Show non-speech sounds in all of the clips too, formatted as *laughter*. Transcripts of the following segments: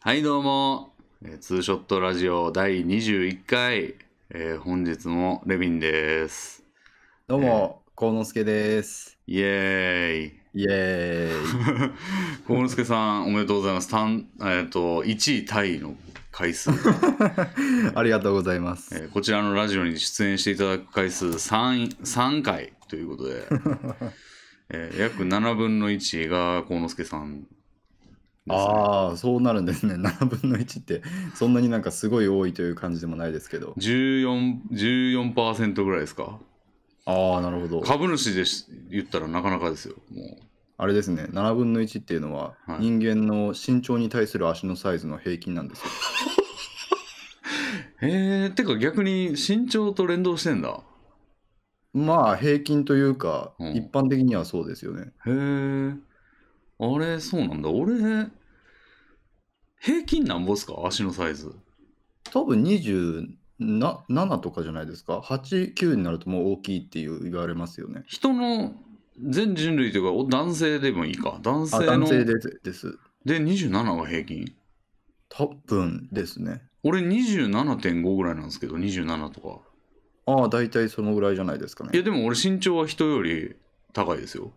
はいどうも、えーツーショットラジオ第21回、えー本日もレビンですどうも、幸之助です。イエーイイエーイ。幸之助さんおめでとうございます単えー、と1位タイの回数が、 *laughs* ありがとうございまえす。ーこちらのラジオに出演していただく回数 3, 3回ということで、えー約7分の1が幸之助さんですねああ、そうなるんですね。7分 *laughs* の1って、そんなになんかすごい多いという感じでもないですけど。 14, 14%ぐらいですかああ、なるほど。株主でし言ったらなかなかですよもあれですね、7分の1っていうのは、はい人間の身長に対する足のサイズの平均なんですよ。うへえてか逆に身長と連動してんだまあ、平均というか、うん一般的にはそうですよね。へえあれそうなんだ俺平均なんぼっすか足のサイズ多分27とかじゃないですか。8、9になるともう大きいっていう言われますよね。人の全人類というかお男性でもいいか男あ、性の男性です。ですで27が平均多分ですね。俺27.5ぐらいなんですけど27とかああ、大体そのぐらいじゃないですかいやね。でも俺身長は人より高いですよ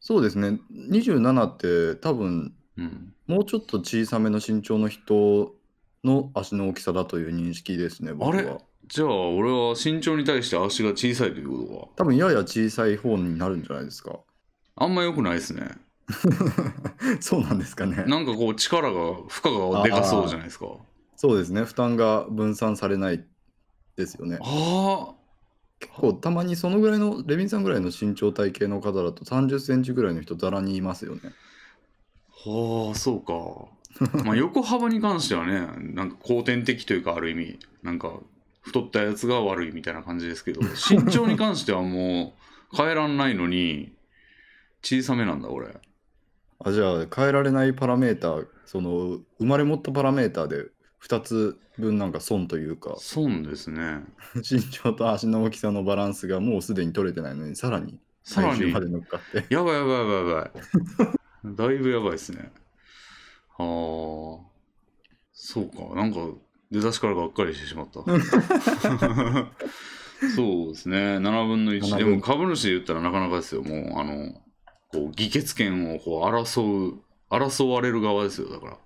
そうですね。27って多分、うんもうちょっと小さめの身長の人の足の大きさだという認識ですね、僕あれは。じゃあ俺は身長に対して足が小さいということか多分、やや小さい方になるんじゃないですか。 *laughs* あんま良くないですね。そうなんですかね。なんかこう力が負荷がでかそうじゃないですか。そうですね。負担が分散されないですよね。あ結構、たまにそのぐらいの、レビンさんぐらいの身長体型の方だと30センチぐらいの人、ざらにいますよね。あ、はあ、そうか。まあ横幅に関してはね、なんか後天的というかある意味、なんか太ったやつが悪いみたいな感じですけど、身長に関してはもう変えらんないのに、小さめなんだ俺。あじゃあ変えられないパラメーターその生まれ持ったパラメーターで2つ分なんか損というか損ですね。身長と足の大きさのバランスがもうすでに取れてないのにさらにさら最終にま、で乗っかってやばいやばいやばいやばい。だいぶやばいですね。ああ、そうか。なんか、出だしからがっかりしてしま *laughs* った。そうですね。7分の1。 7で分も株主で言ったらなかなかですよ。もう、あの、こう、議決権をこう争う、争われる側ですよ。だから。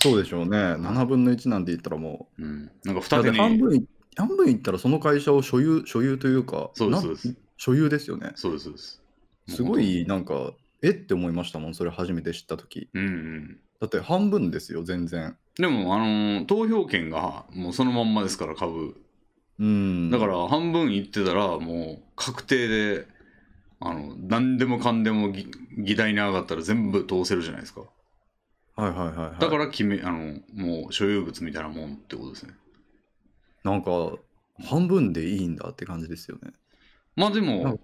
そうでしょうね7分の1なんて言ったらもうん。なんかう二だって手半に。分い半分いったらその会社を所有所有というかそうですなそうです所有ですよねそうです、そうです。すご。いなんかえって思いましたもんそれ初めて知った時うんうん。だって半分ですよ全然でも、あの投票権がもうそのまんまですから、株。うんだから半分いってたらもう確定であの何でもかんでも議議題に上がったら全部通せるじゃないですかはいはいはい、はい、だから決め、あのもう所有物みたいなもんってことですねなんか半分でいいんだって感じですよね。まあでなもん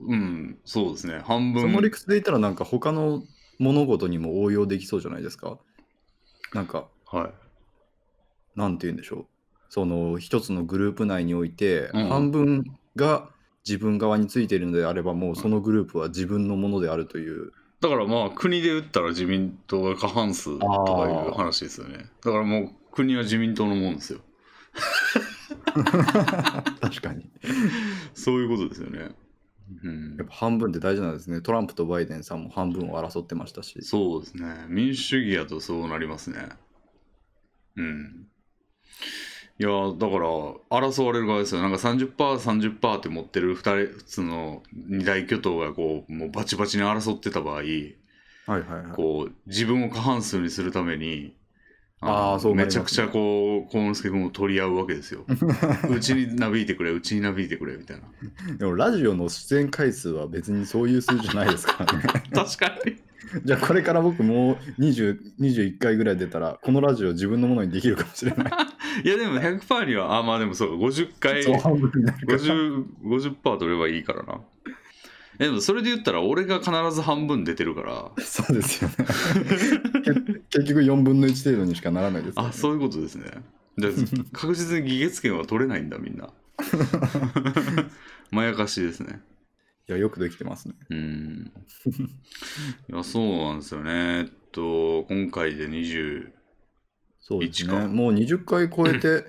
うんそうですね半そ分の理屈で言ったらなんか他の物事にも応用できそうじゃないですか。なんかはなんて言うんでしょう。その一つのグループ内において、うん半分が自分側についているのであればもうそのグループは自分のものであるという。いだからまあ国で打ったら自民党が過半数とかいう話ですよねだからもう国は自民党のもんですよ確かに。そういうことですよねうんやっぱ半分って大事なんですね。トランプとバイデンさんも半分を争ってましたし。そうですね。民主主義やとそうなりますね。うん。いや、だから、争われる側ですよ。なんか30%、30%って持ってる2人、つの二大巨頭がこう、もうバチバチに争ってた場合、はいはいはい。こう、自分を過半数にするために、あーそうなりめますちねゃくちゃこう、幸之助君を取り合うわけです *laughs* よ。うちになびいてくれ、うちになびいてくれ、みたいな。でもラジオの出演回数は別にそういう数じゃないですからね。 *laughs* 確かに。じゃあこれから僕もう20 21回ぐらい出たらこのラジオ自分のものにできるかもしれない。いや、でも100%には、あ、まあでもそうか、50回。そう半分になるから50 50%取ればいいからな。えでもそれで言ったら俺が必ず半分出てるから。そうです *laughs* よね。け結局4分の1程度にしかならないですからね、あそういうことですね。で確実に議決権は取れないんだみんな。 *laughs* まやかしですね。いやよくできてますね。うん。いやそうなんですよね。えっと今回で20そうです一ね。かもう20回超えて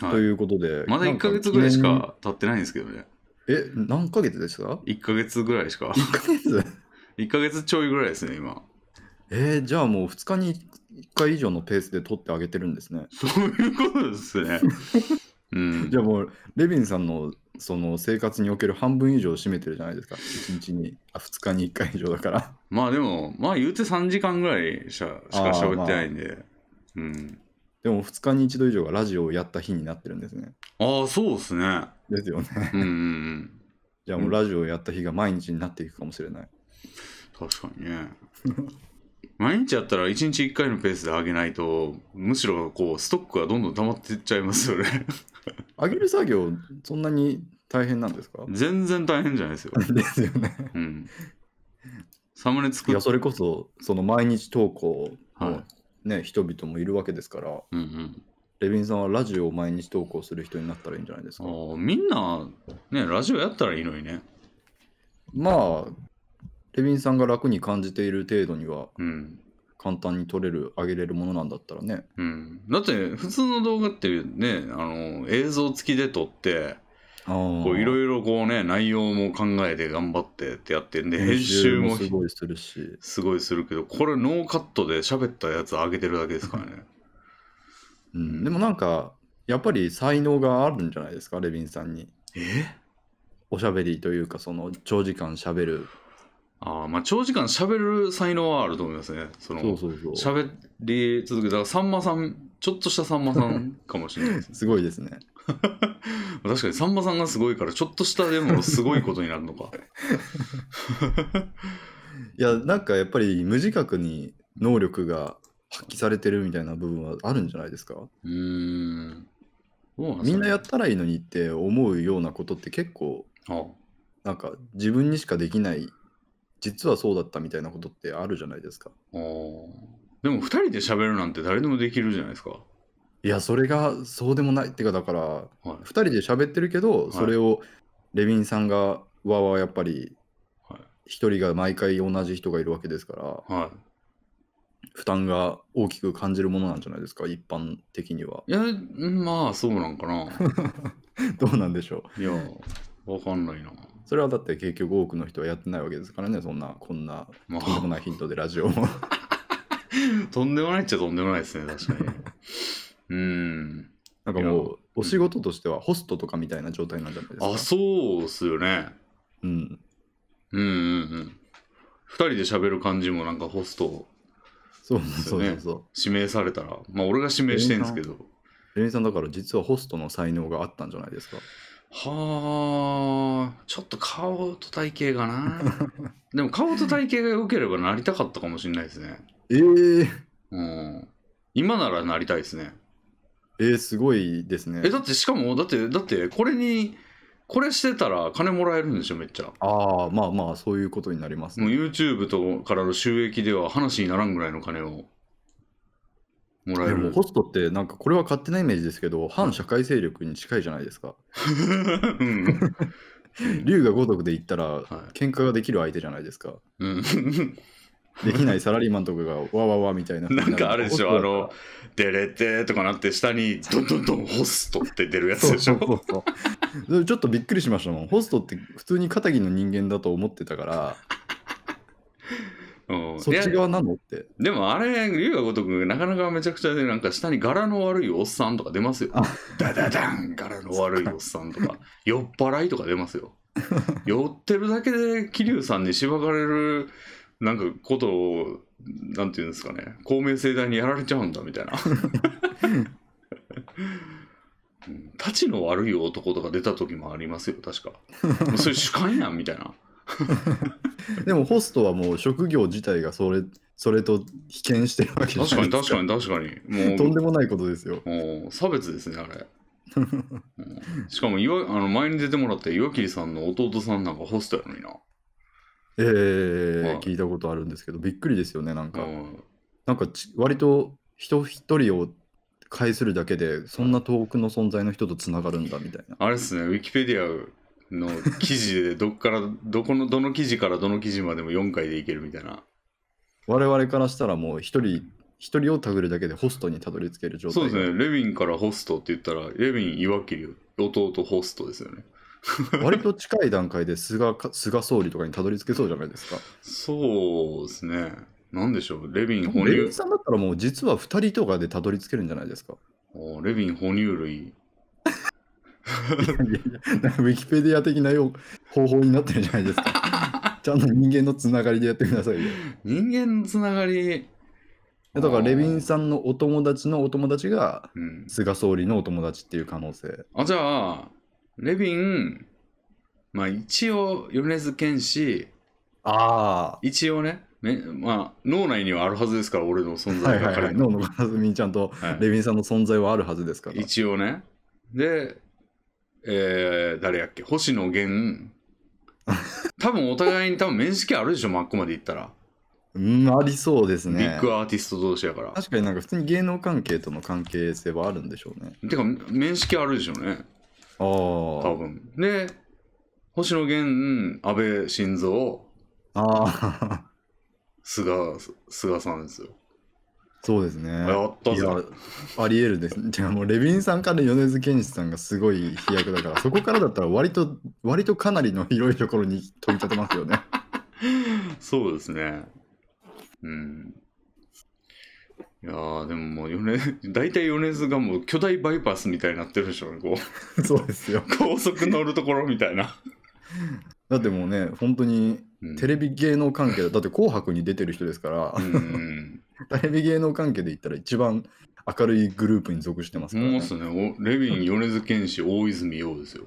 はいということで。まだなん1ヶ月ぐらいしか経ってないんですけどね。記念に。え、何ヶ月でした *laughs* ?1 1ヶ月ぐらいしか。ヶ月1ヶ月ちょいぐらいですね、今。えーじゃあもう2日に1回以上のペースで取ってあげてるんですね。そういうことですね。うんじ。ゃあもう、レビンさんのその生活における半分以上を占めてるじゃないですか。1日に、あ、2日に1回以上だから。まあでも、まあ言うて3時間ぐらいしかしか喋ってないんで。うん。でも2日に1度以上がラジオをやった日になってるんですね。ああ、そうですね。ですよね。うんうんうん。じゃあもううんラジオをやった日が毎日になっていくかもしれない。確かにね。毎日やったら1日1回のペースで上げないと、むしろこう、ストックがどんどん溜まっていっちゃいますよ *laughs* ね。上げる作業、そんなに大変なんですか全然大変じゃないですよ。 *laughs* ですよね。うん。サムネい作っや、それこそ、その毎日投稿はのい、ね人々もいるわけですから、うんうん。レビンさんはラジオを毎日投稿する人になったらいいんじゃないですあか。ーみんな、ね、ラジオやったらいいのにね。まあ、レビンさんが楽に感じている程度には、うん。簡単に撮れる、上げれるものなんだったらね。うん、だって普通の動画ってねあの映像付きで撮ってあこうあいろいろこうね内容も考えて頑張ってってやってんで編編集集ももすごいするし、すごいするけどこれノーカットで喋ったやつ上げてるだけですからねうん、でもなんか、やっぱり才能があるんじゃないですか、レビンさんに。えおしゃべりというか、その長時間しゃべる。あーまあ長時間喋る才能はあると思いますねそのそうそうそう。喋り続けただからさんまさんちょっとしたさんまさ *laughs* んかもしれないですねすごいですね。確かにさんまさんがすごいからちょっとしたでもすごいことになるの *laughs* かいや、なんかやっぱり無自覚に能力が発揮されてるみたいな部分はあるんじゃないですか。うーんどうなんですかねみんなやったらいいのにって思うようなことって結構、あなんか自分にしかできない、実はそうだったみたいなことってあるじゃないですか。あーでも2人で喋るなんて誰でもできるじゃないですか。いや、それがそうでもないっていうか、だから、はい2人で喋ってるけど、それをレビンさんが、わわやっぱり、はい1人が毎回同じ人がいるわけですから、は負担が大きく感じるものなんじゃないですか、一般的には。い。いや、まあそうなんかな。どうなんでしょう。いや、わかんないな。それはだって結局多くの人はやってないわけですからね、そんな、こんな、まとんでもあ、ないヒントでラジオも。 *laughs* とんでもないっちゃとんでもないですね、確 *laughs* かに。うーん。なんかもう、お仕事としてはホストとかみたいな状態なんじゃないですか。あ、そうっすよね。うん。うんうんうん。2人で喋る感じもなんかホストそうそうそうそう。指名されたら、まあ俺が指名してんですけど。レミさんだから実はホストの才能があったんじゃないですか。はあ、ちょっと顔と体型がな。 *laughs* でも顔と体型が良ければなりたかったかもしれないですね。えー、うん。今ならなりたいですね。えー、すごいですねえ、。だってしかも、だって、だって、これに、これしてたら金もらえるんでしょ、めっちゃ。ああ、まあまあ、そういうことになりますもうね。 YouTube とからの収益では話にならんぐらいの金をもらえでもる。ホストってなんかこれは勝手なイメージですけど反社会勢力に近いじゃないですかうん。龍が如くで言ったらは喧嘩ができる相手じゃないですかい。うん。できないサラリーマンとかがわわわみたい *laughs* ななんかあれでしょホあストだのでれてとかなって、下にどんどんどんホストって出るやつそでうしそうょ。そうそうそれちょっとびっくりしましたもんホストって普通に肩着の人間だと思ってたからうんそっちいや側なのってでもあれ、龍が如く、なかなかめちゃくちゃで、なんか下に柄の悪いおっさんとか出ますよあ。ダダダン、柄の悪いおっさんとか、酔っ払いとか出ますよ。酔ってるだけで桐生さんにしばかれる、なんかことを、なんていうんですかね、公明正大にやられちゃうんだみたいな。うんたちの悪い男とか出た時もありますよ、確か。もうそれ主観やんみたいな。でもホストはもう職業自体がそれそれと被験してるわけじゃない確かにです確かに確かに。もうとんでもないことですよもう差別ですねあれ、うんしかも岩あの前に出てもらった岩切さんの弟さんなんかホストやのにな、えーはい聞いたことあるんですけどびっくりですよねなんうか、ん、なんかち割と人一人を介するだけでそんな遠くの存在の人とつながるんだみたいなあれっすねウィキペディアの記事でどっから *laughs* どこのどの記事からどの記事までも4回でいけるみたいな我々からしたらもう一人一一人をたぐるだけでホストにたどり着ける状態そうですね、レヴィンからホストって言ったら、レヴィン、岩切、弟ホストですよね。 *laughs* 割と近い段階で菅か菅総理とかにたどり着けそうじゃないですか。そうですね。なんでしょう、レヴィン哺レビン乳さんだったらもう実は2人とかでたどり着けるんじゃないですか。おレヴィン哺乳類。なんかウィキペディア的なよ方法になってるじゃないですか。 *laughs* ちゃんと人間のつながりでやってくださいよ。人間のつながり。だからレビあンーさんのお友達のお友達がうん、菅総理のお友達っていう可能性。あ、じゃあ、レヴィン、まあ一応、米津玄師、あ一応ねね、まあ、脳内にはあるはずですから、俺の存は在いがはいは彼い。の脳の片隅にちゃんとはいレビンさんの存在はあるはずですから。一応ね。で、えー、誰やっけ、星野 *laughs* 源。多分お互いに多分面識あるでしょ、真っこまで行ったら。うん、ありそうですビねッ。グアーティスト同士やから。確かになんか普通に芸能関係との関係性はあるんでしょうね。てか、面識あるでしょうね、多あ分。で、星野源、安倍晋三、あ。ああ。菅、菅さんですよ。そうですね。やった *laughs* いやぞ。、ありえるです。じゃあもう、レビンさんから米津玄師さんがすごい飛躍だから、そこからだったら割と、 *laughs* 割とかなりの広いところに飛び立てますよ *laughs* ね。そうですね。うん。いやーでももう米、 *laughs* 大体米津がもう巨大バイパスみたいになってるでしょうね、こう。 *laughs* そうですよ。高速乗るところみたいな、だってもうね、本当にテレビ芸能関係だ、だって紅白に出てる人ですからう、ん、テレビ芸能関係で言ったら一番明るいグループに属してますから、もうねっ。すねおレヴィン米津玄師大泉洋ですよ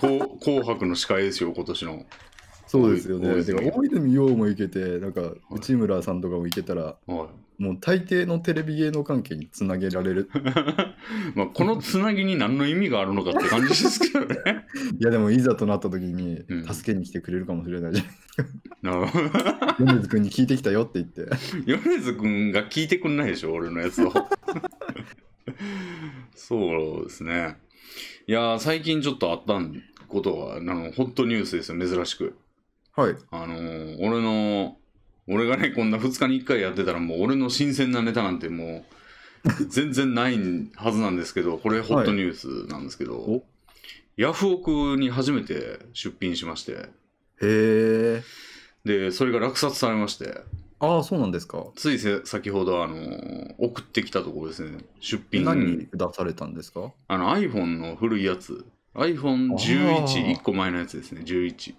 こう紅白の司会ですよ今年のそうですよね。大大泉泉大泉洋もいけて、なんか内村さんとかもいけたら、はい *laughs* もう大抵のテレビ芸能関係につなげられるまあこのつなぎに何の意味があるのかって感じですけどね *laughs* いやでもいざとなった時にうん助けに来てくれるかもしれないじゃん。なるほど米津君に聞いてきたよって *laughs* 言って。米津君が聞いてくんないでしょ俺のやつをそうですねいやー最近ちょっとあったことがあのホットニュースですよ珍しくはい。あのー俺の、俺がね、こんな2日に1回やってたら、もう俺の新鮮なネタなんてもう、全然ないはずなんですけど、これ、ホットニュースなんですけど、おヤフオクに初めて出品しまして、へえ。で、それが落札されまして、ああ、そうなんですか。ついせ先ほど、あのー送ってきたところですね、出品。何出されたんですかあの iPhone の古いやつ、あー iPhone11、1個前のやつですね、11。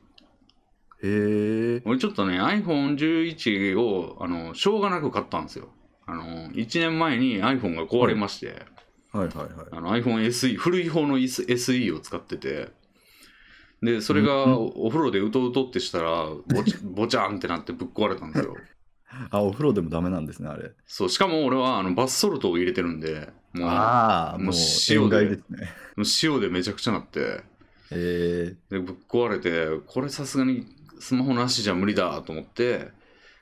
へえ。俺ちょっとね iPhone11 をあのしょうがなく買ったんですよあの1年前に iPhone が壊れまして、はいはいはい。あの iPhoneSE 古い方の S- SE を使っててでそれうんがおお風呂でうとうとってしたらぼちぼちゃんってなってぶっ壊れたんですよあ、お風呂でもダメなんですね、あれ。そうしかも俺はあのバスソルトを入れてるんでもうああ、ももうう塩塩で害ですね。もう塩でめちゃくちゃなってへえ。でぶっ壊れてこれさすがにスマホなしじゃ無理だと思って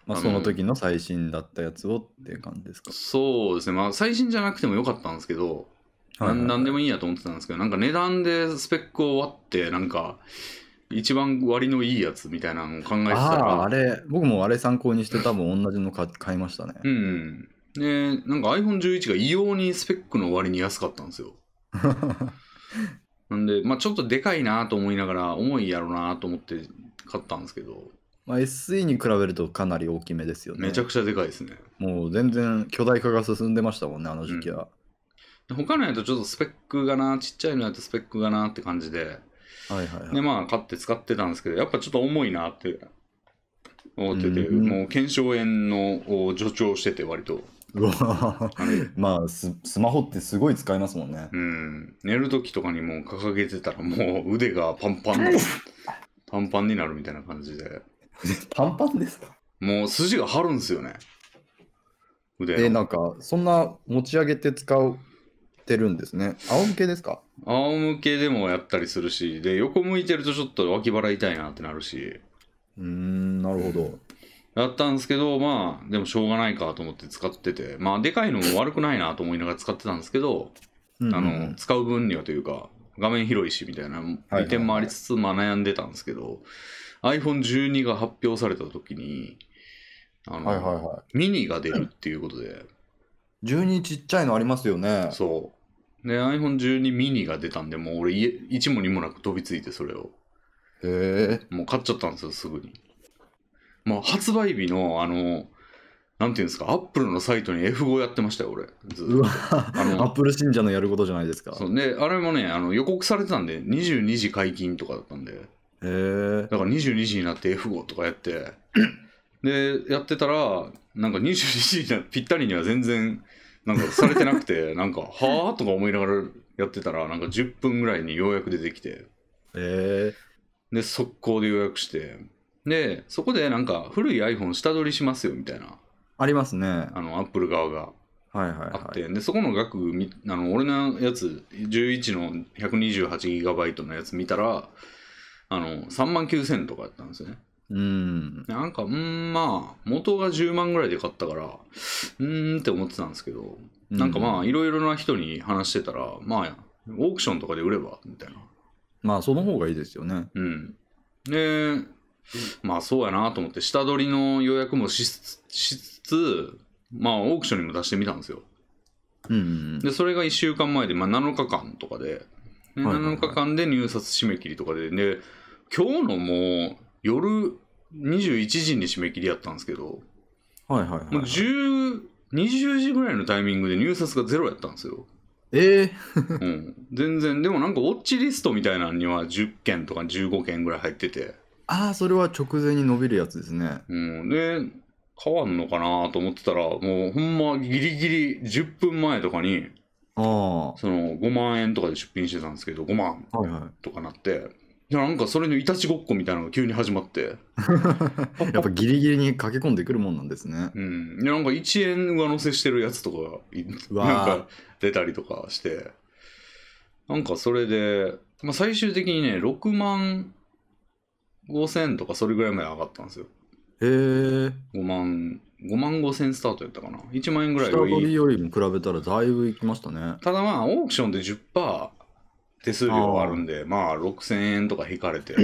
まあ、あのその時の最新だったやつをっていう感じですか。そうですねまあ最新じゃなくてもよかったんですけどはないはいんはいなんでもいいやと思ってたんですけどなんか値段でスペックを割ってなんか一番割のいいやつみたいなのを考えてたああ、あられ、僕もあれ参考にして多分同じの買買いましたね。うんでなんか iPhone11 が異様にスペックの割に安かったんで *laughs* すよなんでまあちょっとでかいなと思いながら重いやろなと思って買ったんですけどまあ、SE に比べるとかなり大きめですよね。めちゃくちゃでかいですねもう全然巨大化が進んでましたもんね、あの時期は。で他のやとちょっとスペックがなちっちゃいのやとスペックがなって感じではいはいはい。でまあ買って使ってたんですけどやっぱちょっと重いなって思ってて、うんもう腱鞘炎のお助長してて割とうわあのまあス、スマホってすごい使いますもんねう。ん寝る時とかにもう掲げてたらもう腕がパンパンなパンパンになるみたいな感じでパンパンですかもう筋が張るんですよね腕え、なんか、そんな持ち上げて使うってるんですね。仰向けですか仰向けでもやったりするしで横向いてるとちょっと脇腹痛いなってなるしうーん、なるほど。やったんですけどまあでもしょうがないかと思って使っててまあでかいのも悪くないなと思いながら使ってたんですけどうんあの使う分にはというか画面広いしみたいな利点もありつつ、まあ、悩んでたんですけど iPhone12 が発表された時にあのはいはいはミニが出るっていうことで、い。12ちっちゃいのありますよね。そう。で、iPhone12 ミニが出たんで、もう俺、家一も二もなく飛びついて、それを。へえ。もう買っちゃったんですよ、すぐに。まあ、発売日の、あの、なんていうんですか、アップルのサイトに F5 やってましたよ、俺。ずっとうわ、あアッのプル信者のやることじゃないですか。そうで、あれもね、あの予告されてたんで、22時解禁とかだったんで、へえ。だから22時になって F5 とかや *coughs* って、で、やってたら、なんか22時になぴったりには全然、なんかされてなくて、なんか、はぁとか思いながらやってたら、なんか10分ぐらいにようやく出てきて、へえ。で、速攻で予約して、で、そこでなんか、古い iPhone 下取りしますよみたいな、ありますね。はあの、Apple 側がいはいあっはて、い。で、そこの額み、あの俺のやつ、11の 128GB のやつ見たら、あの、3万9000とかやったんですよね。うん。なんか、うーん、まあ、元が10万ぐらいで買ったから、うーんって思ってたんですけど、なんかまあ、いろいろな人に話してたら、まあ、オークションとかで売れば、みたいな。まあその方がいいですよね。うん。で、まあ、そうやなと思って、下取りの予約もしつしつつ、まあ、オークションにも出してみたんですよ。うんうんうん。で、それが1週間前で、まあ、7日間とかで、ではいはいはい7日間で入札締め切りとかで、で、今日のもう、夜21時に締め切りやったんですけど、はいはいはいもうはい。 10 20時ぐらいのタイミングで入札がゼロやったんですよ。ええ。うん、全然、でもなんかウォッチリストみたいなのには10件とか15件ぐらい入ってて、ああ、それは直前に伸びるやつですね。うん、で、変わんのかなと思ってたら、もうほんまギリギリ10分前とかに、あその5万円とかで出品してたんですけど、5万あ。はいはとかなって、でなんかそれのいたちごっこみたいなのが急に始ま *laughs* って、い。やっぱギリギリに駆け込んでくるもんなんですね。うん、でなんか1円上乗せしてるやつとかいなんうわーか出たりとかしてなんかそれで、まあ、最終的にね6万5千とかそれぐらいまで上がったんですよへえ。 5万5万5千スタートやったかな1万円ぐらい下よ取りりよりも比べたらだいぶいきましたね。ただまあオークションで10%手数料あるんでまあ6千円とか引かれて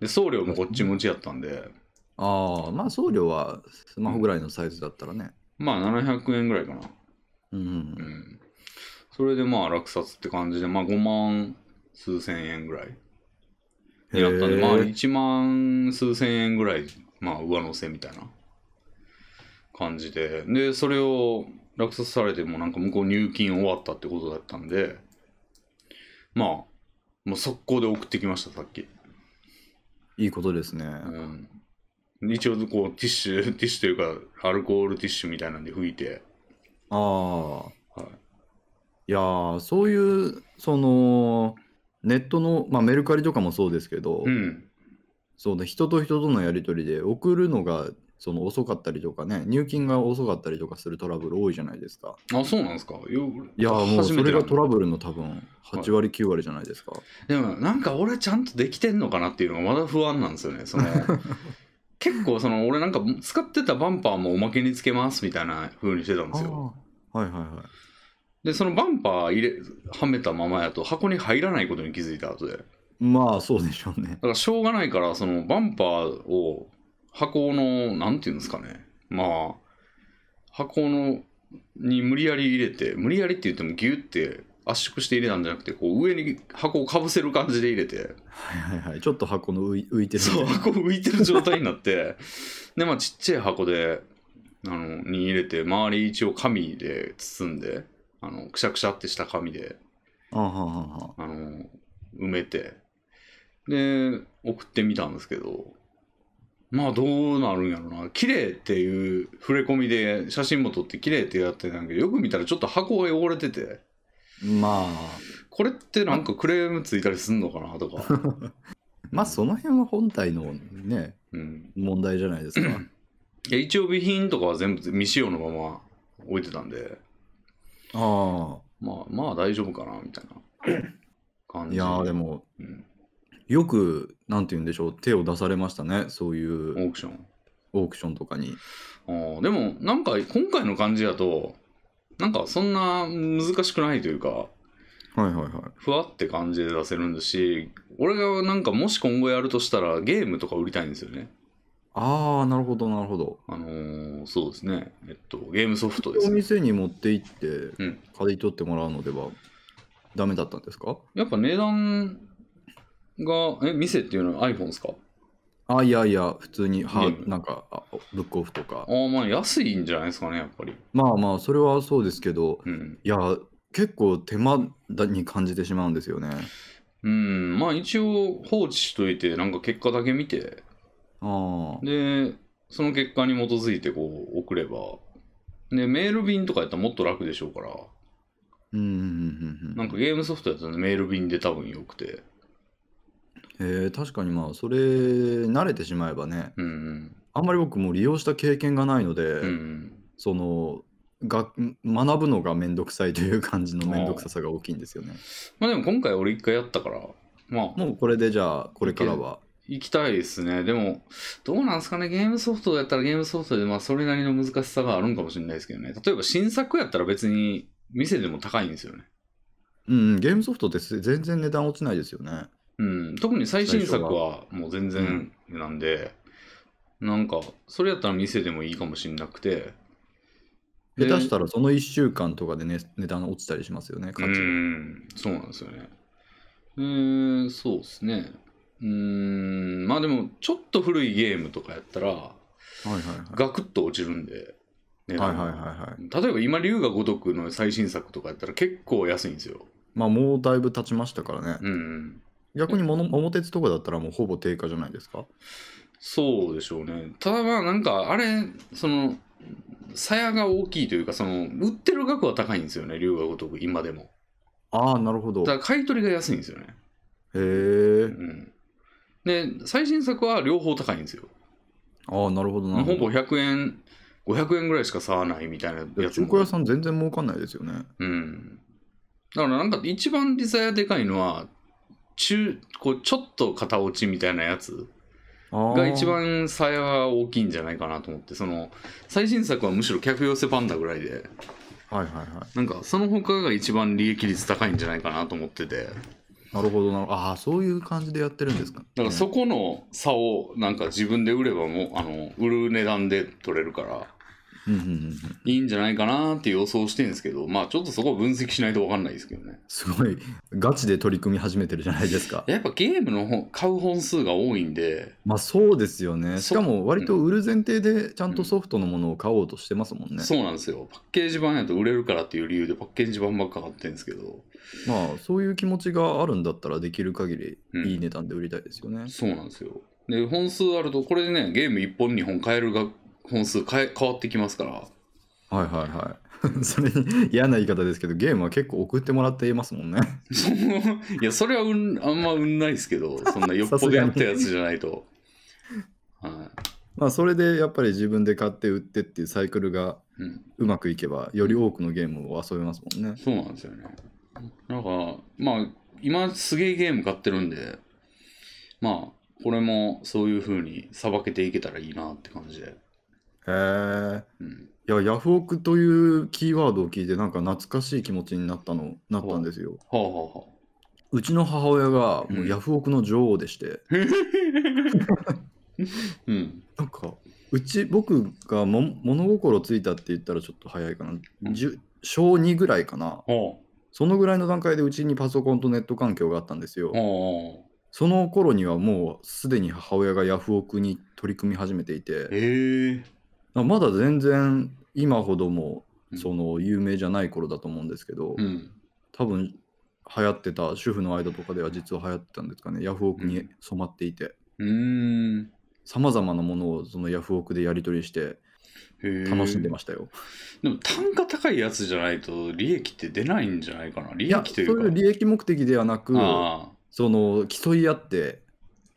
で送料もこっち持ちやったんでああ、まあ送料はスマホぐらいのサイズだったらね。まあ700円ぐらいかなうんうんう。んそれでまあ落札って感じで、まあ、5万数千円ぐらいになったんで、へえまあ、1万数千円ぐらい、まあ、上乗せみたいな感じででそれを落札されてもなんか向こう入金終わったってことだったんでまあもう速攻で送ってきましたさっき、いいことですね。うん、一応こうティッシュティッシュというかアルコールティッシュみたいなんで拭いて、ああ。はい、いやーそういう、その、ネットの、まあ、メルカリとかもそうですけど、うんそうだ人と人とのやり取りで送るのがその遅かったりとかね、入金が遅かったりとかするトラブル多いじゃないですか。あそうなんですかいやいやーもう初そめてれなんがだトラブルの多分い8割9割じゃないですか。でもなんか俺ちゃんとできてんのかなっていうのがまだ不安なんですよねその結構その俺なんか使ってたバンパーもおまけにつけますみたいな風にしてたんですよあーはいはいはい。でそのバンパー入れはめたままやと箱に入らないことに気づいた後でだかまあそうでしょうね。 *laughs* らしょうがないからそのバンパーを箱のなんていうんですかねまあ箱のに無理やり入れて無理やりって言ってもギュって圧縮して入れたんじゃなくてこう上に箱をかぶせる感じで入れてはいはいはい。ちょっと箱の浮い浮いてるみたそいうな。箱浮いてる状態になってでまあちっちゃい箱であのに入れて周り一応紙で包んであのくしゃくしゃってした紙であーはんはんはんあの埋めてで送ってみたんですけどまあどうなるんやろな綺麗っていう触れ込みで写真も撮って綺麗ってやってたんやけどよく見たらちょっと箱が汚れててまあ、これってなんかクレームついたりすんのかなと *laughs* か、まあその辺は本体のね、うん、問題じゃないですか。いや一応備品とかは全部未使用のまま置いてたんであまあまあ大丈夫かなみたいな *coughs* 感あ。じいやーでもうんよく、なんて言うんでしょう、手を出されましたね、そうオいうークションオークションとかに。あーでもなんか今回の感じだとなんかそんな難しくないというかはいはいはい。ふわって感じで出せるんだし俺がなんかもし今後やるとしたらゲームとか売りたいんですよねああ、なるほど、なるほど。あのーそうですね、えっと、ゲームソフトですおね。店に持って行って、うん借り取ってもらうのでは、ダメだったんですかやっぱ値段が、え、店っていうのは iPhone ですかあいやいや、普通に、はゲームなんか、あブックオフとかあ。あ、まあ安いんじゃないですかね、やっぱり。まあまあ、それはそうですけど、うん。いや、結構手間だに感じてしまうんですよね。うん、まあ一応放置しといて、なんか結果だけ見て、ああ、で、その結果に基づいてこう送れば、で、メール便とかやったらもっと楽でしょうから、うんうんうんうんうん。なんかゲームソフトやったらメール便で多分よくて、えー確かにまあ、それ、慣れてしまえばね、うんうん、あんまり僕も利用した経験がないので、うんその、が学ぶのがめんどくさいという感じのめんどくささが大きいんですよね。まあでも今回俺一回やったから、まあもうこれでじゃあ、これからは。行きたいですね。でも、どうなんですかね、ゲームソフトやったらゲームソフトで、まあ、それなりの難しさがあるんかもしれないですけどね。例えば、新作やったら別に、店でも高いんですよね。うんうん、ゲームソフトってす全然値段落ちないですよね。うん、特に最新作はもう全然なんで、なんか、それやったら店でもいいかもしれなくて。下手したららその1週間とかで、ね、値段落ちたりしますよね、価う値。ん、そうなんですよね。えー、そうですね。うーん、まあでも、ちょっと古いゲームとかやったら、はいはいガクッと落ちるんで、ねはい。はいはいはいはい。例えば今龍が如くの最新作とかやったら結構安いんですよ。まあもうだいぶ経ちましたからね。うん。逆にもの桃鉄とかだったらもうほぼ定価じゃないですか。そうでしょうね。ただまあなんかあれ、その、鞘が大きいというか、その、売ってる額は高いんですよね、龍が如く今でも。ああ、なるほど。だかへら買い取りが安いんですよね。うえ。ん。で、最新作は両方高いんですよ。ああ、なるほどなほるほぼど。100円、500円ぐらいしか差はないみたいなやつ中も古屋さん全然儲かんないですよね。うん。だからなんか一番利差がでかいのは、中、こう、ちょっと型落ちみたいなやつ。ああ。が一。番差が大きいんじゃないかなと思ってその最新作はむしろ客寄せパンダぐらいではいはいはなんかその他が一番利益率高いんじゃないかなと思っててだかい。なるほどなるほど。ああ、そういう感じでやってるんですか、らそこの差をなんか自分で売ればもうあの売る値段で取れるからうんうんうんうん。いいんじゃないかなって予想してるんですけどまあちょっとそこは分析しないと分かんないですけどねすごい、ガチで取り組み始めてるじゃないですか。やっぱゲームの本買う本数が多いんでまあそうですよね。しそかも割と売る前提でちゃんとソフトのものを買おうとしてますもんね。そうなんですよパッケージ版やと売れるからっていう理由でパッケージ版ばっか買ってるんですけどまあそういう気持ちがあるんだったらできる限りうんいい値段で売りたいですよね。そうなんですよ。で、本数あると、これでね、ゲーム1本、2本変えるが本数変え変わってきますから、 *laughs* はいはいはい。 *laughs* それに嫌な言い方ですけどゲームは結構送ってもらっていますもんね。 *laughs* そのいや、それはうんあんま運ないですけど、そんなよっぽどやったやつじゃないと。はまあそれでやっぱり自分で買って売ってっていうサイクルがいうん、うまくいけばより多くのゲームを遊べますもんね。そうなんですよね。なんか、まあ、今すげえゲーム買ってるんで、まあ、これもそういう風にさばけていけたらいいなって感じで。へえ。うん、いやヤフオクというキーワードを聞いてなんか懐かしい気持ちになったのなったんですよ。はあはあはあ。うちの母親がもううんヤフオクの女王でして。うん。なんかうち僕がも物心ついたって言ったらちょっと早いかな、うんじゅ小2ぐらいかなはそのぐらいの段階でうちにパソコンとネット環境があったんですよ、あ。はあ。その頃にはもうすでに母親がヤフオクに取り組み始めていてええまだ全然今ほどもうんその有名じゃない頃だと思うんですけど、うん。多分流行ってた主婦の間とかでは実は流行ってたんですかねヤフオクうにん染まっていてうーん。さまざまなものをそのヤフオクでやり取りして楽楽しんでましたよ、でも単価高いやつじゃないと利益って出ないんじゃないかな利いや益とそういいかうう利益目的ではなくあその競い合って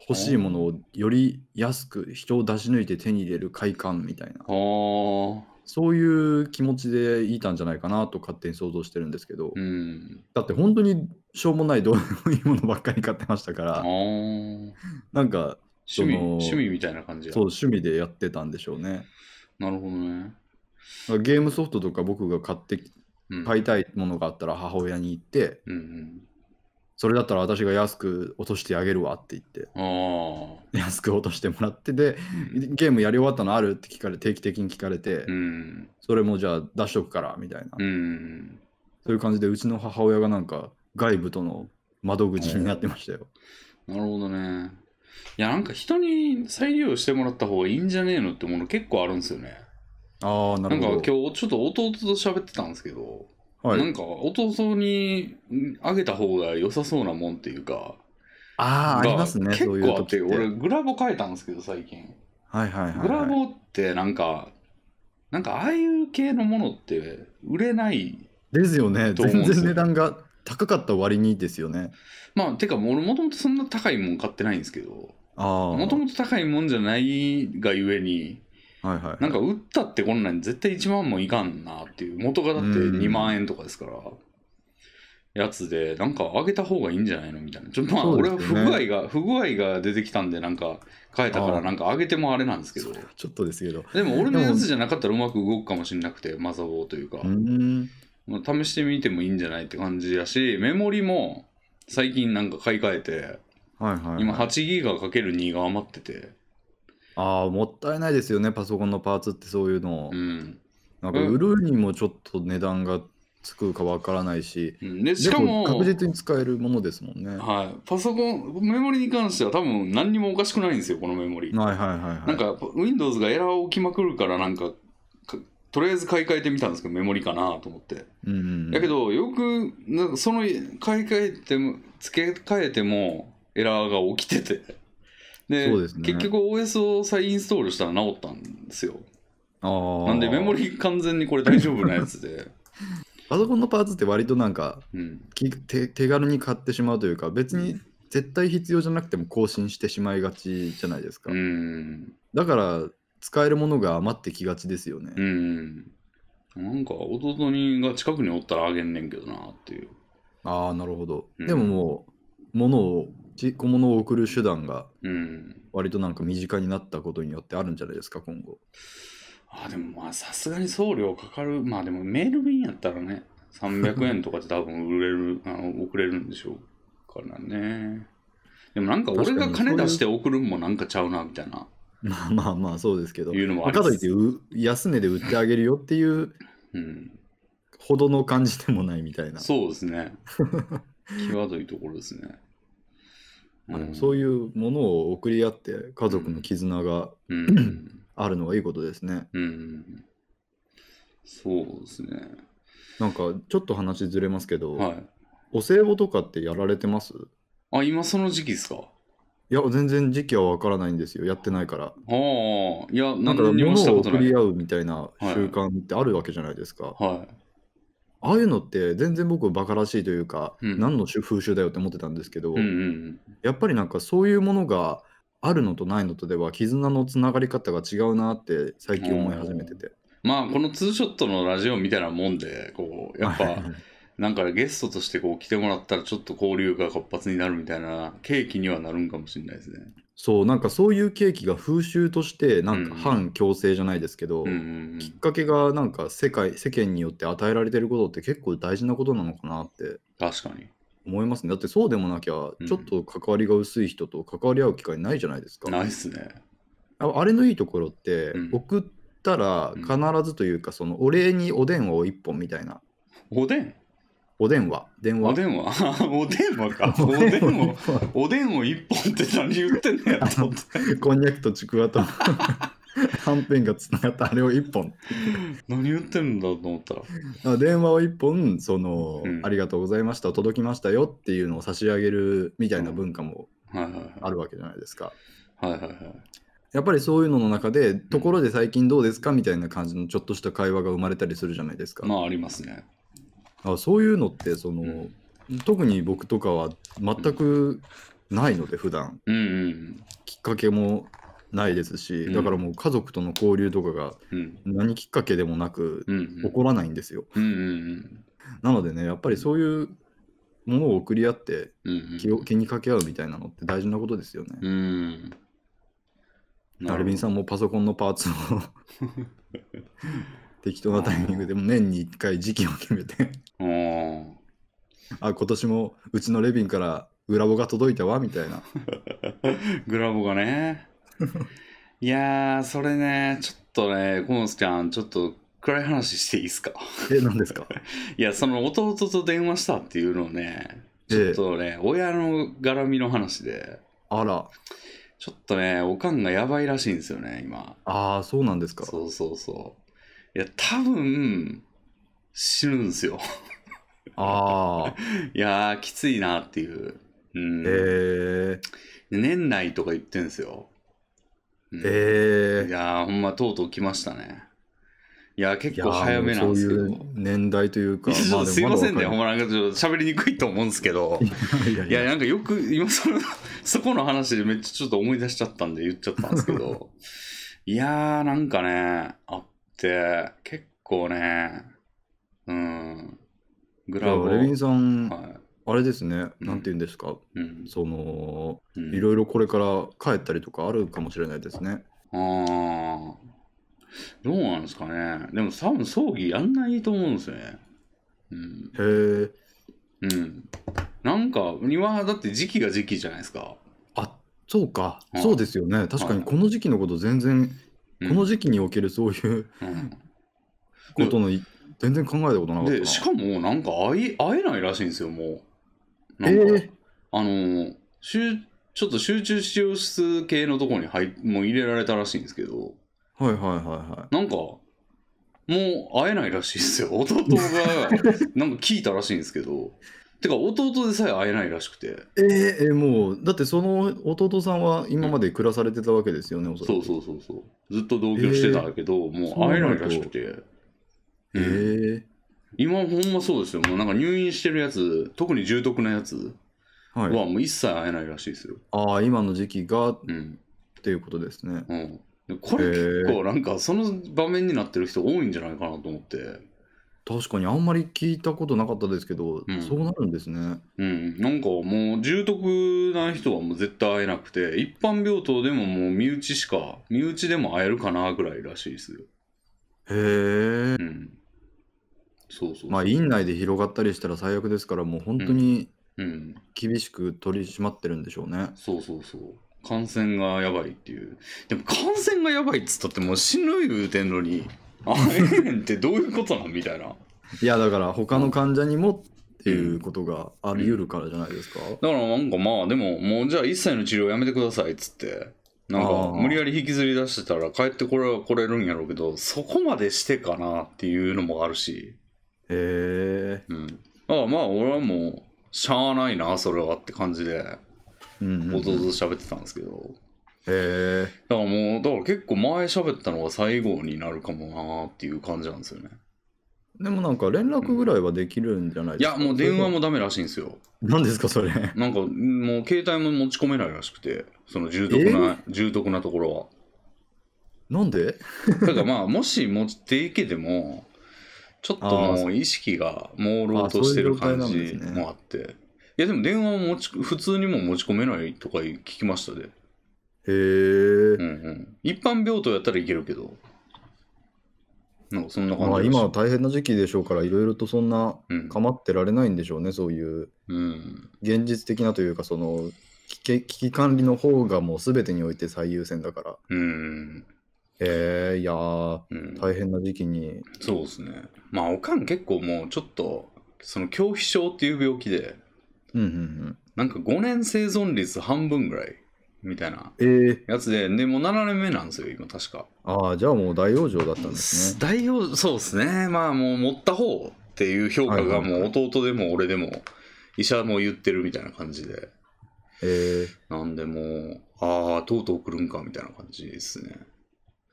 欲しいものをより安く人を出し抜いて手に入れる快感みたいなああーそういう気持ちでいたんじゃないかなと勝手に想像してるんですけど、うんだって本当にしょうもないどうでもいいものばっかり買ってましたかああら趣なんか味その趣味みたいな感じやそう趣味でやってたんでしょうねなるほどね、だからゲームソフトとか僕が買ってうん、買いたいものがあったら母親に行ってうんそれだったら私が安く落としてあげるわって言って、ああ。安く落としてもらって、で、ゲームやり終わったのあるって聞かれ定期的に聞かれて、うん。それもじゃあ出しとくからみたいな、うん。そういう感じで、うちの母親がなんか外部との窓口になってましたよ。なるほどね。いや、なんか人に再利用してもらった方がいいんじゃねえのってもの結構あるんですよね。ああ、ななるんかほど。今日ちょっと弟と喋ってたんですけど、はいなんか弟にんあげた方が良さそうなもんっていうか、ああ、ありますね、がそう結いう構あっ時て、って。俺グラボ変えたんですけど最近。はいはいはい、はい。グラボってなんか、なんかああいう系のものって売れない。ですよね。と思うん全ですよ然値段が高かった割にですよね。まあ、てかもう俺もともとそんな高いもん買ってないんですけど、ああ。もともと高いもんじゃないがゆえに、はいはい。なんか売ったってこんなん絶対1万もいかんなっていう元がだってうん2万円とかですから、やつでなんか上げた方がいいんじゃないのみたいなちょっとまあそう俺ですはよ不ね具合が、不具合が出てきたんでなんか変えたかあらーなんか上げてもあれなんですけどちょっとですけど。でも俺のでもやつじゃなかったらうまく動くかもしれなくてマザボーというか、うーん。まあ、試してみてもいいんじゃないって感じやしメモリも最近なんか買い替えてはいはい、はい。今8ギガかける2が余っててああ、もったいないですよね、パソコンのパーツってそういうのを。うん、なんかうん売るにもちょっと値段がつくかわからないし、うんでしかでも確実に使えるものですもんね。ははい、パソコンメモリに関しては多分何にもおかしくないんですよこのメモリ、いはいはいはい。なんか Windows がエラーを起きまくるからなんかかとりあえず買い替えてみたんですけどメモリかなと思って、うんうん、だけどよくなんかその買い替えても付け替えてもエラーが起きててでそうですね結局 OS を再インストールしたら治ったんですよあーなんでメモリ完全にこれ大丈夫なやつ *laughs* で、パソコンのパーツって割となんかうん、き手手軽に買ってしまうというか、別に絶対必要じゃなくても更新してしまいがちじゃないですか。うんだから使えるものが余ってきがちですよね。うんなんか弟にが近くにおったらあげんねんけどなっていうああ、なるほど。うんでももう、物を、ち小物を送る手段がうん割となんか身近になったことによってあるんじゃないですか、今後。 *laughs* あでもまあさすがに送料かかるまあでもメール便やったらね300円とかで多分売れる *laughs* あの送れるんでしょうからねでもなんか俺が確か金にそういう出して送るんもなんかちゃうなみたいなまあまあまあ、そうですけど。いうのもありかまといっすてう安値で売ってあげるよっていううんほどの感じでもないみたいな。そうですね *laughs* 際どいところですねあでもそういいうものを送り合って家族の絆がうん、うんあるのはいいことですね。うん、そうですねなんかちょっと話ずれますけど、はいお歳暮とかってやられてますあ今その時期ですかいや、全然時期はわからないんですよ。やってないから。ああ、いや、だ何からにもし物たをこと送ない。りは合うみたいな習慣ってあるわけじゃないですか。い。ああいうのって全然僕バカらしいというか、うん何の種風習だよって思ってたんですけど、うんうんやっぱりなんかそういうものがあるのとないのとでは絆のつながり方が違うなって最近思い始めてて。まあ、このツーショットのラジオみたいなもんで、こう、やっぱ、なんかゲストとしてこう来てもらったら、ちょっと交流が活発になるみたいな、契機にはなるんかもしれないですね。そうなんかそういうケーキが風習としてなんかうん反強制じゃないですけど、うんうんうんきっかけがなんか世界世間によって与えられてることって結構大事なことなのかなって確かに。思いますねだってそうでもなきゃんちょっと関わりが薄い人と関わり合う機会ないじゃないですか、ないっすね。ああれのいいところって、うん送ったらうん必ずというか、そのお礼にお電話を一本みたいなおでんお電話電話おでんはおでんは *laughs* か。おでんを、おでんを一本って何言ってんのやと思って。 *laughs* *laughs* こんにゃくとちくわと *laughs* はんぺんがつながったあれを一本何言ってんだと思ったら。あ電話を一本その、うんありがとうございました届きましたよっていうのを差し上げるみたいな文化もはいはいあるわけじゃないですか、はい。はいはいはい。やっぱりそういうのの中でところで最近どうですかみたいな感じのちょっとした会話が生まれたりするじゃないですか、まあ、ありますね。あそういうのってその、うん特に僕とかは全くないので普段うんうんきっかけもないですし、うんだからもう家族との交流とかがうん。うん何きっかけでもなくうん起こらないんですよ、うんうんなのでねやっぱりそういうものを送り合ってうんうん気を気にかけ合うみたいなのって大事なことですよね、うんなアルビンさんもパソコンのパーツを *laughs* 適当なタイミングで年に1回時期を決めてん *laughs* あ今年もうちのレビンからグラボが届いたわみたいなグラボが *laughs* ね。いやー、それね、ちょっとね、コノスちゃん、ちょっと暗い話していいですか。え何ですかいや、その弟と電話したっていうのをね、ちょっとね、親の絡みの話で、あらちょっとね、おかんがやばいらしいんですよね、今。ああそうなんですかそうそうそう。いや、多分、死ぬんですよ。 *laughs* ああいやー、きついなっていう。うん。えー、年内とか言ってんですよ。うんいえー、やー、ほんま、とうとう来ましたね。いやー、い結や構早めなんですけど。もうそういう年代という *laughs* か、いやちょっとすいでもまだせんね、わほんまなんかちょっと喋りにくいと思うんですけど。かるいやいいやや、なんかよく、今その、そこの話でめっちゃちょっと思い出しちゃったんで言っちゃったんですけ *laughs* ど。いやー、なんかね、あって、結構ね、うん、グラボレビンさん、はあれですね、うんなんて言うんですか、い。うん。その、うんいろいろこれから帰ったりとかあるかもしれないですね。ああ。どうなんですかね。でも多分葬儀やんないと思うんですよね。うん。へえ、うん。なんか、庭だって時期が時期じゃないですか。あそうか、はいそうですよね、確かはにいこの時期のこと、全然、うんこの時期におけるそういううんことのい、全然考えたことなかったな。で、しかも、なんか会い会えないらしいんですよ、もう。えなんか、ーあのー、しゅちょっと集中使用室系のところに入もう入れられたらしいんですけど、はいはいはいはなんか、もう会えないらしいですよ。弟が、なんか聞いたらしいんですけど、てか、弟でさえ会えないらしくて。い。えー、えーもう、だってその弟さんは今まで暮らされてたわけですよね、おそらそうく。そうそうそう。ずっと同居してたんだけど、もう会えないらしくて。えうんー、今ほんまそうですよ。もうなんか入院してるやつ、特に重篤なやつははい。もう一切会えないらしいですよ。ああ、今の時期がっうん。ていうことですね。うん。でこれへえ結構なんかその場面になってる人多いんじゃないかなと思って。確かにあんまり聞いたことなかったですけど、うんそうなるんですね。うん。なんかもう重篤な人はもう絶対会えなくて、一般病棟でももう身内しか、身内でも会えるかなぐらいらしいですよ。へえ。うん。そうそうそう。まあ院内で広がったりしたら最悪ですからもう本当にうん。厳しく取り締まってるんでしょうね。そうそうそう。感染がやばいっていう。でも感染がやばいっつったってもう死ぬ言うてんのに、あえへんってどういうことなんみたいな。いやだから他の患者にもっていうことがあり得るからじゃないですか。だからなんかまあでももうじゃあ一切の治療やめてくださいっつって、なんあかー無理やり引きずり出してたら帰ってこれ来れるんやろうけど、そこまでしてかなっていうのもあるし。へえ。うん。ああまあ俺はもう、しゃあないな、それはって感じで、うんうんうん弟と喋ってたんですけど。へえ。だからもう、だから結構前喋ったのが最後になるかもなーっていう感じなんですよね。でもなんか連絡ぐらいはできるんじゃないいですか。や、もう電話も。もダメらしいんですよ。何ですかそれ。 *laughs* なんか、もう携帯も持ち込めないらしくて、その重篤な、重篤なところなんでは。だからま *laughs* あ、もし持っていけても、ちょっともう意識が朦朧としてる感あーそういうじ状態なんですねもあって。いや、でも電話も持ち、普通にもう持ち込めないとか聞きましたで。へうえ。んうん。一般病棟やったらいけるけど。なんかそんな感じまあらしい今は大変な時期でしょうからいろいろとそんなうん。構ってられないんでしょうねそういううん。現実的なというかその危機危機管理の方がもう全てにおいて最優先だからうん。えー、いやーうん、大変な時期にそうですね。まあ、おかん結構もうちょっと、その恐怖症っていう病気で、うんうんなんか5年生存率半分ぐらいみたいなうんえー、やつで、でもう7年目なんですよ、今確か。ああじゃあもう大往生だったんですね大王、そうですね。まあ、もう持った方っていう評価がはいもはいうはい弟でも俺でも、医者も言ってるみたいな感じで。えー、なんでもう、ああ、とうとう来るんかみたいな感じですね。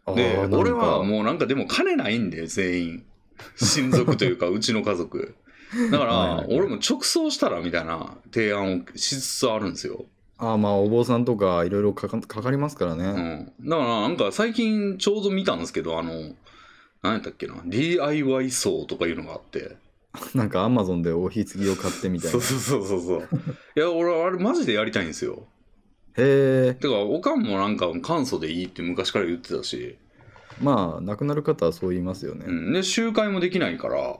あーでなんか俺はもうなんかでも金ないんで全員親族というか *laughs* うちの家族だかはいはらいはい俺も直送したらみたいな提案をしつつあるんですよ、あーまあお坊さんとかいろいろかかかかりますからね、うん、だからなんか最近ちょうど見たんですけどあの何やったっけな DIY 層とかいうのがあって *laughs* なんかアマゾンでおひつぎを買ってみたいそなうそうそうそうそういや俺あれマジでやりたいんですよへえてかおかんもなんか簡素でいいって昔から言ってたし、まあ亡くなる方はそう言いますよね、うん、で集会もできないから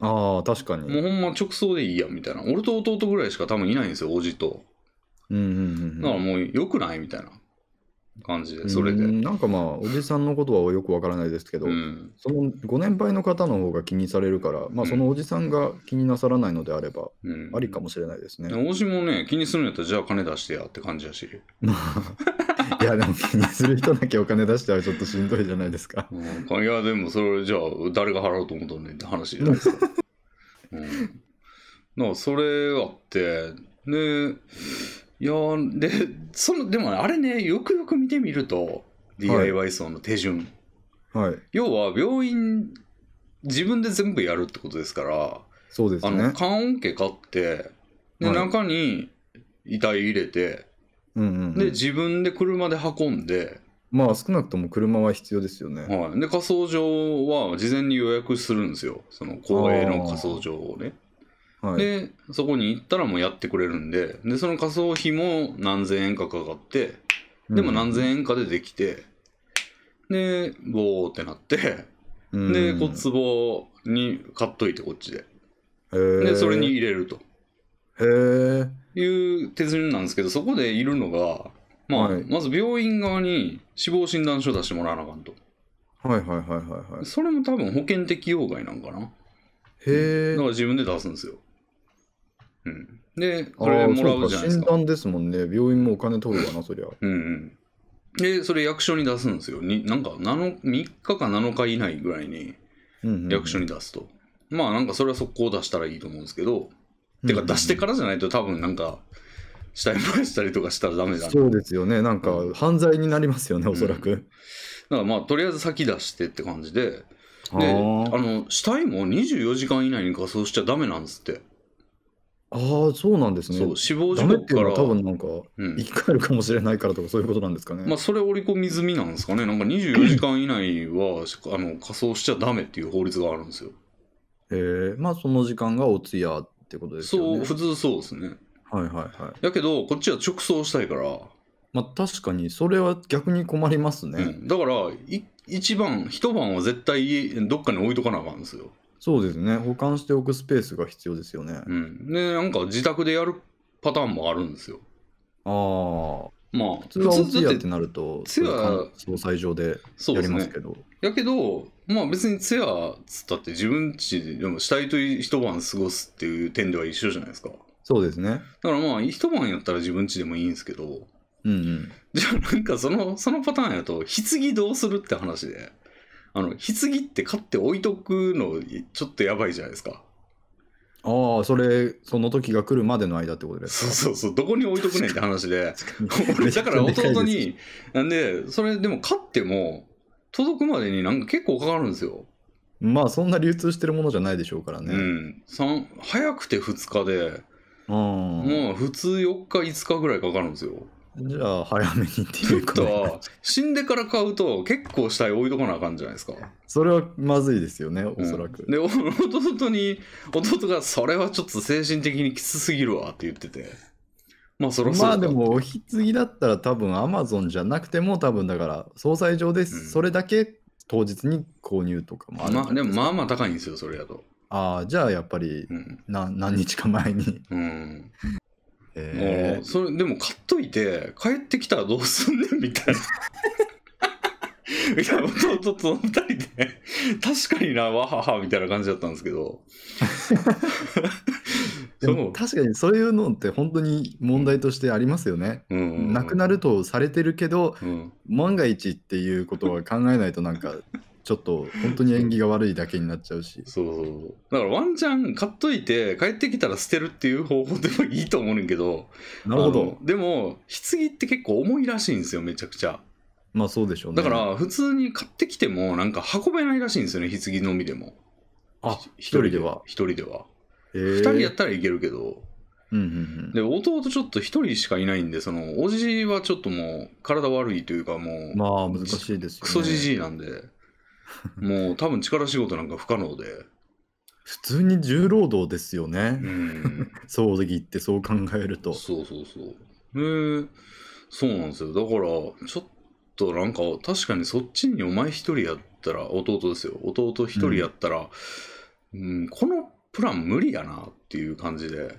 ああ、確かに。もうほんま直送でいいやみたいな俺と弟ぐらいしか多分いないんですよおじとうんうんだかうらんもう良くないみたいな感じうでん。それでうんなんかまあ、おじさんのことはよくわからないですけど、うんそのご年配の方の方が気にされるから、まうんあ、そのおじさんが気になさらないのであれば、うんありかもしれないですね。おじもね気にするんやったらじゃあ金出してやって感じやし、いや、でも気にする人だけお金出したらちょっとしんどいじゃないですか。うん、いやでもそれじゃあ誰が払うと思うとんねんって話 *laughs* じゃないですか、うん、だからそれあってでいやでそのでもねあれねよくよく見てみると DIY 層の手順、はい、要は病院自分で全部やるってことですからそうですあのね。棺桶買ってで、はい中に遺体入れてうんうんうでん、自分で車で運んで,、まあ、少なくとも車は必要ですよね。はい、で火葬場は事前に予約するんですよその公営の火葬場をねはい、でそこに行ったらもうやってくれるんででその火葬費も何千円かかかってでも何千円かでできて、でボーってなって円で骨壺に買っといてこっちででそれに。入れるとへえ。いう手順なんですけどそこでいるのが、まあはいまず病院側に死亡診断書出してもらわなあかんとはいはいはいはいはい。それも多分保険適用外なんかなへだえか。ら自分で出すんですよ、うん、であそれーもらうじゃないですそうかか診断ですもんね。病院もお金取るわな、そりゃ。うんうんでそれ役所に出すんですよになんか7 3日か7日以内ぐらいにうんうんうん役所に出すと、まあなんかそれは速攻出したらいいと思うんですけど、てか出してら。からじゃないと多分なんか死体漏らしたりとかしたらダメだなだかそうですよね。なんかう犯罪になりますよね、おそらうく。らまあとりあえず先出してって感じででああーの死体も24時間以内に火葬しちゃダメなんですって、あー、そうなんですそねう。死亡時ダメっ刻ていかうのらは多分なんかうん生き返るかもしれないからとかそういうことなんですかね。まあそれ織り込み済みなんですかねなんか24時間以内はあの火葬しちゃダメっていう法律があるんですよへえ。まあその時間がお通夜ってことですよそうね。普通そうですねはいはいはい。だけどこっちは直葬したいから、まあ確かにそれは逆に困りますうね。ん、だからい一晩一晩は絶対家どっかに置いとかなあかんんですよそうですね。保管しておくスペースが必要ですよね。うん、でなんか自宅でやるパターンもあるんですよああ。まあ普通はお通夜だってなると、通夜総裁上でそうやですりまねすけど。やけどまあ別に通夜っつったって自分ちでも死体と一晩過ごすっていう点では一緒じゃないですかだそうですね。からまあ一晩やったら自分ちでもいいんですけど *laughs* うんうん。じゃあなんかそのそのパターンやと棺どうするって話であの棺って買って置いとくのちょっとやばいじゃないですかああ、それ、その時が来るまでの間ってことですそうそうそうどこに置いとくねんって話でか。 *laughs* 俺だから *laughs* めちゃくちゃでか弟いです。になんでそれでも買っても届くまでになんか結構かかるんですよ、まあ、そんな流通してるものじゃないでしょうからうね。んさん早くて2日で、うん。もう普通4日5日ぐらいかかるんですよじゃあ、早めにってちいょっうことになっと死んでから買うと結構死体置いとかなあかんじゃないですか *laughs* それはまずいですよね、おそらうくん。でお弟に弟が「それはちょっと精神的にきつすぎるわ」って言っててまあそろそろまあでも、お棺だったら多分、アマゾンじゃなくても、多分だから、総裁上うでんそれだけ当日に購入とかもあるんじゃまなあいでもすかまあまあ高いんですよそれやとああ、じゃあ、やっぱり、うんな何日か前 *laughs* に。うんへもうそれでも買っといて帰ってきたらどうすんねんみたいな。いや弟と2人で確かになわははみたいな感じだったんですけど *laughs* でそもう、確かにそういうのって本当に問題としてありますよね。うん、なくなる、るとされてるけどうん、万が一っていうことは考えないとなんかちょっと本当に縁起が悪いだけになっちゃう *laughs* しそうそうそうだからワンチャン買っといて帰ってきたら捨てるっていう方法でもいいと思うねんけどなるほあどのでも棺って結構重いらしいんですよめちゃくちゃまあそうでしょうねだから普通に買ってきてもなんか運べないらしいんですよね棺のみでもあひ一人では一人では2 2人やったらいけるけど、うんうんで弟ちょっと1人しかいないんでそのおじはちょっともう体悪いというかもうんう、まあ難しいですよねクソじじいなんで *laughs* もう多分力仕事なんか不可能で普通に重労働ですよねうん葬儀ってそう考えるとそうそうそうでそうなんですよだからちょっとなんか確かにそっちにお前1人やったら弟ですよ弟1人やったら、うん、このプラン無理やなっていう感じで、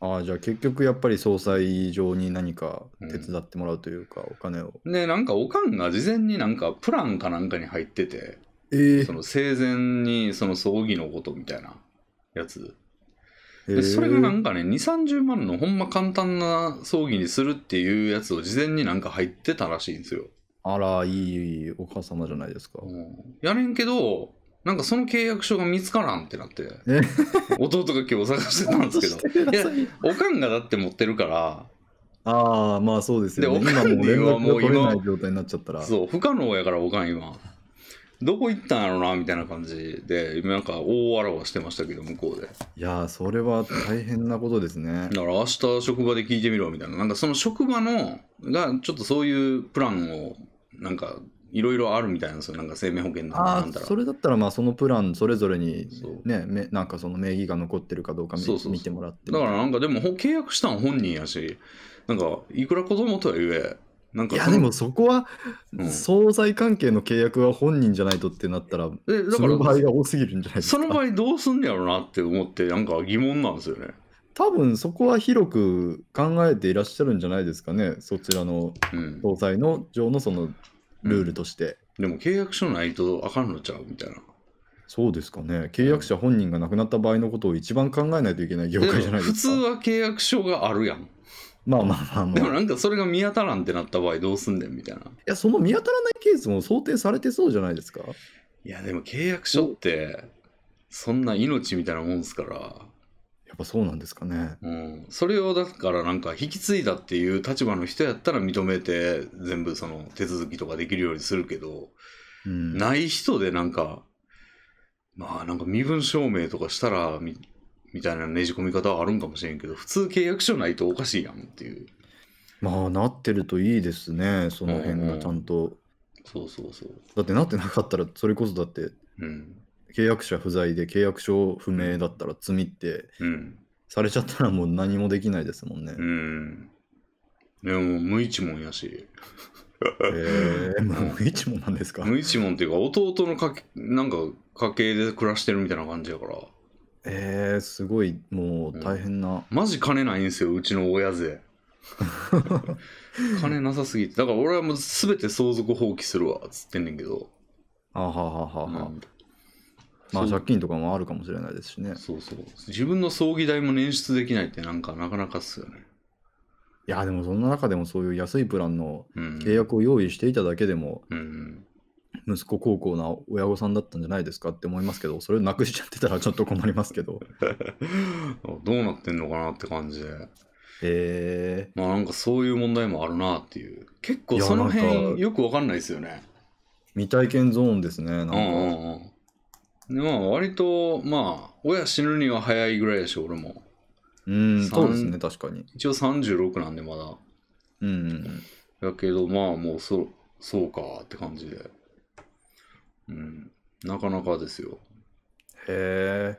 ああ、じゃあ結局やっぱり総裁上に何か手伝ってもらうというか、お金を。でなんかおかんが事前になんかプランかなんかに入っててええその生前にその葬儀のことみたいなやつえでえそれがなんかね2 3 0万のほんま簡単な葬儀にするっていうやつを事前になんか入ってたらしいんですよ、あら、いいいいお母様じゃないですか。うんやねんけどなんかその契約書が見つからんってなってえ *laughs* 弟が今日探してたんですけ *laughs* どけどおかんがだって持ってるからああ、まあそうですよね。で今もうお金連絡にはもうが取れ今ない状態になっちゃったら。そう不可能やからおかん今どこ行ったんやろなみたいな感じで今なんか大笑わしてましたけど向こうでだいやー、それは大変なことですね。から明日職場で聞いてみろみたいななんかその職場のがちょっとそういうプランをなんかいろいろあるみたいなんですよなんか生命保険とかなあんあ、たらそれだったら、まあそのプランそれぞれにそう、ね、めなんかその名義が残ってるかどうかみそうそうそう見てもらって。だからなんかでもほ契約したん本人やしなんかいくら子供とはいえなんかいや、そのでもそこは、うん総裁関係の契約は本人じゃないとってなったら、えだそかの場合らが多すぎるんじゃないですそか。の場合どうすんねやろなって思ってなんか疑問なんですよね多分そこは広く考えていらっしゃるんじゃないですかね、そちらのうん総裁の上のそのルールとして。でも契約書ないとあかんのちゃうみたいなそうですかね。契約者本人が亡くなった場合のことを一番考えないといけない業界じゃないですか。普通は契約書があるやんまあまあまであもまあ。いなんかそれが見当たらんってなった場合どうすんねんみたいなや、その見当たらないケースも想定されてそうじゃないですか。いやでも契約書ってそんな命みたいなもんすから、やっぱそうなんですかね。うん、それをだからなんか引き継いだっていう立場の人やったら認めて全部その手続きとかできるようにするけど、うん、ない人でなんかまあなんか身分証明とかしたらみみたいなねじ込み方はあるんかもしれんけど普通契約書ないとおかしいやんっていうまあ、なってるといいですね、その辺がちゃんと。そうそうそうだってなってなかったら、それこそだって、うん契約者不在で契約書不明だったら罪ってうんされちゃったらもう何もできないですもんね。うん。でも、無一文やし。え *laughs* えもう一問なんですか。無一文っていうか、弟のかけなんか家系で暮らしてるみたいな感じやから。ええすごい、もう大変な。マジ金ないんすよ、うちの親勢。金なさすぎて。だから俺はもう全て相続放棄するわ、つってんねんけど。あはははは、うんまあそう借金とかもあるかもしれないですしね。そうそう。自分の葬儀代も捻出できないってなんかなかなかっすよね。いや、でもそんな中でもそういう安いプランのうん。契約を用意していただけでも、うん。息子高校な親御さんだったんじゃないですかって思いますけど、それをなくしちゃってたらちょっと困りますけど。どうなってんのかなって感じで。ええまあなんかそういう問題もあるなっていう結構いやそのなん辺かよくわかんないですよね未体験ゾーンですね、なんうか。んうんうんでまあ割とまあ親死ぬには早いぐらいでしょ俺もうん、さんそうですね、確かに。一応36なんでまだうんうんだけどまあもうそそうかって感じでうんなかなかですようん。へえ。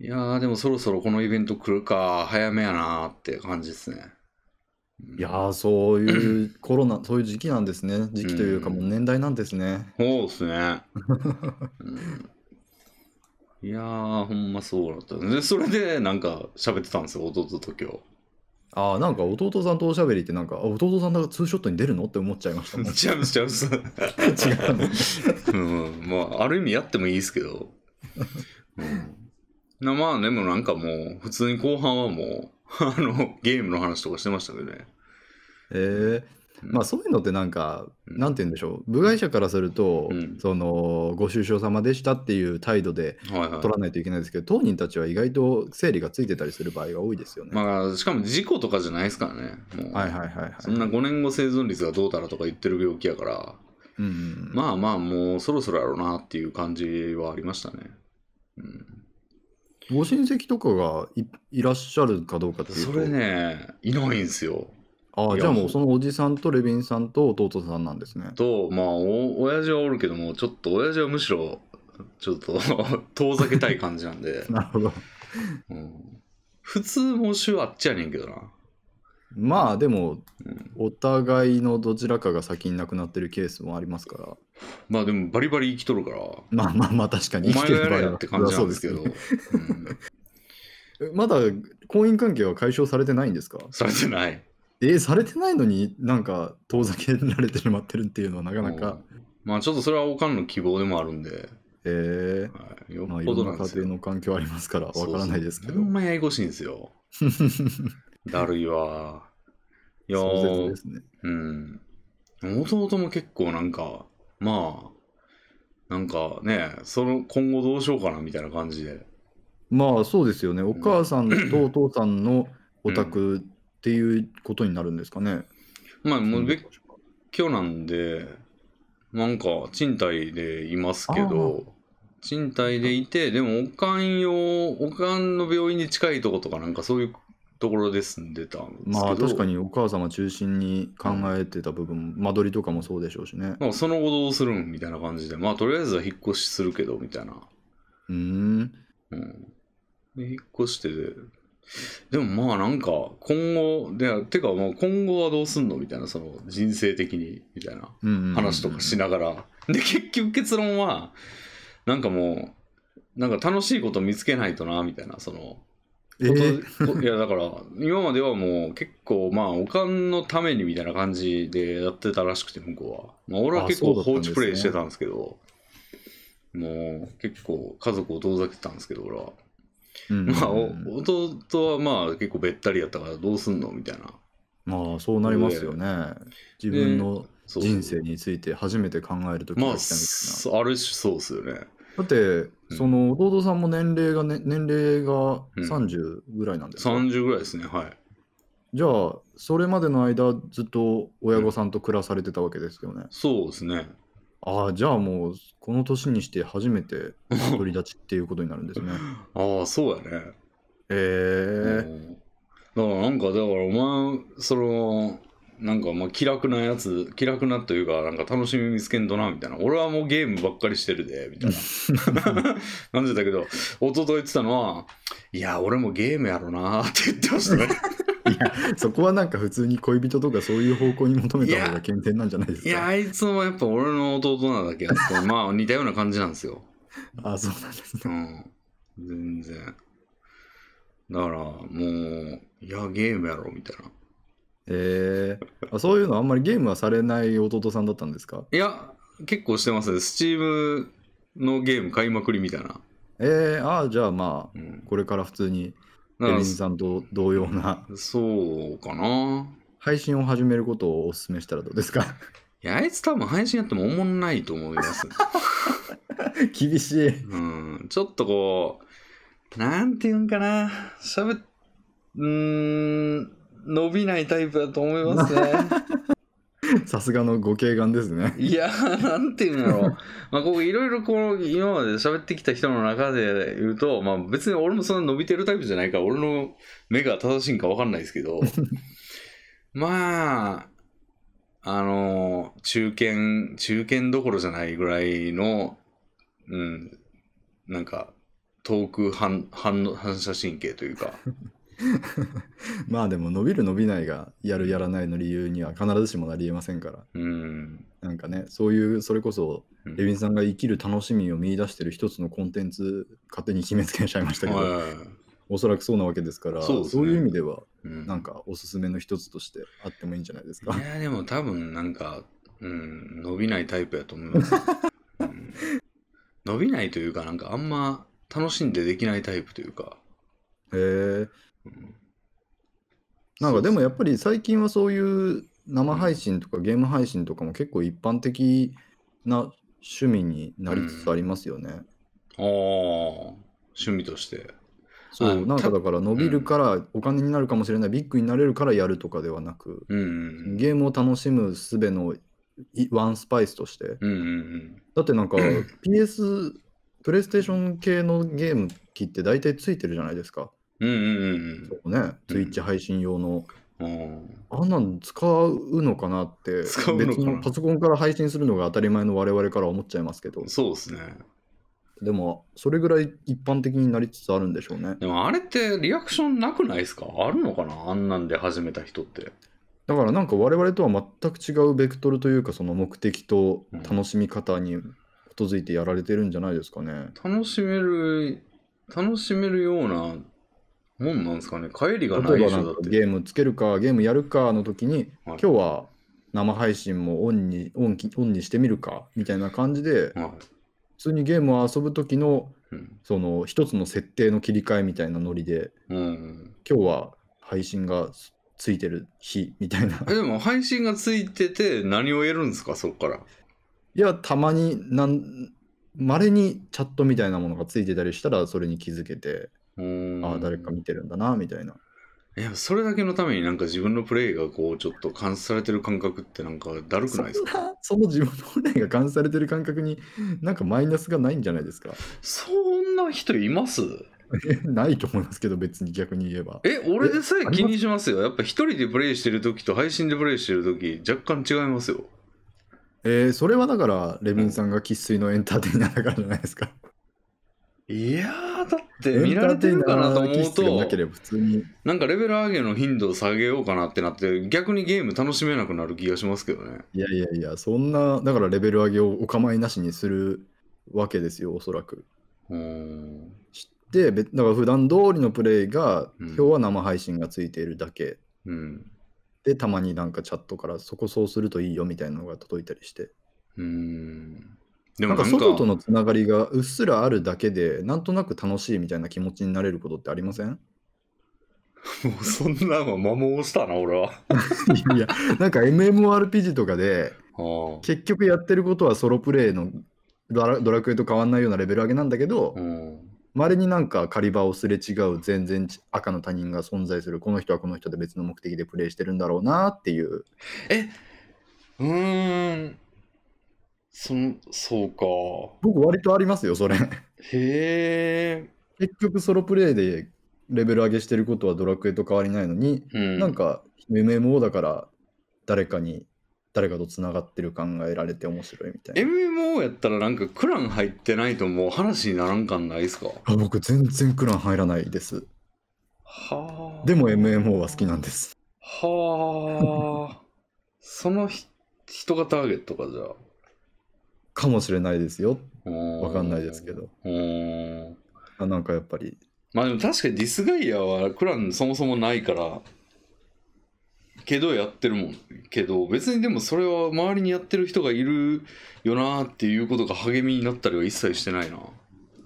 いやーでもそろそろこのイベント来るか早めやなーって感じですねうんいやー、そう *clears throat* いうコロナ、そういう時期なんですね。時期というか、うんもう年代なんですね。そうですね。うんいやー、ほんまそうだった。で、それで、なんか、喋ってたんですよ、弟と今ああ、なんか弟さんとおしゃべりって、なんか、あ弟さんがツーショットに出るのって思っちゃいましたもん。違 *laughs* 日。違う違う違う *laughs* う。の。うん、まあ、ある意味やってもいいですけど。うん、なまあ、でもなんかもう、普通に後半はもう、 *laughs* あの、ゲームの話とかしてましたけどね。ええうんまあそういうのってなんか、うんなんて言うんでしょう部外者からすると、うんそのご愁傷様でしたっていう態度ではいはい取。らないといけないですけど、当人たちは意外と整理がついてたりする場合が多いですよね。まあ、しかも事故とかじゃないですからね。もうはいはいはいはい。そんな5年後生存率がどうたらとか言ってる病気やから。うんうん、まあまあもうそろそろやろうなっていう感じはありましたね。うん、ご親戚とかがいいらっしゃるかどうかっていうそとれねいないんですよ。ああじゃあもうそのおじさんとレビンさんと弟さんなんですね。とまあお親父はおるけどもちょっと親父はむしろちょっと *laughs* 遠ざけたい感じなんで、なるほど。うん、普通もう週あっちやねんけどな。まあでもうんお互いのどちらかが先に亡くなってるケースもありますからまあでもバリバリ生きとるから、おまあまあまあ確かに前がやれやって感じそなうんでですすけけどど、うんまだ婚姻関係は解消されてないんですかされてない。えーされてないのになんか遠ざけられてしまってるっていうのはなかうなかんまあちょっとそれはおかんの希望でもあるんで、えーはい、よまあ、っいぽろどんななんです家よ庭。の環境ありますからわからないですけそうそうどほんまややこしいんです *laughs* よ。だるいわ。いや壮ー絶ですねうん。弟も結構なんか、まあ、なんかね、その今後どうしようかなみたいな感じで。まあそうですよねお母さんとお父さんのお宅っていうことになるんですかね、まあ、もうう別居なんで、なんか賃貸でいますけど、賃貸でいて、でもおかん用、おかんの病院に近いとことかなんかそういうところで住んでたんですけど、まあ確かにお母様中心に考えてた部分、間取りとかもそうでしょうしね。まあその後どうするんみたいな感じで、まあとりあえずは引っ越しするけど、みたいな。うーん。うん。で、引っ越してて、でもまあなんか、今後、で、てかもう今後はどうすんのみたいな、その人生的に、みたいなうんうんうん話とかしながら。で、結局結論は、なんかもう、なんか楽しいこと見つけないとな、みたいな、その、えーこといやだから今まではもう結構まあおかんのためにみたいな感じでやってたらしくて向こうは、まあ、俺は結構あそう放だったんです置プねレイしてたんですけどもう結構家族を遠ざけてたんですけど俺は、うんまあお弟はまあ結構べったりやったからどうすんのみたいなまあそうなりますよね。自分のそう人生について初めて考えるときまあが来たみたいそある種そうですよねな。だって、その弟さんも年齢が、ね、年齢がん30ぐらいなんですか、 30ぐらいですねはいじゃあ、それまでの間ずっと親御さんと暮らされてたわけですよね。そうですねああ、じゃあもうこの年にして初めて独り立ちっていうことになるんで *laughs* すね。ああそうやねえー、うんだからなんかだからお前そのなんかまあ気楽なやつ気楽なというかなんか楽しみ見つけんとなみたいな俺はもうゲームばっかりしてるでみたい *laughs* な感じだけど弟が言ってたのはいや俺もゲームやろなって言ってま *laughs* したねそこはなんか普通に恋人とかそういう方向に求めた方が健全なんじゃないですいやか。あいつもやっぱ俺の弟なだけあってまあ似たような感じなんですよああ、そうなんですうね。ん全然だからもういやゲームやろみたいなえー、あそういうのあんまりゲームはされない弟さんだったんですかいや、結構してますね。スチームのゲーム買いまくりみたいな。えー、ああ、じゃあまうあ、ん。これから普通にだかレビらンさんと同様なそうかな。配信を始めることをお勧めしたらどうですか *laughs* いや、あいつ多分配信やってもおもんないと思い *laughs* ます。厳しい。うん。ちょっとこう、なんていうんかな。しゃべ、うーん、伸びないタイプだと思いますね。さすがのご敬願ですね。いや、なんていうんだ *laughs* ろう。まあ、こう、いろいろこう、今まで喋ってきた人の中で言うと、まあ、別に俺もそんな伸びてるタイプじゃないから、俺の目が正しいんか分かんないですけ *laughs* ど、まあ、あの、中堅、中堅どころじゃないぐらいの、うん、なんか、遠く反反反射神経というか、まあでも伸びる伸びないがやるやらないの理由には必ずしもなりえませんから。うん、なんかね、そういう、それこそ、うんレビンさんが生きる楽しみを見出してる一つのコンテンツ、勝手に決めつけちゃいましたけど、はいおそらくそうなわけですから、そそうう,、ですねいう意味では、うんなんかおすすめの一つとしてあってもいいんじゃないですかい。やでも多分なんか、うん、伸びないタイプやと思い *laughs* ます、うん伸びないというかなんかあんま楽しんでできないタイプというか、へえ。うんなんかでもそうやっぱり最近はそういう生配信とかゲーム配信とかも結構一般的な趣味になりつつありますよね。そうああ趣味としてそあう、なんたかだから伸びるからお金になるかもしれない、ビッグになれるからやるとかではなく、うんうんゲームを楽しむ術のいワンスパイスとして、うんうんうんだってなんか PS、プレイステーション系のゲーム機って大体ついてるじゃないですか。うんうんそうね、ツイッチ配信用の。うんうんあんなん使うのかなって、使うのかな別のパソコンから配信するのが当たり前の我々から思っちゃいますけどあー、そうですねでも、それぐらい一般的になりつつあるんでしょうね。でもあれってリアクションなくないですかあるのかなあんなんで始めた人って。だからなんか我々とは全く違うベクトルというか、その目的とうん楽しみ方に基づいてやられてるんじゃないですかね。楽しめる、楽しめるようなもんなんですかね帰りがない例えでばしなょだんっかて。ゲームつけるか、ゲームやるかの時に、はい今日は生配信もオンにオンきオンにしてみるかみたいな感じで、はい普通にゲームを遊ぶ時のうんその一つの設定の切り替えみたいなノリで、うん、今日は配信がつついてる日みたいな。 *laughs* えでも配信がついてて何を得るんですかそこから。 *laughs* いや、たまになん、まれにチャットみたいなものがついてたりしたら、それに気づけて、うーんああ、誰か見てるんだな、みたいな。いやそれだけのためになんか自分のプレイがこうちょっと監視されてる感覚ってなんかだるくそなんいなですか、その自分の本来が感じされてる感覚に、なんかマイナスがないんじゃないですか。 *laughs* そんな人いますないと思いますけど、別に逆に言えば。え俺でさえ気にしますよやっぱ一人でプレイしてる時と配信でプレイしてる時若干違いますよえー、それはだから、レビンさんが生粋のエンターテイナーだからじゃないですか。いやーだってエン見タられーてテイるかナなとー気思う質がなけとれば普通に。なんかレベル上げの頻度を下げようかなってなって逆にゲーム楽しめなくなる気がしますけどねいやいやいや、そんな、だからレベル上げをお構いなしにするわけですよ、おそらく。うーんで、べだから普段通りのプレイが、うん今日は生配信がついているだけうんで、たまになんかチャットからそこそうするといいよみたいなのが届いたりして、うーんでなもなんかんか外との *laughs* つながりがうっすらあるだけで、なんとなく楽しいみたいな気持ちになれることってありません *laughs* もうそんなの摩耗したな俺はいや、なんか MMORPG とかで、あー結局やってることはソロプレイのドラドラクエと変わんないようなレベル上げなんだけど、うんまれになんか狩り場をすれ違う全然ち赤の他人が存在するこの人はこの人で別の目的でプレイしてるんだろうなっていうえうーんそのそうか僕割とありますよそれへえ結局ソロプレイでレベル上げしてることはドラクエと変わりないのに、うんなんか MMO だから誰かに誰かとつながってる感が得られて面白いみたいな MMO やったらなんかクラン入ってないともう話にならん感ないですかあ僕全然クラン入らないですはあでも MMO は好きなんですはあそのひ人がターゲットかじゃあかもしれないですようーん *laughs* わかんないですけどうーんあなんかやっぱりまあでも確かにディスガイアはクランそもそもないからけどやってるもんけど別にでもそれは周りにやってる人がいるよなーっていうことが励みになったりは一切してないな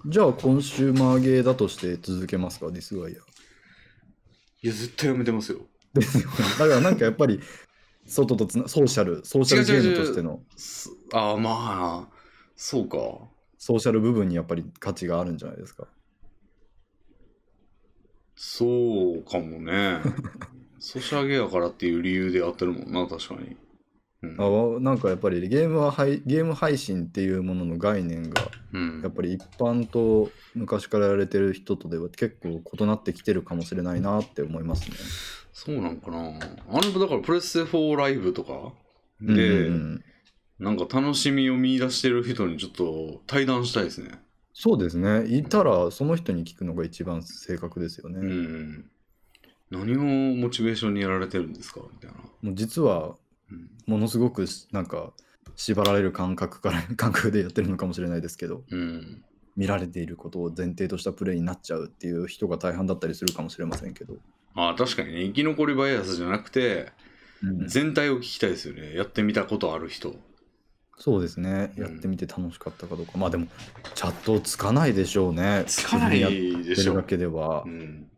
じゃあコンシューマーゲーだとして続けますかディスガイアいや絶対やめてますよですよね *laughs* だからなんかやっぱり外とつなソーシャルソーシャルゲームとしてのすああまあそうかソーシャル部分にやっぱり価値があるんじゃないですかそうかもねソシャゲやからっていう理由でやってるもんな確かに、うんあわなんかやっぱりゲームははいゲーム配信っていうものの概念がうんやっぱり一般と昔からやれてる人とでは結構異なってきてるかもしれないなって思いますね。そうなんかなあれもだからプレステ4ライブとかで、うんうんうんなんか楽しみを見出してる人にちょっと対談したいですね。そうですねいたらその人に聞くのが一番正確ですよね。うん。何をモチベーションにやられてるんですかみたいな。もう実はうんものすごくしなんか縛られる感覚から *laughs* 感覚でやってるのかもしれないですけど。うん。見られていることを前提としたプレイになっちゃうっていう人が大半だったりするかもしれませんけど、ああ、確かにね、生き残りバイアスじゃなくて、全体を聞きたいですよね。やってみたことある人。そうですね、うんやってみて楽しかったかどうかまあでもチャットつかないでしょうねつかな普通にやいでってしるだょ。けでは、うん。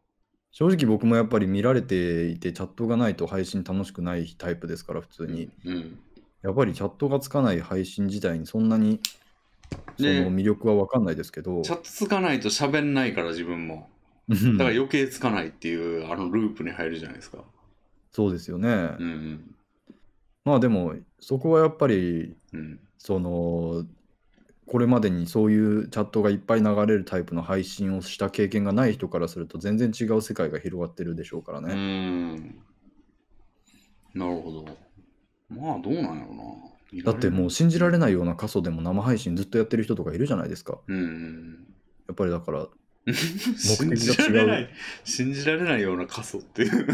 正直僕もやっぱり見られていてチャットがないと配信楽しくないタイプですから普通に、うん。やっぱりチャットがつかない配信自体にそんなにそのね魅力は分かんないですけど、チャットつかないと喋んないから自分も。うんだから余計つかないっていう、あのループに入るじゃないですか。そうですよね、うん。まあでもそこはやっぱりうん。そのこれまでにそういうチャットがいっぱい流れるタイプの配信をした経験がない人からすると全然違う世界が広がってるでしょうからうね。ん。なるほど。まあ、どうなんやろうな。だってもう信じられないような過疎でも生配信ずっとやってる人とかいるじゃないですか。うんうんやっぱりだから、うん。信じられない、信じられないような過疎っていう。 *laughs*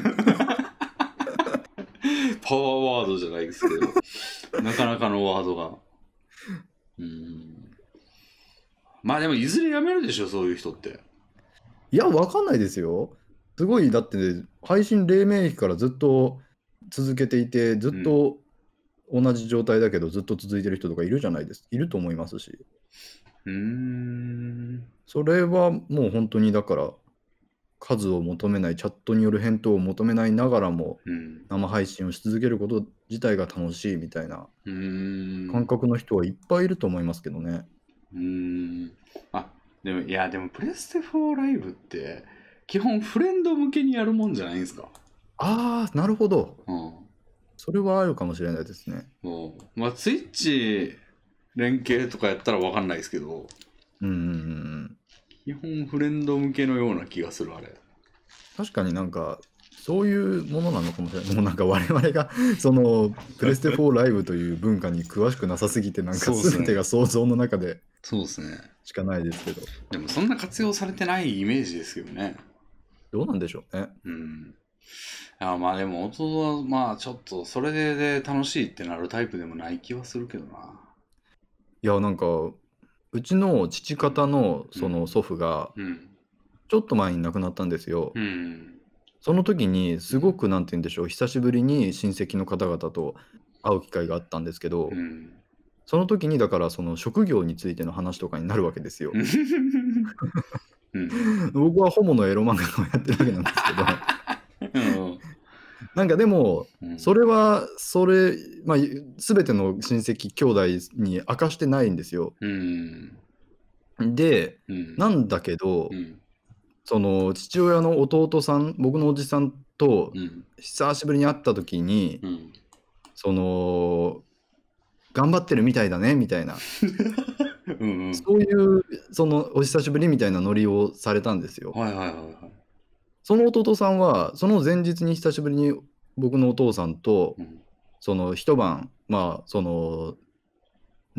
パワーワードじゃないですけど、なかなかのワードが。うん。まあでも、いずれやめるでしょ、そういう人って。いや、わかんないですよ。すごい、だって、配信黎明期からずっと続けていて、ずっと同じ状態だけど、ずっと続いてる人とかいるじゃないですいると思いますし、うーん。それはもう本当にだから、数を求めない、チャットによる返答を求めないながらも、うん。生配信をし続けること自体が楽しいみたいなうーん。感覚の人はいっぱいいると思いますけどね。うーんあでもいやでもプレステ4ライブって基本フレンド向けにやるもんじゃないんですかああ、なるほど。うんそれはあるかもしれないですね。もうまあツイッチ連携とかやったら分かんないですけどうんうんうんうん。基本フレンド向けのような気がするあれ確かになんかそういうものなのかもしれない。もう *laughs* なんか我々がそのプレステ4ライブという文化に詳しくなさすぎてなんそかうですね全てが想像の中でそうですねしかないですけど、でもそんな活用されてないイメージですけどねどうなんでしょうね。うんあまあでも音はまあちょっとそれでで楽しいってなるタイプでもない気はするけどないやなんかうちの父方のその祖父がうんちょっと前に亡くなったんですよ。うんその時にすごくなんて言うんでしょう久しぶりに親戚の方々と会う機会があったんですけど、うん *laughs* その時にだからその職業についての話とかになるわけですよ。うん僕はホモのエロ漫画をやってるわけなんですけどなんかでもうんそれはそれ、まあ、い全ての親戚兄弟に明かしてないんですよ。うんでうんなんだけど、うんその父親の弟さん僕のおじさんとうん久しぶりに会った時に、うんその頑張ってるみたいだねみたいな、うんうんそういうそのお久しぶりみたいなノリをされたんですよ。はいはいはいはいその弟さんはその前日に久しぶりに僕のお父さんとうんその一晩まあその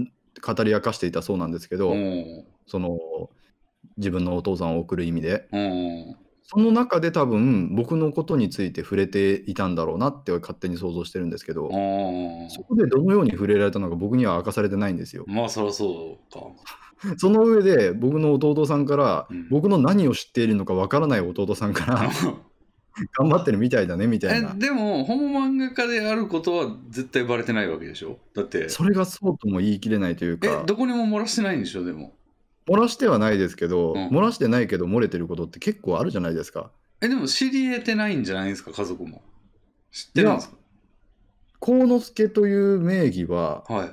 ん語り明かしていたそうなんですけど、おーその自分のお父さんを送る意味でおーその中で多分僕のことについて触れていたんだろうなって勝手に想像してるんですけど、おーそこでどのように触れられたのか僕には明かされてないんですよ。まあそりゃそうかその上で僕の弟さんから、うん僕の何を知っているのかわからない弟さんから *laughs* 頑張ってるみたいだねみたいえなでもホモ漫画家であることは絶対バレてないわけでしょだってそれがそうとも言い切れないというえかどこにも漏らしてないんでしょでも漏らしてはないですけど、うん漏らしてないけど漏れてることって結構あるじゃないですか。えでも知り得てないんじゃないですか家族も知ってるんです幸之助という名義はかはい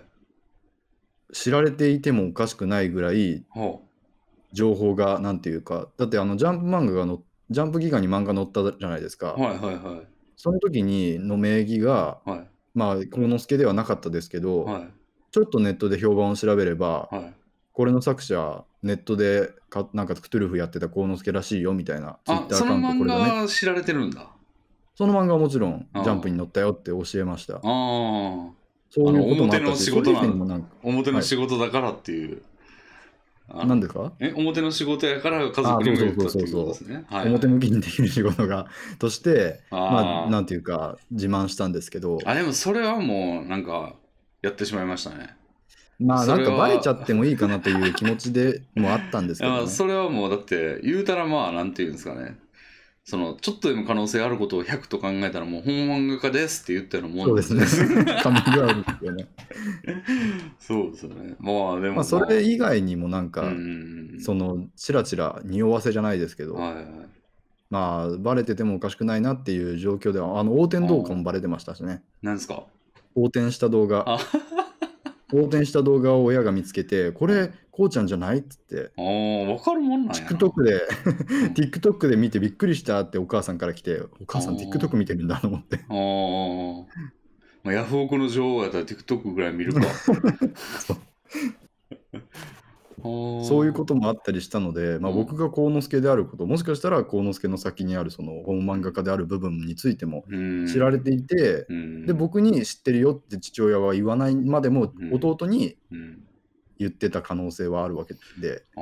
知られていてもおかしくないぐらいは情報がなんていうかだってあのジャンプ漫画がのジャンプギガに漫画載ったじゃないですか、あはいはいはいその時にの名義がはいまあ幸之助ではなかったですけど、はいちょっとネットで評判を調べれば、はいこれの作者ネットでかなんかクトゥルフやってた幸之助らしいよみたいなツイッあターアそカのウントこ漫れ画だねは知られてるんだその漫画はもちろんジああャンプに載ったよって教えましたああそういうこともああのっ表のたし仕そ事れなの以前にもなんか表の仕事だからっていう。あなんですかえ表の仕事やから家族にも言ったっていうことですね。はい表向きにできる仕事がとしてまああなんていうか自慢したんですけどーあでもそれはもうなんかやってしまいましたね。まあそなんかれはバレちゃってもいいかなという気持ちでもあったんです *laughs* けあど、ーね、それはもうだって言うたらまあなんていうんですかね。そのちょっとでも可能性あることを100と考えたらもう本漫画家ですって言ったようなもそんうですね。 *laughs* カミングアウトですよね。そうですよね。まあでも、まあそれ以外にもなんか、うんそのちらちら匂わせじゃないですけど、はいはいまあバレててもおかしくないなっていう状況ではあの横転動画もバレてましたしね。なんですか横転した動画あ。横転した動画を親が見つけて、これ、こうちゃんじゃないっつって、ああわかるもんなんやな。 TikTok でうん TikTok で見てびっくりしたってお母さんから来て、お母さんあー TikTok 見てるんだと思って、あーまあ、ヤフオクの女王やったら TikTok ぐらい見るか。そういうと。こともあったりしたので、まあ、うん僕が幸之助であることもしかしたら幸之助の先にあるその本漫画家である部分についてもうん知られていて、うんで僕に知ってるよって父親は言わないまでもうん弟にうん言ってた可能性はあるわけで、ああ。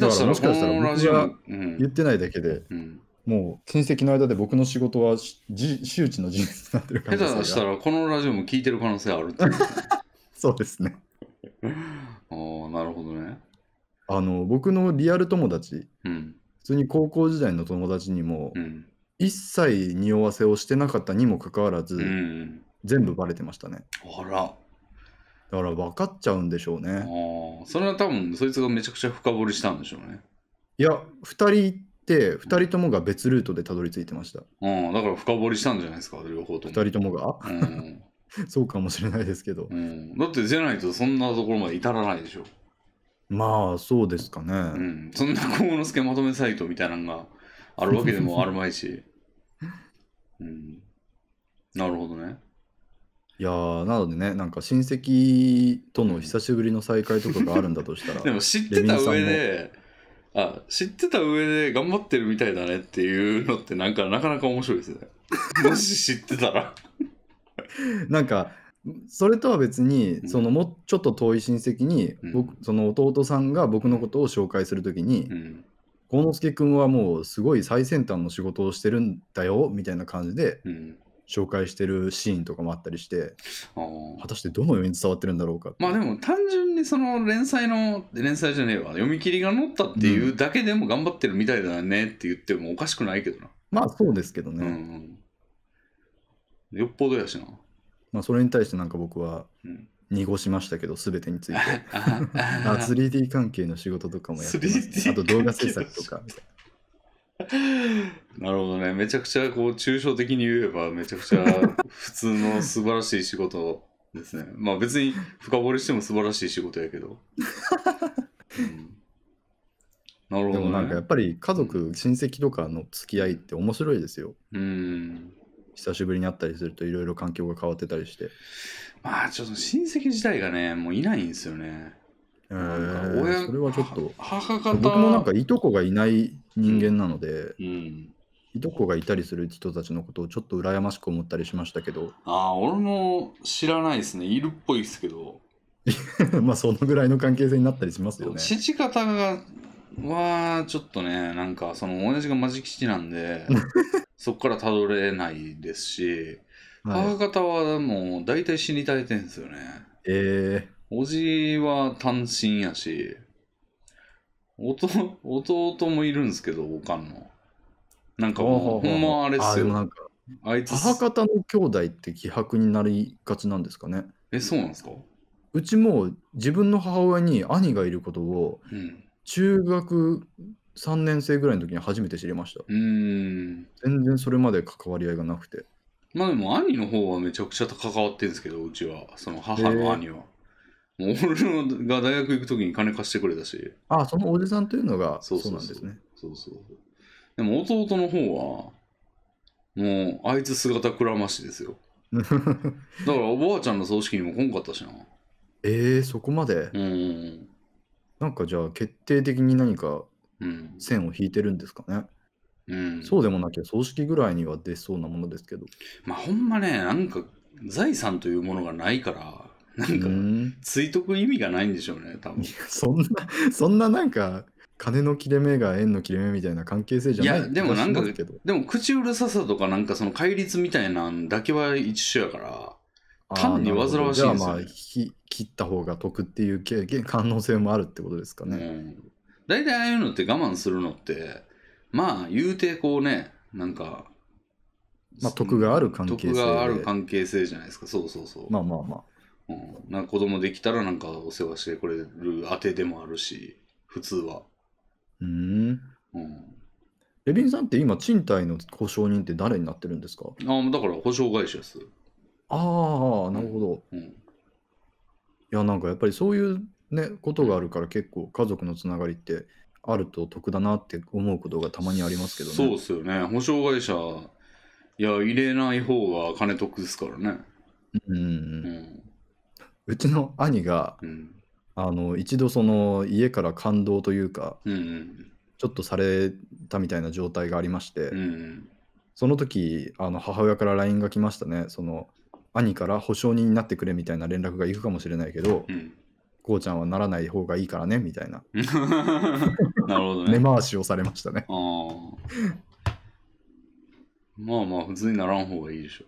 下手したら、だからもしかしたらこのラジオも、うん言ってないだけでうんもう親戚の間で僕の仕事はしじ周知の事実になってる可下能性手がしたら、このラジオも聞いてる可能性あるっていう。 *laughs* そうですねああ、なるほどね。あの僕のリアル友達うん。普通に高校時代の友達にもうん。一切匂わせをしてなかったにもかかわらず、うん。全部バレてましたねあら。だから分かっちゃうんでしょうあね。あそれは多分そいつがめちゃくちゃ深掘りしたんでしょうね。いや、2人行って、2人ともが別ルートでたどり着いてました。うん、だから深掘りしたんじゃないですか、両方と2も。人ともがうんそうかもしれないですけどう。ん、だってじゃないとそんなところまで至らないでしょ。まあ、そうですかね。うん、そんな幸之助まとめサイトみたいなのがあるわけでもあるまいし。 *laughs* うん、なるほどね。いやー、なのでね、なんか親戚との久しぶりの再会とかがあるんだとした *laughs* ら、でも知ってた上で、あ知ってた上で頑張ってるみたいだねっていうのってなんかなかなか面白いですね。 *laughs* もし知ってたら。なんか、それとは別に、うんそのもうちょっと遠い親戚に、うん僕その弟さんが僕のことを紹介するときにう、ん、幸之助君はもうすごい最先端の仕事をしてるんだよみたいな感じでうん、紹介してるシーンとかもあったりして、あー果たしてどのように伝わってるんだろうかってまあでも単純にその連載の連載じゃねえわ読み切りが載ったっていうだけでも頑張ってるみたいだねって言ってもおかしくないけどな、まあそうですけどうんね、うんよっぽどやしなまあ、それに対してなんか僕はうん濁しましたけど全て *laughs* についてああ *laughs* あ 3D 関係の仕事とかもやってます 3D あと動画制作とかみたいなるほどねめちゃくちゃこう抽象的に言えばめちゃくちゃ普通の素晴らしい仕事ですねまあ別に深掘りしても素晴らしい仕事やけど、うんなるなほでどもねなんかやっぱり家族親戚とかの付き合いって面白いですようん久しぶりに会ったりするといろいろ環境が変わってたりして、まあちょっと親戚自体がねもういないんですよね。えなんーか親それはちょっとは母方僕もなんかいとこがいない人間なので、うん。いとこがいたりする人たちのことをちょっと羨ましく思ったりしましたけど *laughs* ああ俺も知らないですねいるっぽいですけど、まあそのぐらいの関係性になったりしますよね父方がはちょっとねなんかその親父がマジ吉なんでそこからたどれないですし、は母い、方はもう大体死に絶えてんですよね。えー、おじは単身やし弟弟もいるんですけどおかんのなんかもうほんまあれっすでもよなんかあいつ母方の兄弟って希薄になりがちなんですかね。えそうなんですかうちも自分の母親に兄がいることをうん中学3年生ぐらいの時に初めて知りました。うーん全然それまで関わり合いがなくて。まあでも兄の方はめちゃくちゃ関わってるんですけどうちはその母の兄は、もう俺のが大学行く時に金貸してくれたしあそのおじさんというのがそそうそうそううなんですね。そうそうでも弟の方はもうあいつ姿くらましですよだからおばあちゃんの葬式にも来んかったしなえー、そこまでう。んなんかじゃあ決定的に何かうん線を引いてるんですかね。うん、そうでもなきゃ葬式ぐらいには出そうなものですけど。まあほんまねなんか財産というものがないからなうんかーんついとく意味がないんでしょうね多分いやそんな、そんななんか金の切れ目が縁の切れ目みたいな関係性じゃないいやでもなんか気がしますけどでも口うるささとかなんかその戒律みたいなんだけは一緒やから単に煩わしいですよねあーなるほどじゃあまあひ切った方が得っていう経験可能性もあるってことですかうね。ん大体ああいうのって我慢するのってまあ言うてこうねなんかまあ得がある関係性で得がある関係性じゃないですかそうそうそう、まあまあまあ。うん、なんか子供できたらなんかお世話してくれるあてでもあるし普通は、うーん。うん、レビンさんって今賃貸の保証人って誰になってるんですかあだから保証会社です、ああなるほど。うん、いやなんかやっぱりそういうねことがあるから結構家族のつながりってあると得だなって思うことがたまにありますけどね。そうっすよね保証会社いや入れない方が金得ですからねううんう。んんうちの兄がうんああの一度その家から感動というかうんうんちょっとされたみたいな状態がありまして、うんうんその時あの母親から LINE が来ましたねその兄から保証人になってくれみたいな連絡が行くかもしれないけど、 *laughs* うんこうちゃんはならない方がいいからねみたいななるほどね根回しをされましたね。ああまあまあ普通にならん方がいいでしょ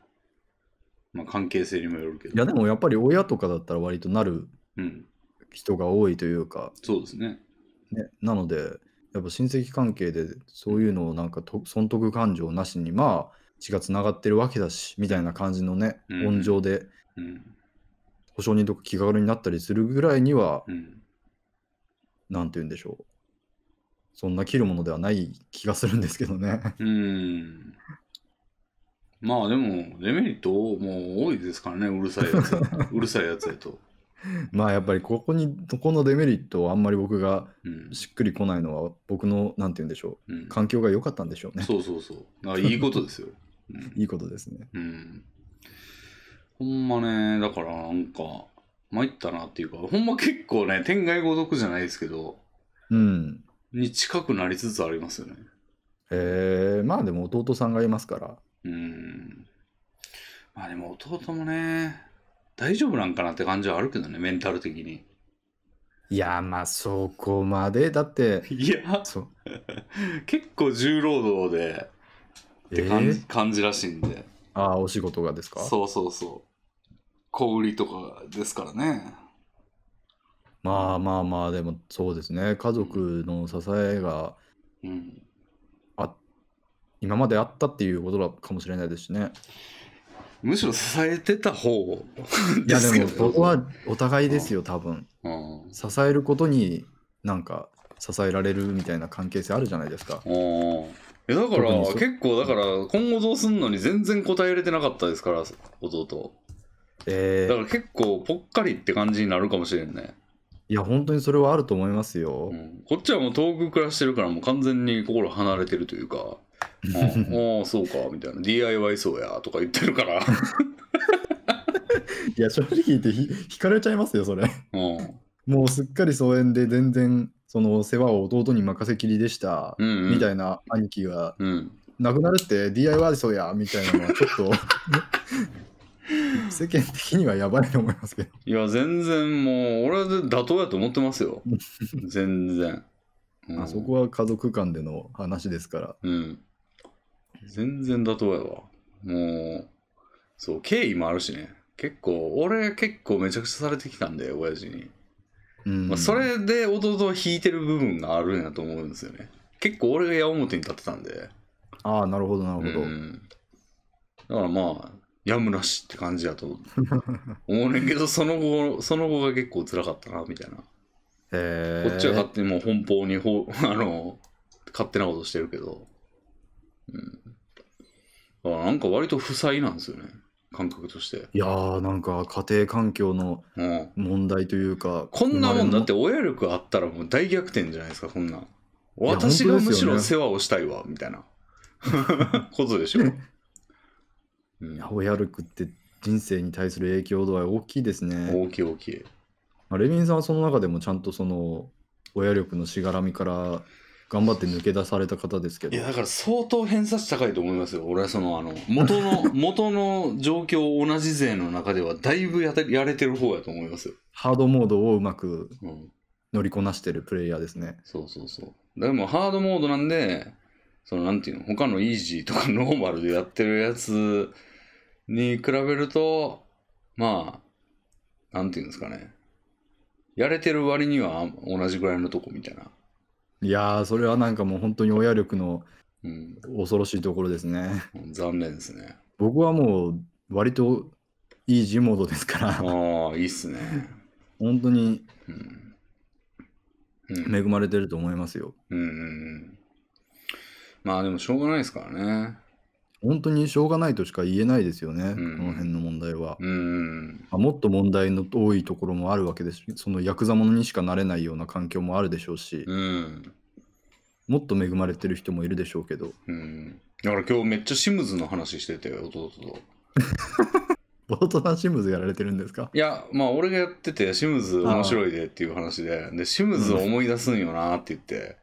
まあ関係性にもよるけどいやでもやっぱり親とかだったら割となるうん人が多いというか、そうですねね、なのでやっぱ親戚関係でそういうのをなんかと損得感情なしにまあ血がつながってるわけだしみたいな感じのね、うん温情でうん保証人とか気軽になったりするぐらいにはうんなんて言うんでしょうそんな切るものではない気がするんですけどね。 *laughs* うんまあでもデメリットもう多いですからねうるさいや *laughs* つうるさいやつやとまあやっぱりここにここのデメリットをあんまり僕がうん、しっくりこないのは僕のなんて言うんでしょうんう環境が良かったんでしょうね。そうそうそうだからいいことですよ、うんいいことですね。うん。ほんまね、だからなんか、参ったなっていうか、ほんま結構ね、天外孤独じゃないですけど、うん。に近くなりつつありますよね。えー、まあでも弟さんがいますから。うん。まあでも弟もね、大丈夫なんかなって感じはあるけどね、メンタル的に。いやまあそこまでだっていや、そう結構重労働で、って感じ,、えー感じらしいんで。ああお仕事がですかそうそうそう。小売りとかですからね。まあまあまあでもそうですね家族の支えがうん。あ今まであったっていうことかもしれないですし *laughs* ね。むしろ支えてた方いやすけでどもそこはお互いですよ多分うん支えることになんか支えられるみたいな関係性あるじゃないですか。おえだか特らにそう結構だから今後どうすんのに全然答えれてなかったですから弟えだーから結構ぽっかりって感じになるかもしれんね、いや本当にそれはあると思いますよう。ん、こっちはもう遠く暮らしてるからもう完全に心離れてると *laughs* いうか「うんおーそうか」みたいな「DIY そうや」とか言ってる *laughs* から、いや正直言ってひ惹かれちゃいますよそれ。うん、もうすっかり疎遠で全然その世話を弟に任せきりでした、うんうんみたいな兄貴がうん亡くなるって DIY そうやみたいなのはちょ *laughs* っと世間的にはやばいと思いますけどいや全然もう俺は妥当やと思ってます *laughs* よ全然、うんあそこは家族間での話ですからうん。全然妥当やわ。もう、そう、敬意もあるしね。結構、俺結構めちゃくちゃされてきたんで、親父に。うん、まあ、それで弟は引いてる部分があるんやと思うんですよね。結構俺が矢面に立ってたんで。ああなるほどなるうほど、ん。だからまあ、やむなしって感じや *laughs* と思うねんけど、その後、その後が結構辛かったな、みたいな。へえこっちは勝手にもう奔放にほ *laughs* う、あの、勝手なことしてるけど。うん。だからなんか割と負債なんですよね。感覚として。いやーなんか家庭環境のうん。問題というかこんなもんだって生親力あったらもう大逆転じゃないですか、こんなん。や私が本当むですしよねろ世話をしたいわ、みた *laughs* いなことでしょ。うんまれの親力って人生に対する影響度は大きいですね大きい大きい。まあレビンさんはその中でもちゃんとその親力のしがらみから頑張って抜け出された方ですけいどや、だから相当偏差値高いと思いますよ。俺はその、あの、元 *laughs* の、元の状況同じ勢の中ではだいぶやたやれてる方やと思いますよ。ハードモードをうまくうん。乗りこなしてるプレイヤーですね。そうそうそう。でもハードモードなんで、そのなんていうの、他のイージーとかノーマルでやってるやつに比べると、まあ、なんていうんですかね。やれてる割には同じぐらいのとこみたいな。いやーそれはなんかもう本当に親力のうん、恐ろしいところですね。残念ですね。僕はもう割といいジモードですからああ、いいっすね。本当にうん。うん、恵まれてると思いますよ。うんうんうん。まあでもしょうがないですからね。本当にしょうがないとしか言えないですよね、んこの辺の問題は。うんうん。まあもっと問題の多いところもあるわけですし、そのヤクザ者にしかなれないような環境もあるでしょうし、うん。もっと恵まれてる人もいるでしょうけど、 *laughs* うん。だから今日めっちゃシムズの話してて、弟と。ボートさんシムズやられてるんですかいやまあ俺がやっててシムズ面白いでっていう話ででシムズを思い出すんよなって言って、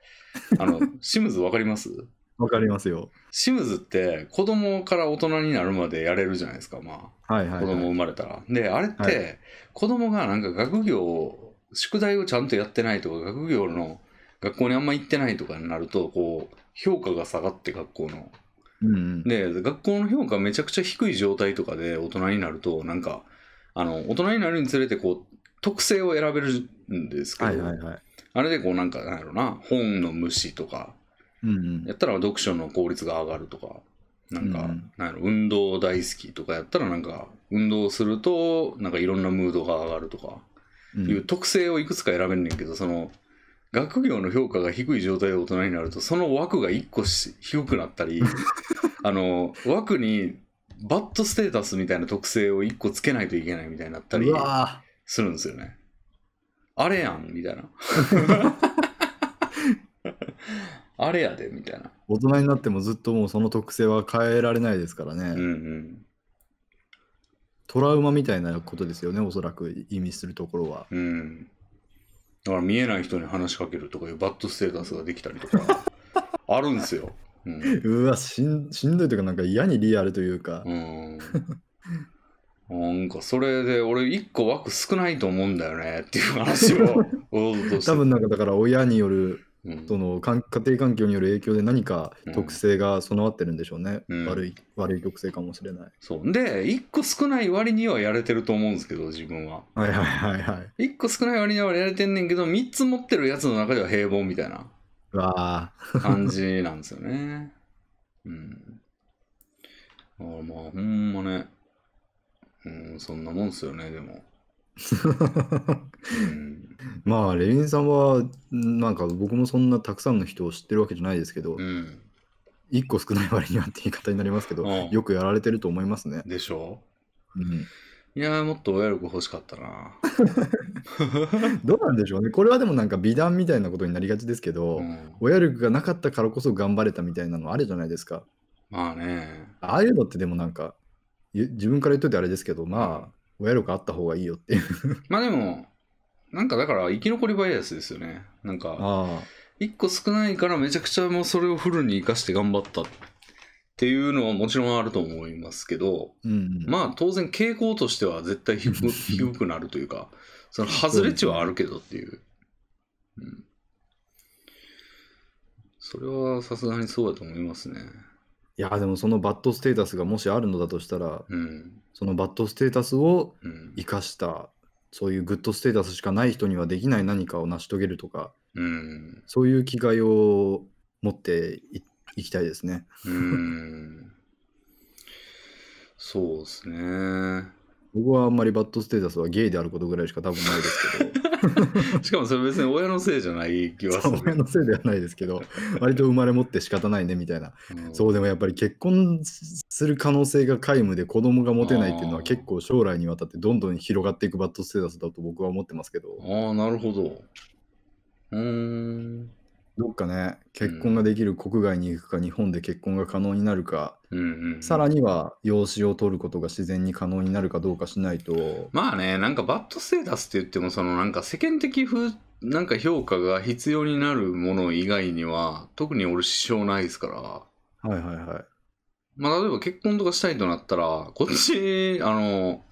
あの *laughs* シムズわかりますわかりますよ。シムズって子供から大人になるまでやれるじゃないですかまはいあはい、子供はい。生まれたら、であれっはて子供がなんか学業を宿題をちゃんとやってないとか学業の学校にあんま行ってないとかになるとこう評価が下がって学校のうんうん、で学校の評価めちゃくちゃ低い状態とかで大人になるとなんかあの大人になるにつれてこう特性を選べるんですけど、はいはいはい。あれでこうなんかなんやろな本の無視とかうんうんやったら読書の効率が上がるとかなんか、うんなんやろ運動大好きとかやったらなんか運動するとなんかいろんなムードが上がるとかうんいう特性をいくつか選べんねんけどその学業の評価が低い状態で大人になるとその枠が1個し低くなった *laughs* りあの枠にバッドステータスみたいな特性を1個つけないといけないみたいになったりうわするんですよね。あれやんみたい *laughs* な。あれやでみたいな。ー大人になってもずっともうその特性は変えられないですからね。うんうんトラウマみたいなことですよね、おそらく意味するところは。うん。だから見えない人に話しかけるとかいうバッドステータスができたりとかあるんですよ。うんうわしん、しんどいというか、なんか嫌にリアルというかう。ん。なんかそれで俺一個枠少ないと思うんだよねっていう話 *laughs* をおうとして多分なんかだから親によるうんそのかん家庭環境による影響で何かうん特性が備わってるんでしょうね、うん悪い悪い特性かもしれないそうで一個少ない割にはやれてると思うんですけど自分ははいはいはいはい一個少ない割にはやれてんねんけど三つ持ってるやつの中では平凡みたいなうわあ感じなんですよね *laughs* うんあまあほんまねうんそんなもんっすよねでもうん *laughs* まあレインさんはなんか僕もそんなたくさんの人を知ってるわけじゃないですけど、うん一1個少ない割にはって言い方になりますけど、うんよくやられてると思いますね、でしょうん、いやーもっと親力欲しかったなどうなんでしょうねこれはでもなんか美談みたいなことになりがちですけど、うん親力がなかったからこそ頑張れたみたいなのあるじゃないですかまあねああいうのってでもなんかゆ自分から言っといてあれですけどまあ親力あった方がいいよっていうまあでもなんかだから生き残りバイアスですよねなんかああ一個少ないからめちゃくちゃもうそれをフルに生かして頑張ったっていうのはもちろんあると思いますけどうんうん、まあ当然傾向としては絶対低く低くなるというかその外れ値はあるけどっていう、うん、それはさすがにそうだと思いますねいやでもそのバッドステータスがもしあるのだとしたらうんそのバッドステータスをうん生かしたそういうグッドステータスしかない人にはできない何かを成し遂げるとかうんそういう気概を持っていいきたいですね。うーんそうですね。僕はあんまりバッドステータスはゲイであることぐらいしか多分ないですけど *laughs* しかもそれ別に親のせいじゃない気はすその辺る。のせいではないですけど割と生まれ持って仕方ないねみたいなうんそうでもやっぱり結婚する可能性が皆無で子供が持てないっていうのあはー結構将来にわたってどんどん広がっていくバッドステータスだと僕は思ってますけどああ、なるほど。うーん。どっかね結婚ができる国外に行くか日本で結婚が可能になるかうんうんうん、さらには養子を取ることが自然に可能になるかどうかしないとまあね、なんかバッドステータスって言っても、そのなんか世間的風、なんか評価が必要になるもの以外には、特に俺支障ないですから、はいはいはいまあ例えば結婚とかしたいとなったら、こっち、あの、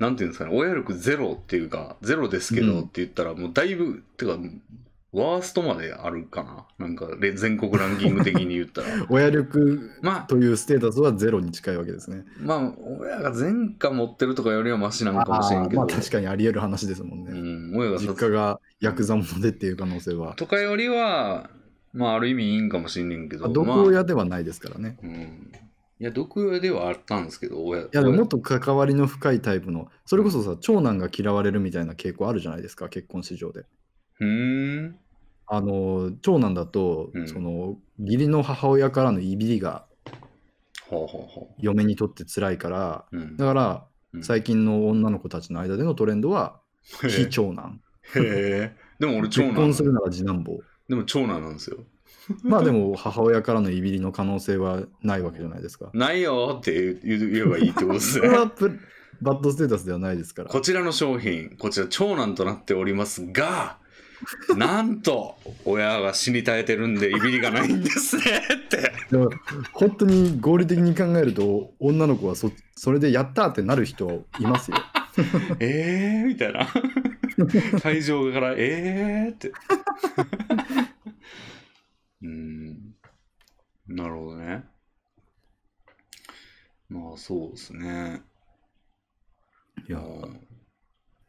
なんていうんですかね、親力ゼロっていうか、ゼロですけうんどって言ったら、もうだいぶ、てか、ワーストまであるかな。なんか、れ全国ランキング的に言ったら。親力まあ、というステータスはゼロに近いわけですねまあ、親が前科持ってるとかよりはマシなのかもしれんあけーど、まあ確かにあり得る話ですもんうね、ん、親が実殺家がヤクザ者でっていう可能性はとかよりは、まあ、ある意味いいんかもしんねんけど、毒まあ親ではないですからね、うん。いや、毒親ではあったんですけど、親。いいやでももっと関わりの深いタイプのそれこそさ長男が嫌われるみたいな傾向あるじゃないですか結婚市場で。うーん。あの長男だと、うんその義理の母親からのいびりがほうほうほ嫁にとって辛いからう。うんだ。からうん最近の女の子たちの間でのトレンドはへえ非長男へえ。でも俺 *laughs* 長結婚す男。るなら次男坊でも長男なんですよ。まあでも母親からのいびりの可能性はないわけじゃないですか。ないよって言う言えばいいってことですそねれ。はプバッドステータスではないですから。こちらの商品、こちら長男となっております *laughs* が、なんと、親が死に絶えてるんで、いびりがないんですね *laughs* って。でも本当に合理的に考えると、女の子はそそれでやったーってなる人いますよ。えーみた *laughs* いな。会場から、えーって。 *laughs* うん。なるほどね。まあ、そうですね。いやー、う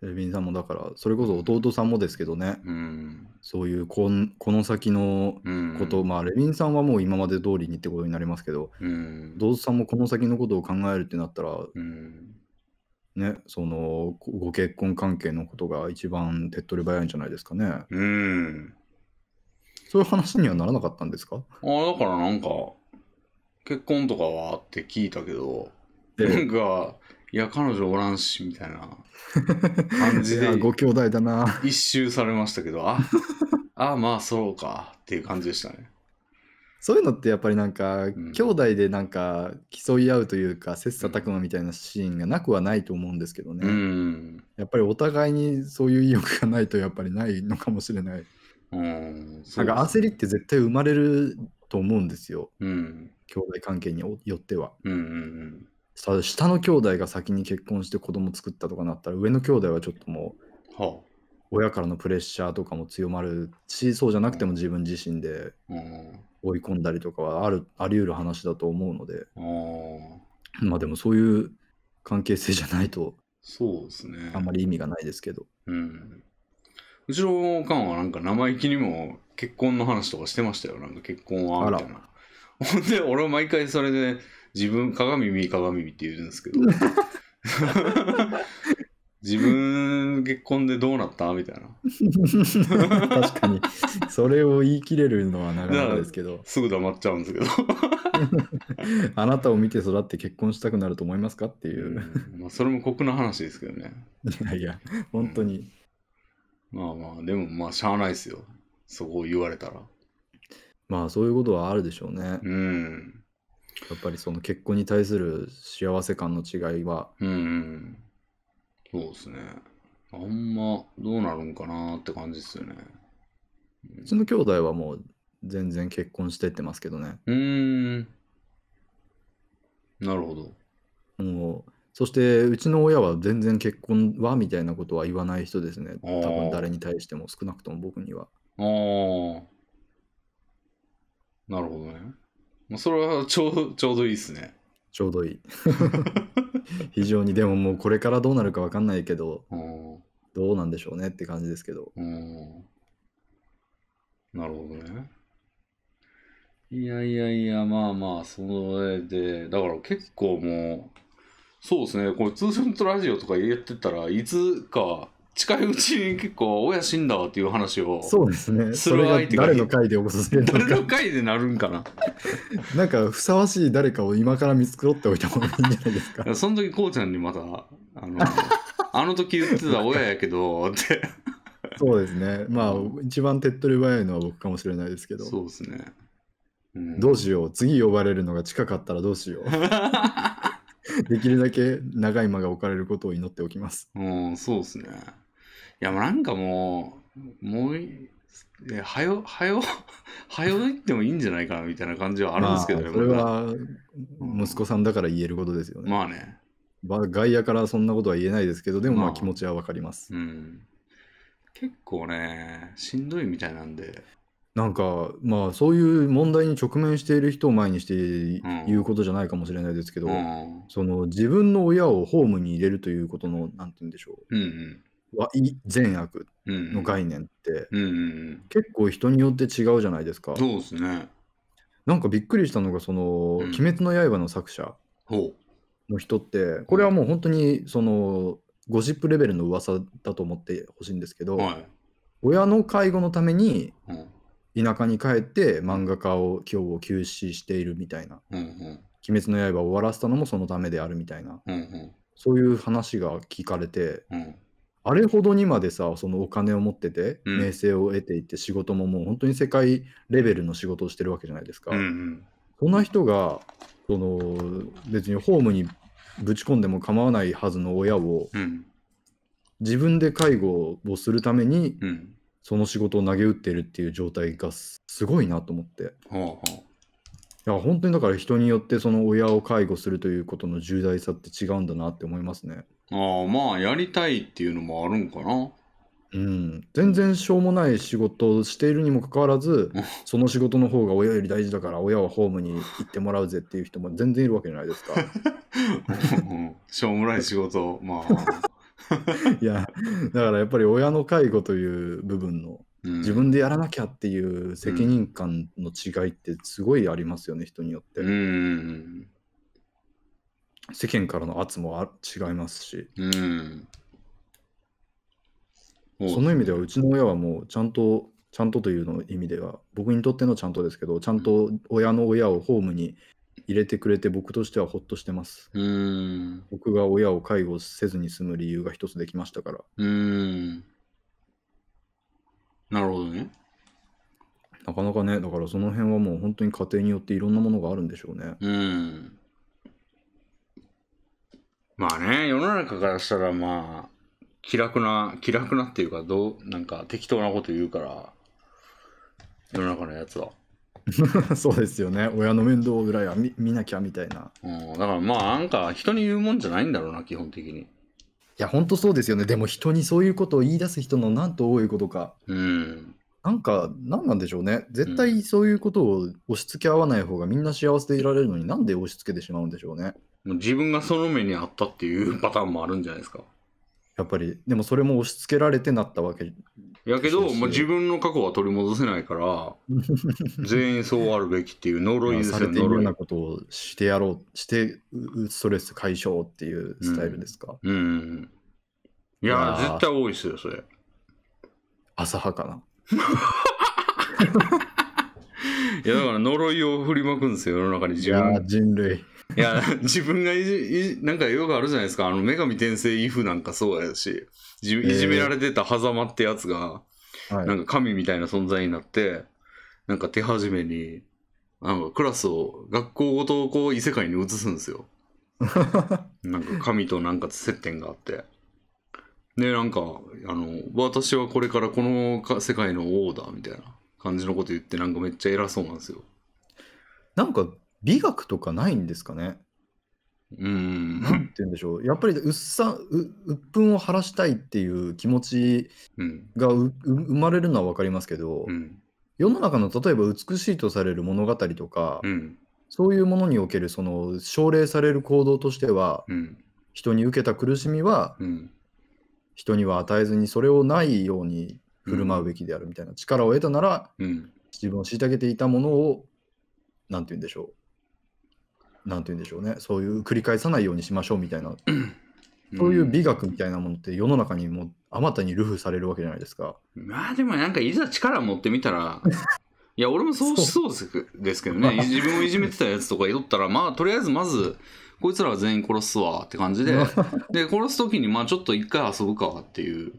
エルビンさんもだから、それこそ弟さんもですけどね、ん。そういうこんこの先のうん。こと、まあ、レビンさんはもう今まで通りにってことになりますけど、うん。弟さんもこの先のことを考えるってなったら、うん。ね、そのごご結婚関係のことが一番手っ取り早いんじゃないですかね。うん。そういう話にはならなかったんですかああ、だからなんか、結婚とかはって聞いたけど、なんか、いや、彼女おらんし、みたいな感じ *laughs* いでやご兄弟だな。一周されましたけど、あ、 *laughs* あまあ、そうか、っていう感じでしたね。そういうのってやっぱりなんか、ん兄弟でなんか競い合うというか切磋琢磨みたいなシーンがなくはないと思うんですけどね、うん。やっぱりお互いにそういう意欲がないとやっぱりないのかもしれないうん。なんか焦りって絶対生まれると思うんですようん。兄弟関係におよってはうんうんさ下の兄弟が先に結婚して子供作ったとかなったら上の兄弟はちょっともううん。は親からのプレッシャーとかも強まるしそうじゃなくても自分自身であ。うん。追い込んだりとかはあるあり得る話だと思うのでああ。まあでもそういう関係性じゃないとそうですね。あんまり意味がないです *laughs* けど。うん。うちのおかんはなんか生意気にも結婚の話とかしてましたよ。なんか結婚は、あみらたいな。ほんで、俺は毎回それで自分、鏡見鏡見って言うんですけど。自分結婚でどうなったみたいな。確かにそれを言い切れるのはなかなかですけどすぐ黙っちゃうんですけど。あなたを見て育って結婚したくなると思いますかっていうう、んまあ、それも酷な話ですけどね。いやいや本当に、まあまあ、でもまあ、しゃあないですよ。そこを言われたら。まあそういうことはあるでしょうね、やうん。っぱりその結婚に対する幸せ感の違いはうんうん。そうですね。あんまどうなるんかなって感じですよね。うちの兄弟はもう全然結婚してってますけどねうーん。なるほど。もうそしてうちの親は全然結婚はみたいなことは言わない人ですねあ多ー分誰に対しても少なくとも僕にはああ。なるほどね。まあ、それはちょうちょうどいいですね。ちょう *laughs* どいい。非常に、でももうこれからどうなるかわかんないけど、うん。どうなんでしょうねって感じですけど。うん。なるほどね。いやいやいや、まあまあ、その上で、だから結構もう、そうですね、これ、ツーショットラジオとかやってたらいつか、近いうちに結構、親死んだわっていう話を、そうですね。すそるれが相手が誰の回で起こさせる誰ののか、回でなるんかな。。*laughs* なんかふさわしい誰かを今から見繕っておいた方がいいんじゃないです *laughs* かその時、こうちゃんにまた、あ *laughs* の、あの時言ってた親やけど、って。そうですね。まあ、一番手っ取り早いのは僕かもしれないですけど。そうですね。うんどうしよう。次呼ばれるのが近かったらどうしよ *laughs* う。できるだけ長い間が置かれることを祈っておきます。うん、そうですね。いや、もうなんかもう、もうい、え、はよ、はよ、 *laughs* はよ行ってもいいんじゃないかなみたいな感じはあるんですけどね、まあそれ僕はは息子さんだから言えることですよね。まあね、まあ、外野からそんなことは言えないですけど、でもままああ気持ちはわかります。うん。結構ね、しんどいみたいなんで、なんか、まあそういう問題に直面している人を前にしてん言うことじゃないかもしれないですけど、うん、うんその自分の親をホームに入れるということの、なんて言うんでしょうん、う、はい善悪うん、の概念って、うん、うん、結構人によって違うじゃないですかそ。うですね。なんかびっくりしたのが、その、うん鬼滅の刃の作者ほの人って、これはもう本当に、その、ゴシップレベルの噂だと思ってほしいんですけど、う、は親の介護のためにい、うん、田舎に帰って漫画家を今日を休止しているみたいなうん、うん、 「鬼滅の刃」を終わらせたのもそのためであるみたいなうん、うん、そういう話が聞かれてうん、あれほどにまでさそのお金を持っててうん名声を得ていって仕事ももう本当に世界レベルの仕事をしてるわけじゃないですか、うん、うん、そんな人がその別にホームにぶち込んでも構わないはずの親をうん自分で介護をするためにうんその仕事を投げ打ってるっていう状態がすすごいなと思っていほうほや本当にだから人によってその親を介護するということの重大さって違うんだなって思いますね。うああまあやりたいっていうのもあるんかなうん、全然しょうもない仕事をしているにもかかわらずうんその仕事の方が親より大事だから親はホームに行ってもらうぜっていう人も全然いるわけじゃないで *laughs* すか。うんしょうもない仕事ま *laughs* あ、いやだからやっぱり親の介護という部分のうん、自分でやらなきゃっていう責任感の違いってすごいありますよね、人によって、うんうん世間からの圧もあ違いますしうんうんおその意味ではうちの親はもうちゃんとちゃんとというの意味では僕にとってのちゃんとですけどちゃんと親の親をホームに入れてくれて僕としてはほっとしてますうん僕が親を介護せずに済む理由が一つできましたからうんなるほどねなかなかねだからその辺はもう本当に家庭によっていろんなものがあるんでしょうねうんまあね世の中からしたらまあ気楽な気楽なっていうかどうなんか適当なこと言うから世の中のやつは、 *laughs* そうですよね親の面倒ぐらいは見見なきゃみたいなうん、だからまあなんか人に言うもんじゃないんだろうな基本的にいや、本当そうですよね。でも人にそういうことを言い出す人のなんと多いことか。うんなんか、なんなんでしょうね。絶対そういうことを押し付け合わない方がみんな幸せでいられるのになんで押し付けてしまうんでしょうね。もう自分がその目にあったっていうパターンもあるんじゃないですかやっぱり、でもそれも押し付けられてなったわけ。やけそうど、そうまあ、自分の過去は取り戻せないから *laughs* 全員そうあるべきっていう呪いですさよれているよう呪いなことをしてやろう、してうストレス解消っていうスタイルですか。うんいいややー絶対多いですよそれ浅はかな。いやだから呪いを振りまくんですよ世の中にい自やー、分人類。いや自分がいじいじなんかよくあるじゃないですかあの女神転生イフなんかそうやしじいじめられてた狭間ってやつが、はいなんか神みたいな存在になってなんか手始めになんかクラスを学校ごとこう異世界に移すんです *laughs* よなんか神となんか接点があってでなんかあの私はこれからこのか世界の王だみたいな感じのこと言ってなんかめっちゃ偉そうなんですよなんか、美学とかないんですかね。うなんてん。言うんでしょう。やっぱり、うっさん、う、うっぷんを晴らしたいっていう気持ちうん。がうう生まれるのは分かりますけど、うん。世の中の例えば美しいとされる物語とか、うん。そういうものにおけるその奨励される行動としてはうん。人に受けた苦しみはうん。人には与えずにそれをないように振る舞うべきであるみたいな、力を得たならうん。自分を虐げていたものをなんて言うんでしょうなんて言うんでしょうねそういう繰り返さないようにしましょうみたいな、そういう美学みたいなものって世の中にもうあまたに流布されるわけじゃないです *laughs* か。まあでもなんかいざ力持ってみた *laughs* ら、いや俺もそうしそうですですけどね、自分をいじめてたやつとかいとったら、まあとりあえずまず、こいつらは全員殺すわって感じで、で、殺すときにまあちょっと一回遊ぶかっていう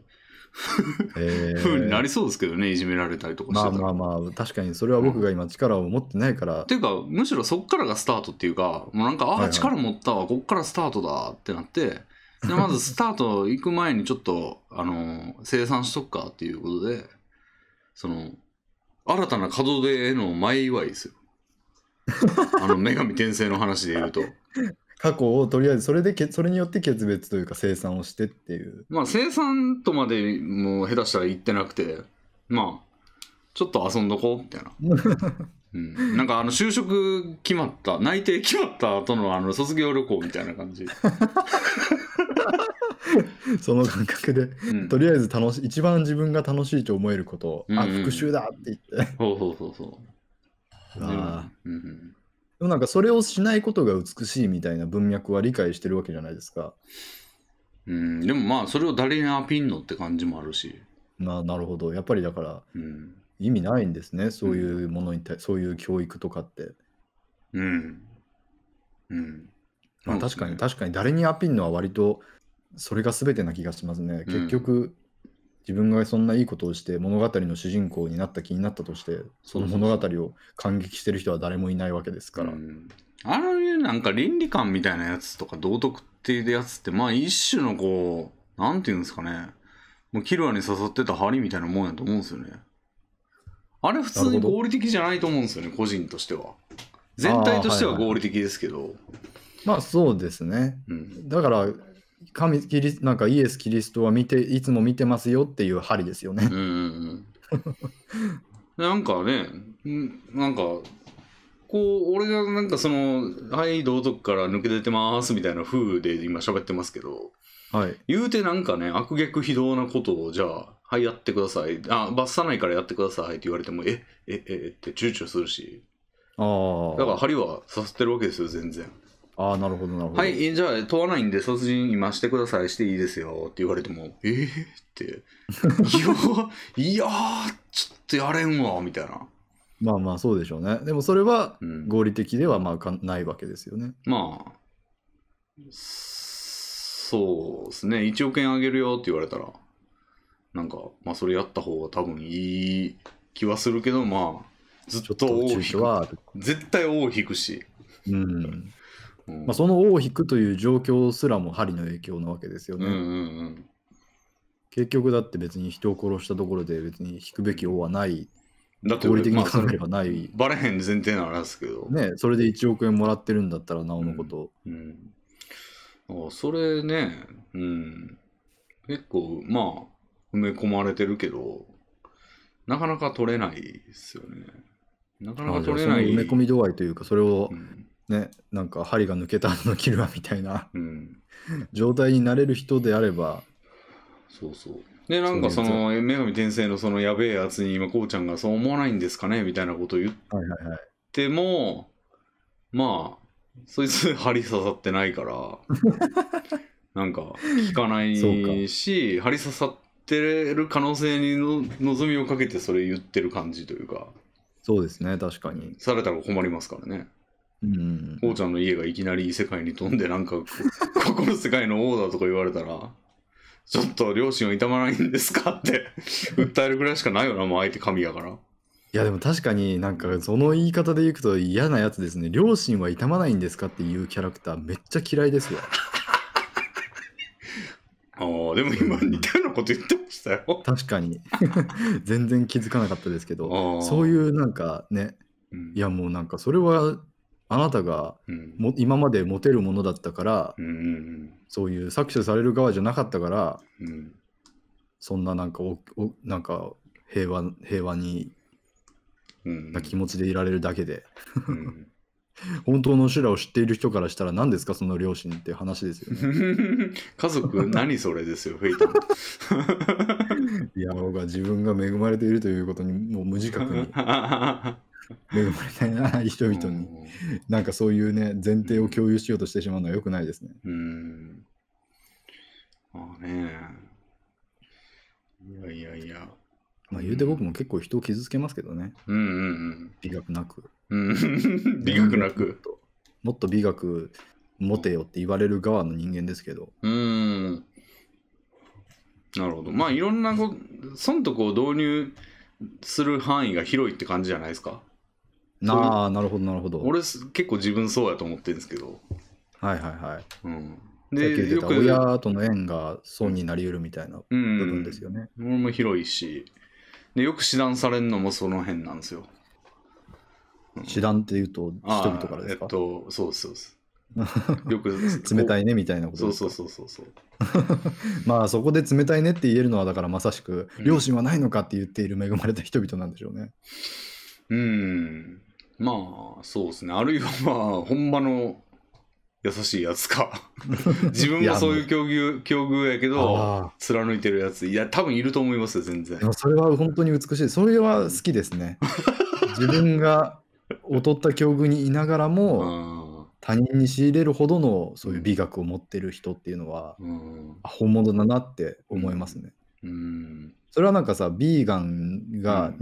え風にーなりそうですけどね、いじめられたりとかしまあてたまら。あまあ確かにそれは僕が今力を持ってないからっていうかむしろそっからがスタートっていうかもうなんかはいあはあい力持ったわこっからスタートだってなってでまずスタート行く前にちょっとあのー生産しとくかっていうことでその新たな門出への前祝い *laughs* ですよあの女神転生の話で言うと過去をとりあえずそれでけそれによって決別というか生産をしてっていうまあ生産とまでもう下手したら行ってなくてまあちょっと遊んどこうみたいなうん、なんかあの就職決まった内定決まった後のあの卒業旅行みたいな感じ、その感覚でうん、とりあえず楽し一番自分が楽しいと思えることを、あうんうん復讐だって言ってそうそうそうそうあうんうんでもなんかそれをしないことが美しいみたいな文脈は理解してるわけじゃないですかうん、でもまあそれを誰にアピンのって感じもあるし、まあなるほどやっぱりだからうん意味ないんですねそういうものに対そういう教育とかって、うんうん、まそうあ、で確すかにね確かに誰にアピンのは割とそれが全てな気がしますね結局、自分がそんないいことをして物語の主人公になった気になったとしてその物語を感激してる人は誰もいないわけですから、うんあのねなんか倫理観みたいなやつとか道徳っていうやつってまあ一種のこうなんていうんですかねもうキルアに刺さってた針みたいなもんやと思うんですよねあれ普通に合理的じゃないと思うんですよね個人としては全体としては合理的ですけど、まあそうですねうん、だから神キリスなんかイエス・キリストは見ていつも見てますよっていう針ですよね、うんうんうんなんかね、うんなんか、こう、俺がなんかその、はい、道徳から抜け出てますみたいな風で今喋ってますけど、はい言うてなんかね、悪逆非道なことを、じゃあ、はい、やってください。あ、罰さないからやってくださいって言われても、え、え、え、えって躊躇するし、ああだから針は刺さってるわけですよ、全然。ああなるほどなるほど、はい、えじゃあ問わないんで殺人今してくださいしていいですよって言われてもえー、っていやいやーちょっとやれんわみたいな、まあまあそうでしょうねでもそれはうん、合理的ではまあかないわけですよねまあそうですね1億円あげるよって言われたらなんかまあそれやった方が多分いい気はするけどまあずっちょっとと尾を躊引躇くはある、絶対尾を引くし、うんうんまあ、その尾を引くという状況すらも針の影響なわけですようんね、うんうん結局だって別に人を殺したところで別に引くべき尾はないだって合理的にまあそ考れえればない、バレへん前提ならですけどねそれで1億円もらってるんだったらなおのこと、うん。あそれね、うん。結構、まあ、埋め込まれてるけど、なかなか取れないですよね。なかなあかじゃあ取れそのない。埋め込み度合いというかそれをうん。ねなんか針が抜けた後のキルアみたいな *laughs* うん。状態になれる人であればそうそう。で、なんかそそうの、女神転生のそのやべえやつに今、こうちゃんがそう思わないんですかねみたいなことを言っはいはいはいても、まあ、そいつ *laughs* 針刺さってないから、 *laughs* なんか聞かなそういし、針刺さってる可能性にの望みをかけてそれ言ってる感じというか、そうですね確かにされたら困りますからね。うんこうちゃんの家がいきなり異世界に飛んで、なんかこ、 *laughs* ここの世界の王だとか言われたら、ちょっと両親を痛まないんですかって *laughs* 訴えるぐらいしかないよな、もう相手神やから。いやでも確かになんかその言い方でいくと嫌なやつですね。両親は痛まないんですかっていうキャラクターめっちゃ嫌いですよ。ああ、でも今似たようなこと言ってましたよ。確かに。 *laughs* 全然気づかなかったですけど。そそういううなんかね、ん、いやもうなんかそれはあなたがうん、も今までモテるものだったから、うんうんそういう搾取される側じゃなかったから、うんうんそんななんかおおなんか平和平和にうんな *laughs* 気持ちでいられるだけで、うん本当の修羅を知っている人からしたら何ですかその両親っていう話ですよ *laughs* ね。 *laughs* 家族何それですよ、フェイト。いや、僕は自分が恵まれているということに、もう無自 *laughs* 覚に *laughs* 恵まれないな、人々に、なんかそういうね、前提を共有しようとしてしまうのは良くないですね。うん。まあね。いやいやいや。まあ、言うて僕も結構人を傷つけますけどね、うんうん美学なく。うん。うん。 *laughs* 美学なもっく。と。もっと美学持てよって言われる側の人間ですけど、うん。なるほど。まあいろんなこ、損とこう導入する範囲が広いって感じじゃないですか。なあ、なるほど、なるほど。俺す結構自分そうやと思ってるんですけど。はいはいはい。うん。さっき言で、ってよたく、う親との縁が損になり得るみたいな部分んで、すよね。俺も広いし、で、よく指弾されるのもその辺なんですよ。手段っていうと、あ人ー々からですえかっと、そうです、そう *laughs* です。よく、冷たい。いねみたいなことそうですそかうそうそうそう。まあそこで冷たいねって言えるのはだからまさしくうん両親はないのかって言っている恵まれた人々なんでしょうね。うん。まあ、そうですね。あるいは、まあ、ほんまの優しいやつか。 *laughs* 自分がそういう境遇、境遇やけど、あ貫いてるやつ。いや、多分いると思いますよ、全然あで。もそれは本当に美しい。それは好きです *laughs* ね。自分が劣った境遇にいながらうもん。他人に仕入れるほどのそういう美学を持ってる人っていうのはうんあ本物だなって思いますね。うん。それはなんかさ、ビーガンが、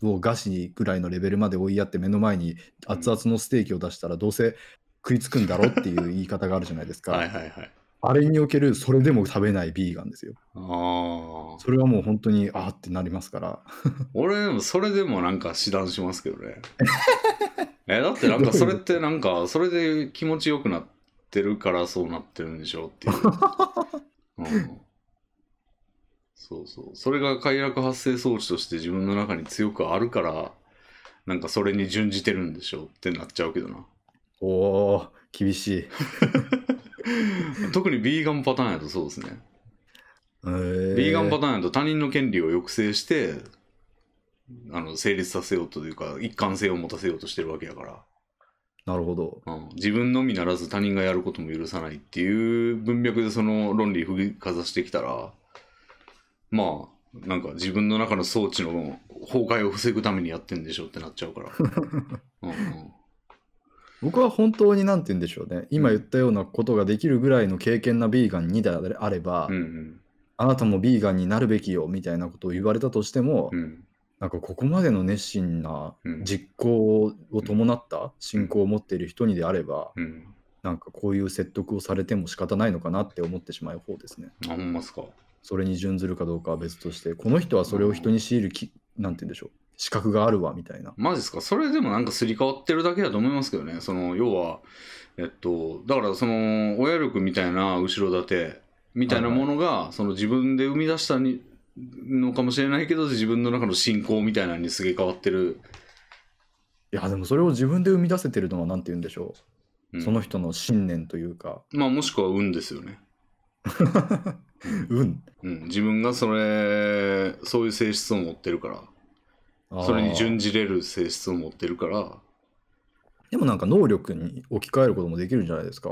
うを餓死ぐらいのレベルまで追いやって目の前に熱々のステーキを出したらどうせ食いつくんだろうっていう言い方があるじゃないですか。はいはいはい。あれにおけるそれでも食べないビーガンですよ。ああ。それはもう本当にあーってなりますから。俺でもそれでもなんか死断しますけどねえだってなんかそれってなんかそれで気持ちよくなってるからそうなってるんでしょうっていう、うん、そうそうそれが快楽発生装置として自分の中に強くあるからなんかそれに準じてるんでしょうってなっちゃうけどなおお厳しい。へ特にビーガンパターンやとそうですねービーガンパターンやと他人の権利を抑制してあの成立させようというか一貫性を持たせようとしてるわけやからなるほど。うん、自分のみならず他人がやることも許さないっていう文脈でその論理振りかざしてきたらまあなんか自分の中の装置の崩壊を防ぐためにやってんでしょってなっちゃうからうん、うん、僕は本当に何て言うんでしょうね。今言ったようなことができるぐらいの経験なビーガンにであれば、うんあなたもビーガンになるべきよみたいなことを言われたとしても、うんうんなんかここまでの熱心なうん実行を伴った信仰を持っている人にであれば、うんなんかこういう説得をされても仕方ないのかなって思ってしまう方ですね。あほんますかそれに準ずるかどうかは別として、この人はそれを人に強いるき、なんて言うんでしょう、資格があるわみたいな。マジですかそれでもなんかすり替わってるだけだと思いますけどねその要はえっとだからその親力みたいな後ろ盾みたいなものが、その自分で生み出したにのかもしれないけど自分の中の信仰みたいなのにすげえ変わってる、いや、でもそれを自分で生み出せてるのは何て言うんでしょうう、んその人の信念というか、まあもしくは運ですよね、運。うん、自分がそれそういう性質を持ってるからあーそれに準じれる性質を持ってるからでもなんか能力に置き換えることもできるんじゃないですか、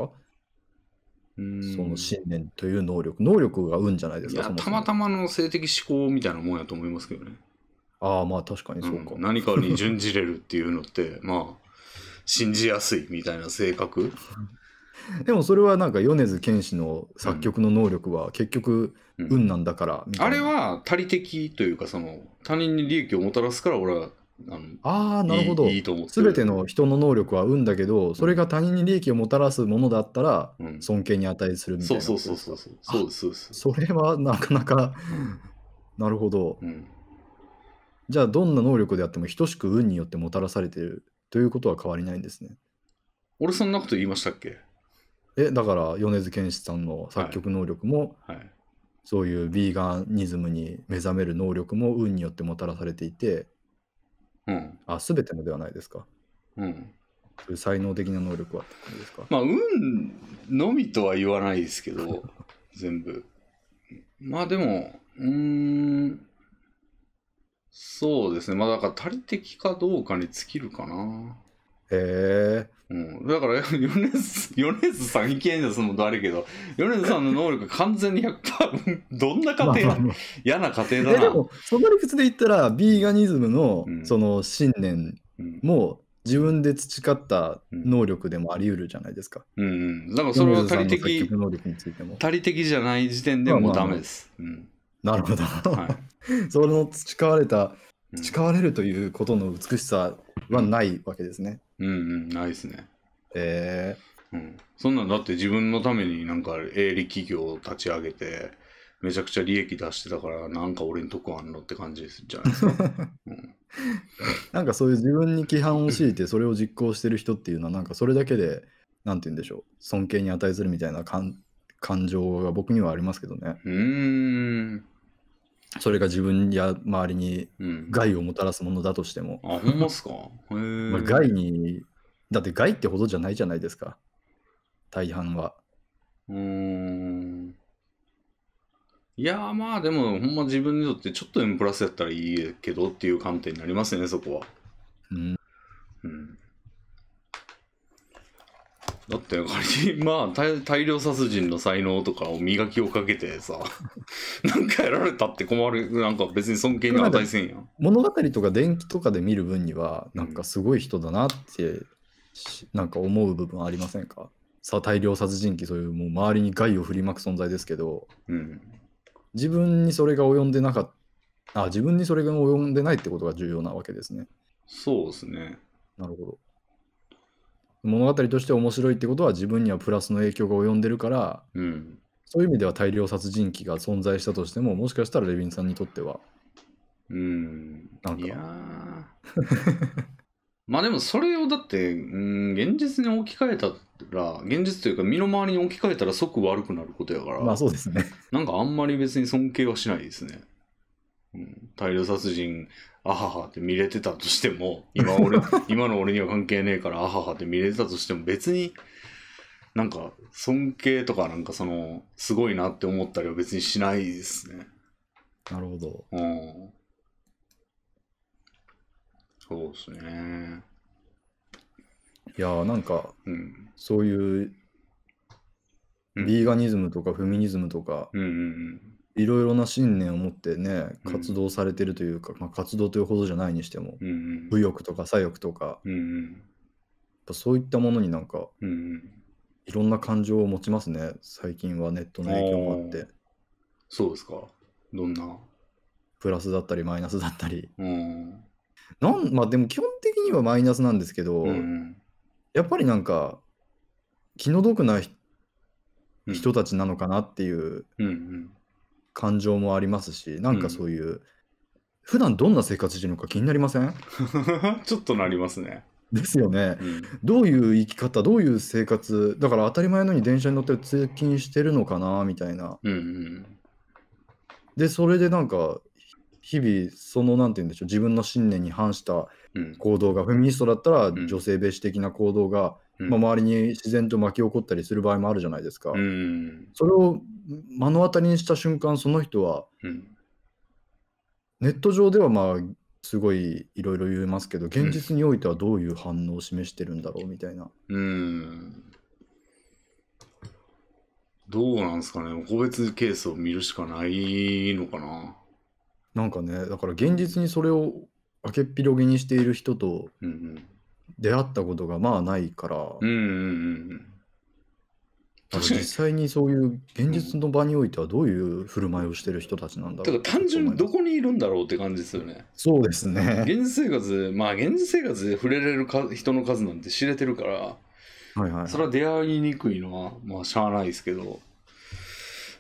うんその信念という能力。能力が運じゃないでいすか、やたまたま。まの性的思考みたいなもんやと思いますけどねああ、まあ確かにそうか。うん何かに準じれるっていうのって *laughs* まあ信じやすいみたいな性格でもそれはなんか米津玄師の作曲の能力は結局うん運なんだからみたいあな。れは他利的というかその他人に利益をもたらすから俺はあのああなるほどいいいいと思ってる全ての人の能力は運だけどそれが他人に利益をもたらすものだったらうん尊敬に値するみたいそうな。そうそうそうそうそうですそうです、それはなかなかなるほどうん、じゃあどんな能力であっても等しく運によってもたらされてるということは変わりないんですね。俺そんなこと言いましたっけえだから米津玄師さんの作曲能力も、はいそういうビーガニズムに目覚める能力も運によってもたらされていてうんあ全てのではないですか。うんそういう才能的な能力はってことですかまあ運のみとは言わないですけど全部まあでもうーんそうですねまあだから他利的かどうかに尽きるかなへえうん、だから米津米津さん意見者そのとあれやけど米津さんの能力完全に100%どん *laughs* な家庭や、まあまあまあ嫌な家庭えだでな、もその理屈で言ったらビーガニズムのうんその信念うんも自分で培った能力でもあり得るじゃないですか。うんうん、だからそれは他利米津さんの作的曲能力についても。他利的じゃない時点でもまうあまあダまあメです、うんなるほど。は *laughs* その培われたい、培われるということの美しさはないわけですね。うんうんないですね、えうん、そんなんだって自分のためになんか営利企業を立ち上げてめちゃくちゃ利益出してたからなんか俺に得あんのって感じですじゃないですか、うん、なんかそういう自分に規範を強いてそれを実行してる人っていうのはなんかそれだけでなんて言うんでしょう尊敬に値するみたいな感感情が僕にはありますけどね。うーんそれが自分や周りにうん害をもたらすものだとしても、あほんまっすかへえ、まあ、害にだって害ってほどじゃないじゃないですか大半はうーんいやーまあでもほんま自分にとってちょっと M プラスやったらいいけどっていう観点になりますねそこは、うんうん、だって仮にまあ大大量殺人の才能とかを磨きをかけてさ *laughs* なんかやられたって困るなんか別に尊敬に値せんやん物語とか伝記とかで見る分にはなんかすごい人だなってしなんか思う部分ありませんかさ大量殺人鬼そういうもう周りに害を振りまく存在ですけどうん自分にそれが及んでなかったあ自分にそれが及んでないってことが重要なわけですねそうですねなるほど物語として面白いってことは自分にはプラスの影響が及んでるからうんそういう意味では大量殺人鬼が存在したとしても、もしかしたらレビンさんにとっては、うん。なんかいやー *laughs* まあでもそれをだって、うん、現実に置き換えたら、現実というか身の回りに置き換えたら即悪くなることやから、まあそうですね。 *laughs* なんかあんまり別に尊敬はしないですね。うん、大量殺人、あははって見れてたとしても、今 *laughs* 俺今の俺には関係ねえから、あははって見れてたとしても、別になんか尊敬とか、なんかその、すごいなって思ったりは別にしないですね。なるほど。うん。そうですね。いやーなんか、うん。そういう、うんビーガニズムとかフェミニズムとか、うんうんいろいろな信念を持ってね、うん活動されてるというか、まあ、活動というほどじゃないにしても、うん。うんうん。右翼とか左翼とか、やっうんうん。ぱそういったものになんか、うんうん。いろんな感情を持ちますね、最近はネットの影響もあって、そうですか。どんな。プラスだったりマイナスだったり。うん。なんまあでも基本的にはマイナスなんですけど、うんやっぱりなんか気の毒なひうん。人たちなのかなっていううんうん。感情もありますし、なんかそういう普段どんな生活してるのか気になりません *laughs* ちょっとなりますね。ですよね。うんどういう生き方どういう生活だから当たり前のように電車に乗って通勤してるのかなみたいな。うんでそれでなんか日々そのなんて言うんでしょう自分の信念に反したうん行動がフェミニストだったらん女性蔑視的な行動が、うん。まあ、周りに自然と巻き起こったりする場合もあるじゃないですか。うんそれを目の当たりにした瞬間、その人は、うんネット上ではまあ、すごいいろいろ言えますけど、現実においてはどういう反応を示してるんだろうみたいな。うん。どうなんですかね。個別ケースを見るしかないのかな。なんかね、だから現実にそれを明けっぴろげにしている人とうん出会ったことがまあないから、うん。うんうんうん。だから確かに実。際にそういう現実の場においてはどういう振る舞いをしてる人たちなんだだろかうら単純にどと思いますこにいるんだろうって感じですよね。そうですね。現実生活、まあ現実生活で触れれるか人の数なんて知れてるから、はいはい。それは出会いにくいのは、まあしゃあないですけど、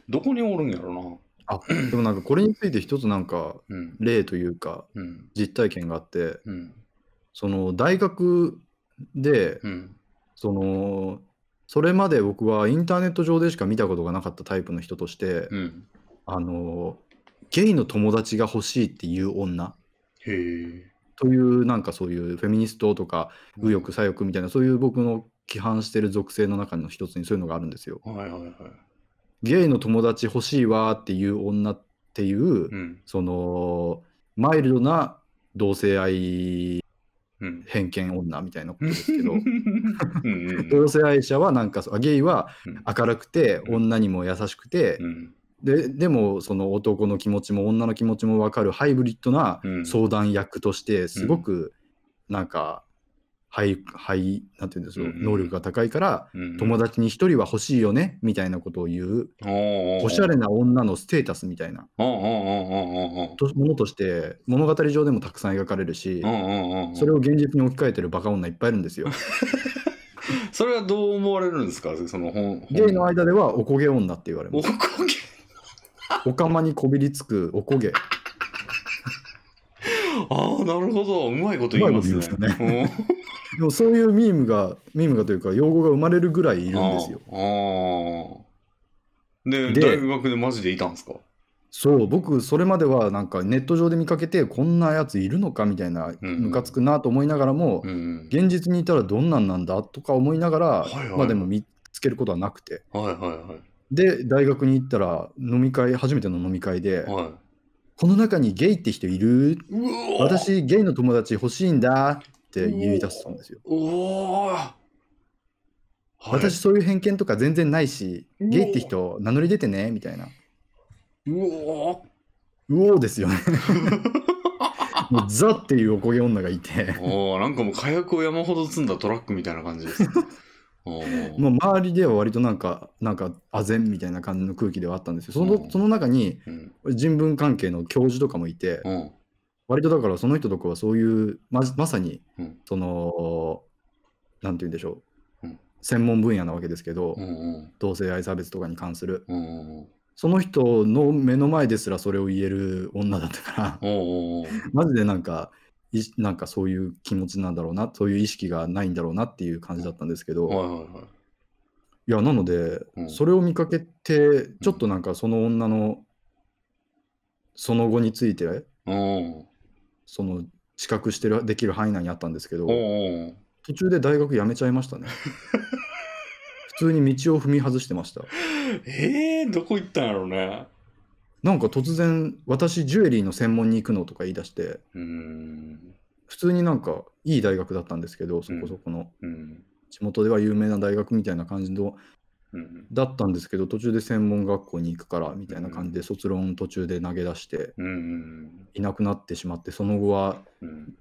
どこにおるんやろあでもなんかこれについて一つなんかな。うん。例というかうん。実体験があって、うん。その大学で、うん。そのそれまで僕はインターネット上でしか見たことがなかったタイプの人として、うん。あのゲイの友達が欲しいっていう女へえ。というなんかそういうフェミニストとかうん右翼左翼みたいなそういう僕の規範してる属性の中の一つにそういうのがあるんですよ。はいはいはい。ゲイの友達欲しいわーっていう女っていう、うん。そのマイルドな同性愛うん。偏見女みたいなことですけどうんうん *laughs* 同性愛者はなんかそうあゲイはうん明るくてうん女にも優しくて、うんででもその男の気持ちも女の気持ちも分かるハイブリッドなうん相談役としてすごくなんか、ハイハイなんて言うんですよ、うん能力が高いからうん友達に一人は欲しいよねみたいなことを言う、おーおーおしゃれな女のステータスみたいなおーおーおーおーおーとものとして物語上でもたくさん描かれるし、おーおーおーおーそれを現実に置き換えてるバカ女いっぱいいる *laughs* んですよ。それはどう思われるんですかその本本ゲイの間ではおこげ女って言われおまこす。げおかまにこびりつくおこげ。ああなるほどうまいこと言いますねうまいことでもそういうミームが、ミームがというか、用語が生まれるぐらいいいるんですよ。あーでで大学でマジでいたんですかそう、僕、それまではなんかネット上で見かけて、こんなやついるのかみたいな、うんムカつくなと思いながらも、うん現実にいたらどんなんなんだとか思いながら、はいはいまあでも見つけることはなくて。はいはで、大学に行ったら、飲み会、初めての飲み会で、いはいはいこの中にゲイって人いるうおー私、ゲイの友達欲しいんだって言い出したんですよ。おお、私、そういう偏見とか全然ないし、うおゲイって人、名乗り出てねみたいな。うおうおーです *laughs* よね。もうザっていうおこげ女がいて、おーなんかもう火薬を山ほど積んだトラックみたいな感じですね。 *laughs* おーもう周りでは割となんか、なんか、あぜんみたいな感じの空気ではあったんですよ。そうんのその中にうん人文関係の教授とかもいて、うん割とだからその人とかはそういう、ままさにうん、その、なんて言うんでしょう。うん専門分野なわけですけど、うんうん同性愛差別とかに関する。うんうんその人の目の前ですらそれを言える女だったから、 *laughs* うんうんうんマジでなんか、いなんかそういう気持ちなんだろうな、そういう意識がないんだろうなっていう感じだったんですけど、はいはいはいいや、なので、うんそれを見かけて、ちょっとなんかその女の、その後について、うんその、知覚してる、できる範囲内にあったんですけど、うんうん途中で大学辞めちゃいました *laughs* ね。普通に道を踏み外してました。えー、どこ行ったんやろうねなんか突然、私、ジュエリーの専門に行くのとか言い出して、うーん普通になんかいい大学だったんですけど、そこそこの、うん地元では有名な大学みたいな感じのうんだったんですけど、途中で専門学校に行くからみたいな感じで、卒論途中で投げ出して、うんうんいなくなってしまって、その後はうん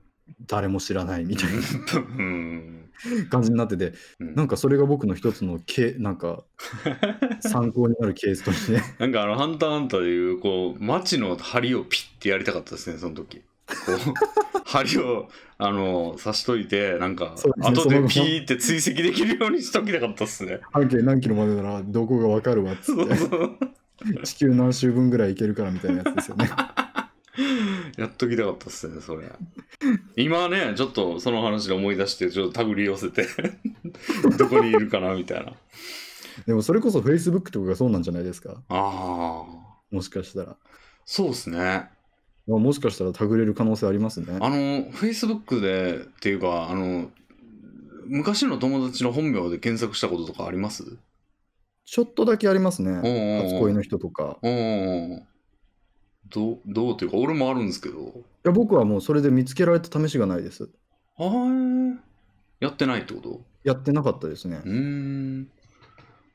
誰も知らないみたいうんな感じになってて、うんなんかそれが僕の一つのけ、な *laughs* んか参考になるケースとして、なんかあの「ハンターハンター」でいうこう町の針をピッてやりたかったですねその時こう針をあの刺しといてなんか、そうですね後そのでままピーって追跡できるようにしときたかったっすね *laughs* 半径何キロまでならどこがわかるわっつっそうそうて、地球何周分ぐらい行けるからみたいなやつです *laughs* よね。やっときたかったっすねそれ今ねちょっとその話で思い出してちょっと手繰り寄せて *laughs* どこにいるかなみたいなでもそれこそ Facebook とかがそうなんじゃないですか、ああもしかしたら。そうですねまあ、もしかしたらたぐれる可能性ありますね。あの、フェイスブックでっていうか、あの、昔の友達の本名で検索したこととかありますちょっとだけありますうんね。うん初う恋ん。の人とか。うんうんうん。どう、どうっていうか、俺もあるんですけど、いや僕はもうそれで見つけられた試しがないです。あーやってないってことやってなかったですねう。ーん。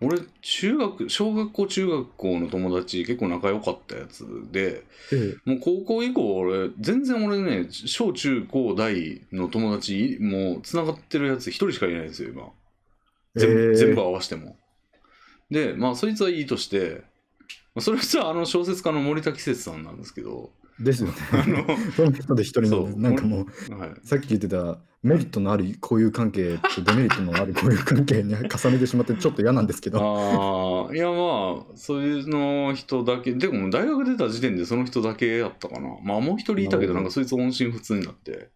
俺、中学、小学校、中学校の友達、結構仲良かったやつで、ええもう高校以降、俺、全然俺ね、小中高大の友達、もう繋がってるやつ一人しかいないんですよ、今。全部ええ全部合わせても。で、まあ、そいつはいいとして、まあそれはさ、あの小説家の森田季節さんなんですけ *laughs* ど、ですよね。 *laughs* あの、その人で一人なんでそうなんかもはい、う、さっき言ってたメリットのある交友関係とデメリットのある交友関係に重ねてしまってちょっと嫌なんですけど。ああ、いやまあ、そういうの人だけ、でも大学出た時点でその人だけやったかな。まあ、もう一人いたけど、ななんるほどかそいつ音信不通になって、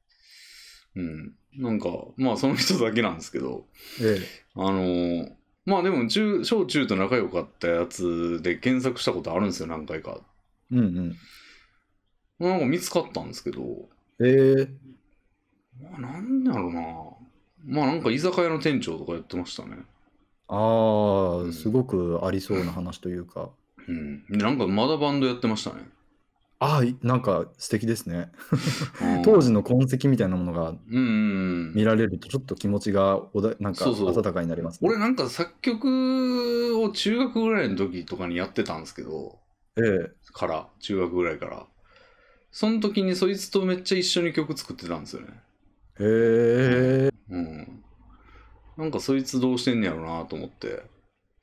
うん、なんか、まあ、その人だけなんですけど、えあのーまあでも中、小中と仲良かったやつで検索したことあるんですよ、何回か。え、うんなんか見つかったんですけど、うん。ええ、まあ、なんだろうな。まあなんか居酒屋の店長とかやってましたね。あうあ、んすごくありそうな話というか。うん。でなんかまだバンドやってましたね。ああ、いなんか素敵ですね。うん当時の痕跡みたいなものがうんうんう見ん。られるとちょっと気持ちがおだなんかそうそう温かになりますね。俺なんか作曲を中学ぐらいの時とかにやってたんですけど、えから、中学ぐらいから。その時にそいつとめっちゃ一緒に曲作ってたんですよね。えへえうん。なんかそいつどうしてんねやろなと思って、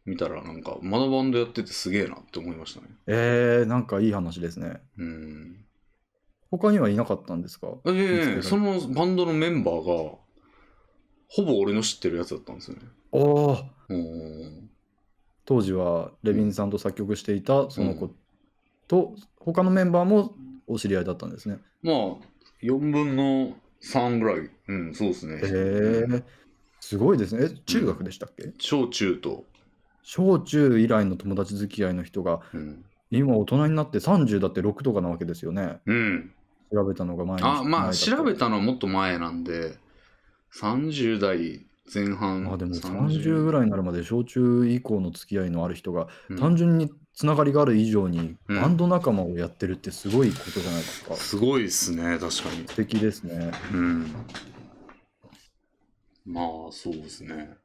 見たらなんかまだバンドやっててすげえなって思いましたね。えー、なんかいい話ですね。うん。他にはいなかったんですかいやいやいや見つけそらのバンドのメンバーがほぼ俺の知ってるやつだったんですよねおーうーん当時はレビンさんと作曲していたその子と、他のメンバーもお知り合いだったんですね。まあ4分の3ぐらいうんそうですねえー、すごいですね。え中学でしたっけ、小中と、小中以来の友達付き合いの人がうん、今大人になって30だって6とかなわけですよね。うん、調べたのが前に。あまあ前だった調べたのはもっと前なんで30代前半まあでも30ぐらいになるまで小中以降の付き合いのある人がうん単純につながりがある以上にうんバンド仲間をやってるってすごいことじゃないですか。素すごいっすね確かに敵ですね。うんまあそうですね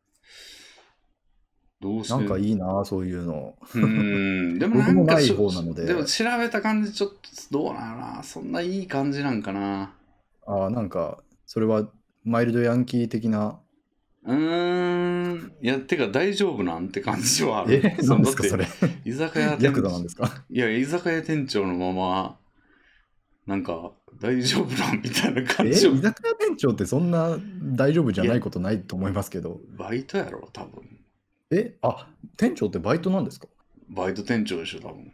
どうしてなんかいいな、そういうの。うーんでも僕なんもなかいし方なのででも調べた感じちょっとどうなのかなそんないい感じなんかなああ、なんかそれはマイルドヤンキー的な。うーんいやてか大丈夫なんて感じはあるえ、 *laughs* そなうんですかだってそれ。居酒屋店逆度なんですかいや居酒屋店長のままなんか大丈夫なんみたいなえ感居じ酒を屋店長ってそんな大丈夫じゃないことないと思いますけど。バイトやろ多分え、あ店長ってバイトなんですかバイト店長でしょ多分、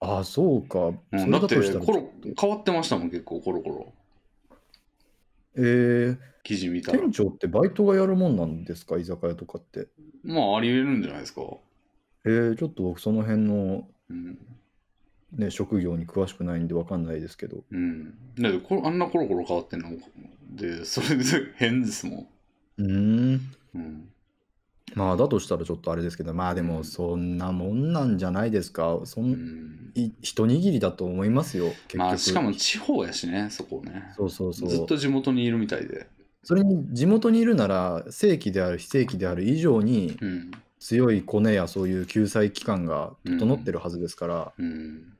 あ、そうか。うそん、れだってとしたらコロ変わってましたもん結構コロコロえー、記事見たら店長ってバイトがやるもんなんですか居酒屋とかって。まあありえるんじゃないですか、えー、ちょっと僕その辺の、うんね、職業に詳しくないんでわかんないですけど。うん、だってこれあんなコロコロ変わってんのでそれで変ですもうーん。ん、うん、まあだとしたらちょっとあれですけど、まあでうんもそんなもんなんじゃないですか。そうんん、い一握りだと思いますよ。結局。まあしかも地方やしねそこねそうそうそう。ずっと地元にいるみたいでそれに地元にいるなら正規である非正規である以上にうん強いコネやそういう救済機関が整ってるはずですから、うん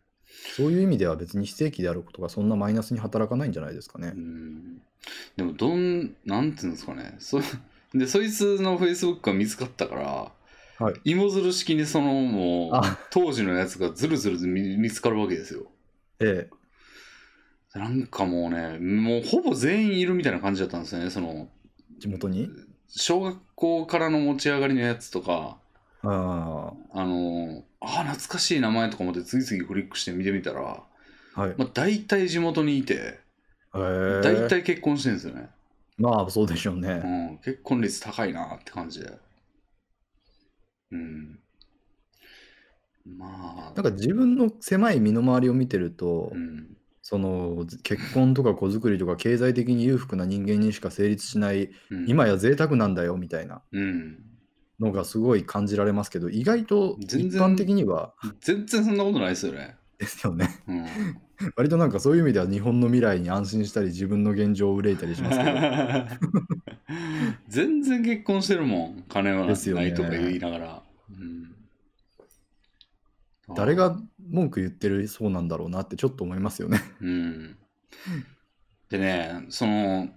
そういう意味では別に非正規であることがそんなマイナスに働かないんじゃないですかねう。んでもどんなんていうんですかねそでそいつのフェイスブックが見つかったから、はい芋づる式にそのもうあ当時のやつがずるずる見見つかるわけですよええ。なんかもうねもうほぼ全員いるみたいな感じだったんですよねその地元に小学校からの持ち上がりのやつとかああのあ懐かしい名前とか思って次々クリックして見てみたら、あ。はい。まあ、大体地元にいてええ大体結婚してるんですよね、まあそうでしょううね。ん、結婚率高いなって感じでうんまなあんか自分の狭い身の回りを見てると、うんその結婚とか子作りとか経済的に裕福な人間にしか成立しないうん今や贅沢なんだよみたいなうんのがすごい感じられますけど意外と全一然般的には全然そんなことないですよねですよね *laughs* うん割となんかそういう意味では日本の未来に安心したり自分の現状を憂いたりしますけど全然結婚してるもん金はですよなねいとか言いながら、うん誰が文句言ってるそうなんだろうなってちょっと思いますよね。うんでねその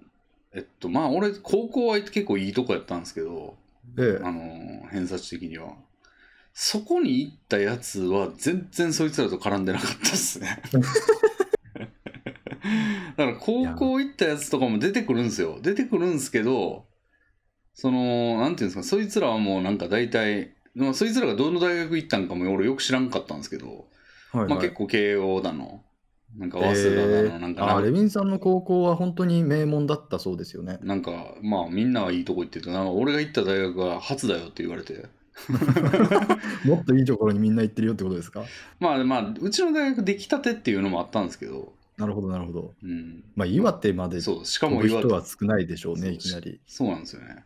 えっとまあ俺高校は結構いいとこやったんですけどえあの偏差値的にはそこに行ったやつは全然そいつらと絡んでなかったっす *laughs* ねだから高校行ったやつとかも出てくるんですよ出てくるんですけどそのなんていうんですかそいつらはもうなんか大体まあそいつらがどの大学行ったんかも俺よく知らんかったんですけど、えはいまあ、はい結構慶応だのなんか早稲田だの、えなんーかあなーレヴィンさんの高校は本当に名門だったそうです *laughs* よね。なんかまあみんなはいいとこ行っててなんか俺が行った大学は初だよって言われてもっといいところにみんな行ってるよってことですかまあまあうちの大学出来たてっていうのもあったんですけど、なるほどなるほど。うん、まあ岩手まで飛そうしかもぶ岩人手は少ないでしょうそねういきなり。そうなんですよね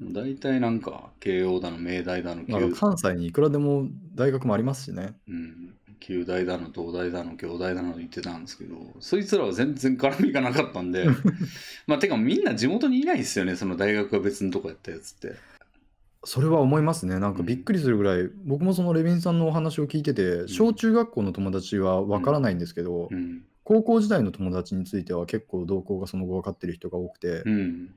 大体なんか慶応だの明大だのまあ九,、関西にいくらでも大学もありますしね。うん、九大だの東大だの京大だの言ってたんですけどそいつらは全然絡みがなかった *laughs* んでまあてかみんな地元にいないですよねその大学が別のとこやったやつってそれは思いますね。なんうかんびっくりするぐらい、僕もそのレヴィンさんのお話を聞いてて、ん小中学校の友達はわからないんですけど、うん高校時代の友達については結構動向がその後分かってる人が多くて、うん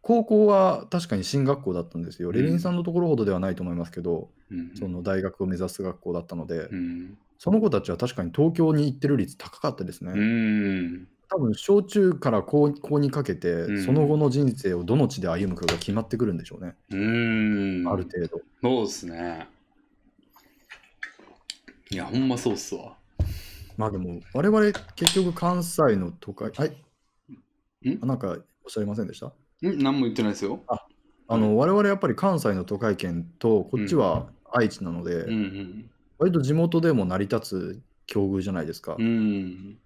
高校は確かに進学校だったんですよ。んレヴィンさんのところほどではないと思いますけど、うんその大学を目指す学校だったので、うんその子たちは確かに東京に行ってる率高かったですね。うん多分小中から高高にかけて、んその後の人生をどの地で歩むかが決まってくるんでしょうね、うんある程度。そうですね。いや、ほんまそうっすわ。まあでも、我々結局関西の都会、はいんあなんかおっしゃいませんでしたん何も言ってないですよ。あの、我々やっぱり関西の都会圏と、こっちは愛知なので、うん割と地元でも成り立つ境遇じゃないですか。うん。うん。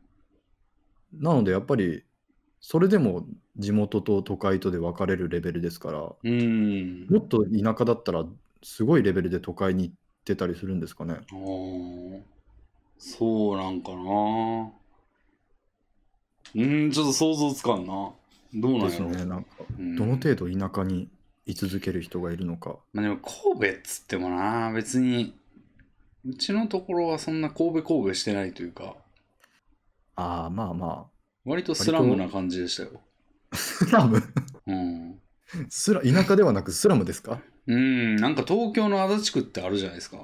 なので、やっぱり、それでも地元と都会とで分かれるレベルですから、もうん。っと田舎だったら、すごいレベルで都会に行ってたりするんですかね。あーそうなんかな。うん、ちょっと想像つかんな。どうなんでやすろう。ね。なんか、うんどの程度田舎に居続ける人がいるのか。まあでも神戸っつってもな、別に、うちのところはそんな神戸神戸してないというか、ああ、まあま割とスラムな感じでしたよ。あ。スラムうん。スラ田舎ではなくスラムですかうん、なんか東京の足立区ってあるじゃないですか。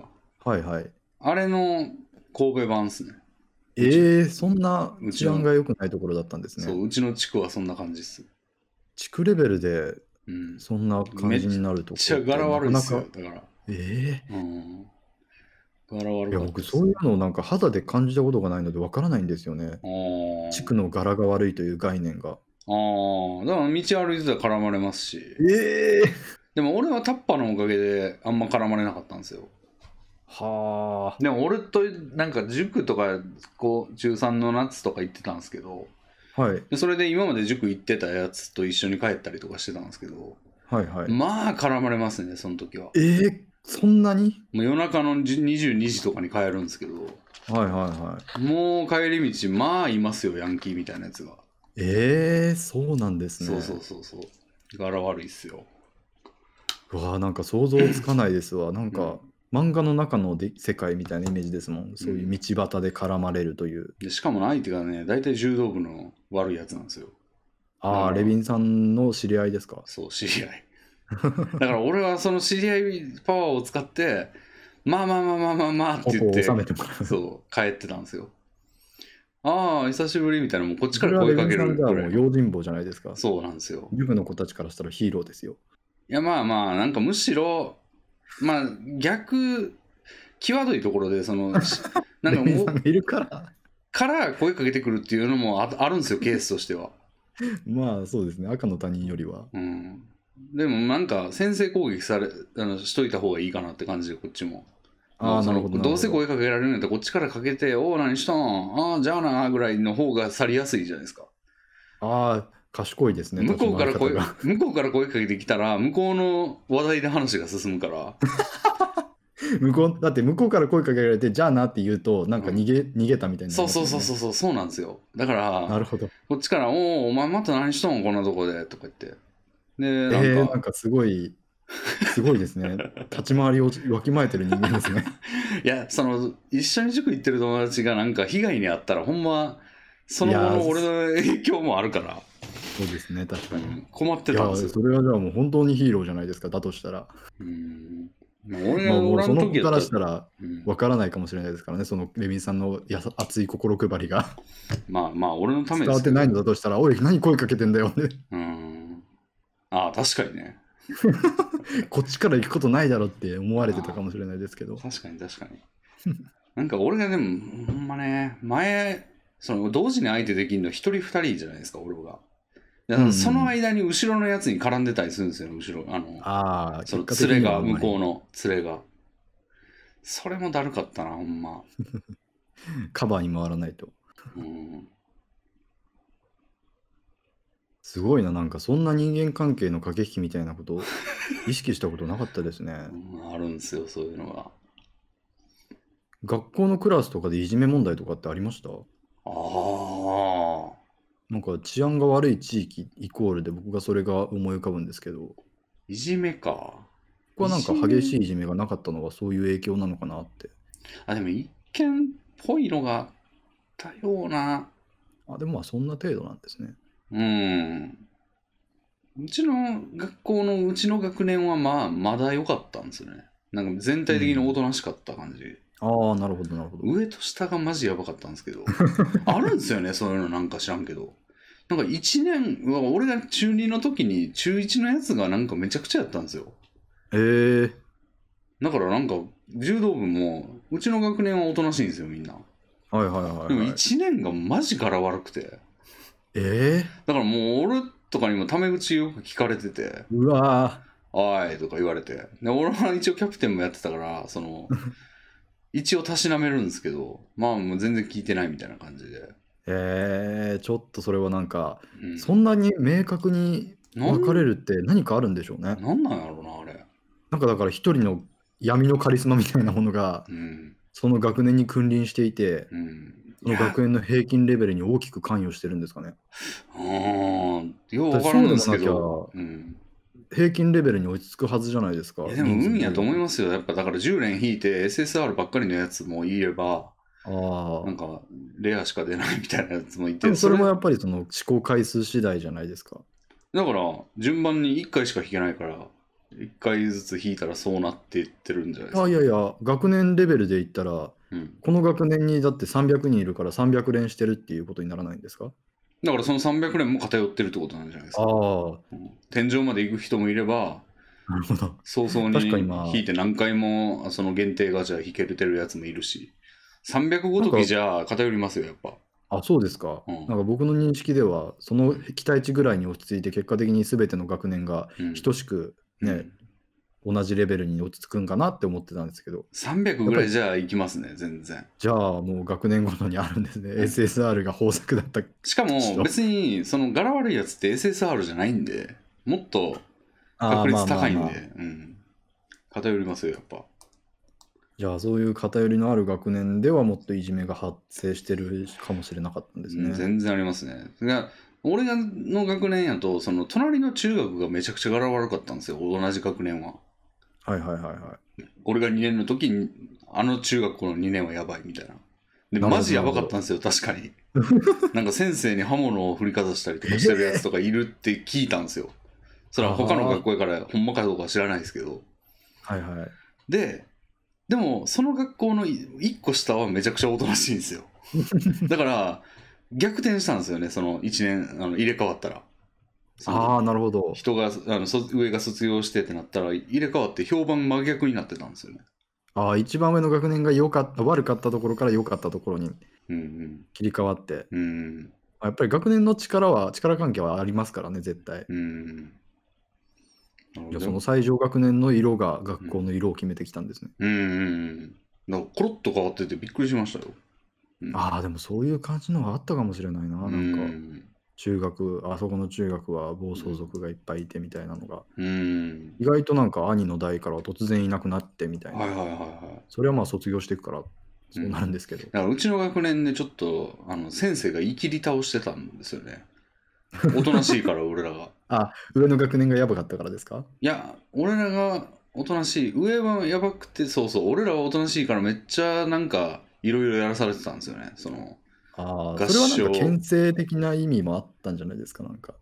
はいはい。あれの神戸版っすね。えー、そんな治安が良くないところだったんですそね。う、うちの地区はそんな感じっす。地区レベルでうん。めっそんな感じになるとこちゃ柄悪いっすよ、なだかなかから。えうん。柄悪ー、いかやった僕そういうのをなんか肌で感じたことがないのでわからないんですよね。う地区の柄が悪いという概念が。ああ、だから道歩いてたら絡まれますし、ええでも俺はタッパーのおかげであんま絡まれなかったんですよ。はあ。でも俺となんか塾とかこう中3の夏とか行ってたんですけど、はいでそれで今まで塾行ってたやつと一緒に帰ったりとかしてたんですけど、はいはい。まあ絡まれますね、その時は。えー、そんなにもう夜中のじ22時とかに帰るんですけど、はいはいはい。もう帰り道、まあいますよ、ヤンキーみたいなやつが。ええー、そうなんですね。そうそうそうそう。柄悪いっすよ。うわあなんか想像つかないですわ。なんか、漫画の中ので世界みたいなイメージですもん。そういう道端で絡まれるという。でしかも相手がね、大体柔道部の悪いやつなんですよ。あうあ、んレビンさんの知り合いですか。そう、知り合 *laughs* い。だから俺はその知り合いパワーを使って、まあまあまあまあまあまあってここ言っをて、収めてもらう。そう、帰ってたんですよ。ああ、久しぶりみたいな、もうこっちそかれらはレ声かけビンさんるじゃぐもらうい。用心棒じゃないですか。そうなんですよ。塾の子たちからしたらヒーローですよ。いやまあまあ、なんかむしろ、まあ逆、際どいところで、その、しなんか *laughs* レビもンさんう、がいるから。から声かけてくるっていうのもああるんですよ、ケースとしては。まあそうですね。赤の他人よりは。うん。でもなんか、先制攻撃され、あのしといた方がいいかなって感じで、こっちも。ああ、そなのるほど。どうせなる声かけられるんやったらこっちからかけて「おお何したんああじゃあな」ぐらいの方が去りやすいじゃないですか、ほどああ、賢いですね。向こうから立ち声回り方が向こうから声かけてきたら向こうの話題で話が進むから向こうだって向こうから声かけられて、じゃあなって言うと、なんか逃げ,、逃げたみたいになそりうますそようね、そうそうそうそうなんですよだかならるほど。こっちから「おおお前また何しとんこんなとこで」とか言ってでなんか,、えー、なんかすごい、すごいですね。立ち回りをわきまえてる人間で *laughs* すね。いやその一緒に塾行ってる友達がなんか被害に遭ったらほんまその後の俺の影響もあるから、そうですね、確かうに。ん困っていたんや、ですよそれはじゃあもう本当にヒーローじゃないですか、だとしたら。うん俺まあがもおうらそんの時子やったかららしたらうんわからないかもしれないですからね、そのレビンさんのやさ熱い心配りがまあまあ俺のため伝でわっすけてどないのだとしたら、おい、何声かけてんだよ *laughs* って、うんああ確かにねこっちから行くことないだろって思われてたかもしれないですけど。確かに確かに *laughs* なんか俺がでもほんまね前その同時に相手できるの1人2人じゃないですか俺がだうかんうんらその間に後ろのやつに絡んでたりするんですよね後ろあのああ、その結果的連れにはが向こううの連れがそれもだるかったなほんままいカバーに回らないと。うんすごいな、なんかそんな人間関係の駆け引きみたい *laughs* なことを意識したことなかったですね。うんあるんですよそういうのが学校のクラスとかでいじめ問題とかってありましたああなんか治安が悪い地域イコールで僕がそれが思い浮かぶんですけど、こいじめかこはなんか激しいいじめがなかったのはそういう影響なのかなって。あでも一見っぽいのがあったようなあでもまあそんな程度なんですね。うんうちの学校のうちの学年はまあまだ良かったんですよねなんか全体的におとなしかった感じ、ああ、なるほど、なるほど。上と下がマジやばかったんですけど *laughs* あるんですよねそういうのなんか知らんけどなんか1年うわ俺が中2の時に中1のやつがなんかめちゃくちゃやったんですよえー、だからなんか柔道部もうちの学年はおとなしいんですよみんなはいはいはい、でもはい。 1年がマジ柄悪くて、えだからもう俺とかにもタメ口よく聞かれててー、うわ「おい」とか言われてで俺は一応キャプテンもやってたからそ *laughs* の一応たしなめるんですけどまあもう全然聞いてないみたいな感じで、ーえー、ちょっとそれはなんか、うん、そんなに明確になん分かれるって何かあるんでしょうね。なんなんやろうなあれなんかだから一人の闇のカリスマみたいなものがうんその学年に君臨していてうんそのいや学園の平均レベルに大きく関与してるんですかねうーんよう分からんですけどそううん、平均レベルに落ち着くはずじゃないですかいやでも運やと思いすますよやっぱだから10連引いて SSR ばっかりのやつもいればあなんあかレアしか出ないみたいなやつもいでてもそれもやっぱりその試行回数次第じゃないですかだから順番に1回しか弾けないから1回ずつ弾いたらそうなっていってるんじゃないですあかいやいや学年レベルで言ったらうん、この学年にだって300人いるから300連してるっていうことにならないんですかだからその300年も偏ってるってことなんじゃないですあか、あ、うん天井まで行く人もいればなるほど。早々に確かにまあ引いて何回もその限定がじゃあ引けるてるやつもいるし300ごときじゃ偏りますよやっぱあ、そうですか。うんなんか僕の認識では、その期待値ぐらいに落ち着いて、結果的に全ての学年がうん等しくうねん、同じレベルに落ち着くんかなって思ってたんですけど、 300ぐらいじゃあ行きますね全然じゃあもう学年ごとにあるんですね。SSR が豊作だった。しかちょっもと別にその柄悪いやつって SSR じゃないんでもっとあ確ー率まあまあ高いんまあでうん偏りますよやっぱじゃあそういう偏りのある学年ではもっといじめが発生してるかもしれなかったんですうんね。全然ありますねが俺の学年やとその隣の中学がめちゃくちゃ柄悪かったんですよ同じ学年ははいはいはいは俺が2年の時にあの中学校の2年はやばいみたいなでなるほどマジやばかったんですよ確かに *laughs* なんか先生に刃物を振りかざしたりとかしてるやつとかいるって聞いたんですよそれは他の学校やからほんまかどうかは知らないですけどい。はいはい。ででもその学校の1個下はめちゃくちゃおとなしいんです *laughs* よだから逆転したんですよねその1年あの入れ替わったらそのああ、なるほど。人があの卒上が卒業してってなったら入れ替わって評判真逆になってたんですよねああ、一番上の学年が良かった、悪かったところから良かったところにうん切り替わって、うんうんまあやっぱり学年の力は、力関係はありますからね、絶対。うんなるほいやどその最上学年の色が学校の色を決めてきたんですね。うんうんうんなんかコロッと変わっててびっくりしましたようんああ、でもそういう感じのがあったかもしれないな。うなんか、ん中学、あそこの中学は暴走族がいっぱいいてみたいなのが、うん意外となんか兄の代からは突然いなくなってみたいはいはいな。はいはいそれはまあ卒業していくから、そうなるんですけど。だからうちの学年でちょっとあの先生が言い切り倒してたんですよね。おとなしいから俺ら *laughs* が。上の学年がやばかったからですかいや俺らがおとなしい上はやばくてそうそう俺らはおとなしいからめっちゃなんかいろいろやらされてたんですよね。そのあ合あ、唱それはなんか牽制的な意味もあったんじゃないですか、なんか。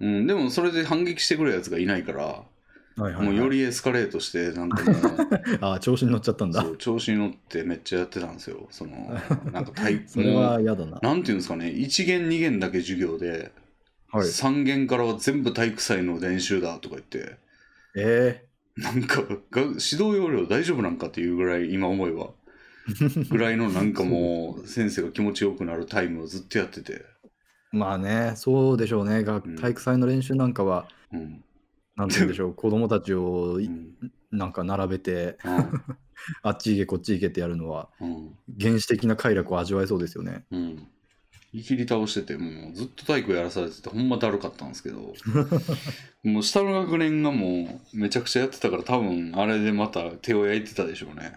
うん、でもそれで反撃してくるやつがいないからはいはいもはういよりエスカレートしてなんかもうああ、調子に乗っちゃったんだそ。う調子に乗ってめっちゃやってたんですよ。そ *laughs* のなんかタイそれもはう嫌だな。なんていうんですかね1限2限だけ授業で、はい。 3限からは全部体育祭の練習だとか言って。えなんかが指導要領大丈夫なんかっていうぐらい今思え *laughs* ばぐらいのなんかもう先生が気持ちよくなるタイムをずっとやってて、えまあね、そうでしょうね。がうん体育祭の練習なんかは、うんなんて言うんで *laughs* しょう、子供たちをういんなんか並べて、うんあっち行け、こっち行けってやるのは、うん原始的な快楽を味わえそうですよね。うんいきり倒しててもうずっと体育やらされててほんまだるかったんですけどもう下の学年がもうめちゃくちゃやってたから多分あれでまた手を焼いてたでしょうね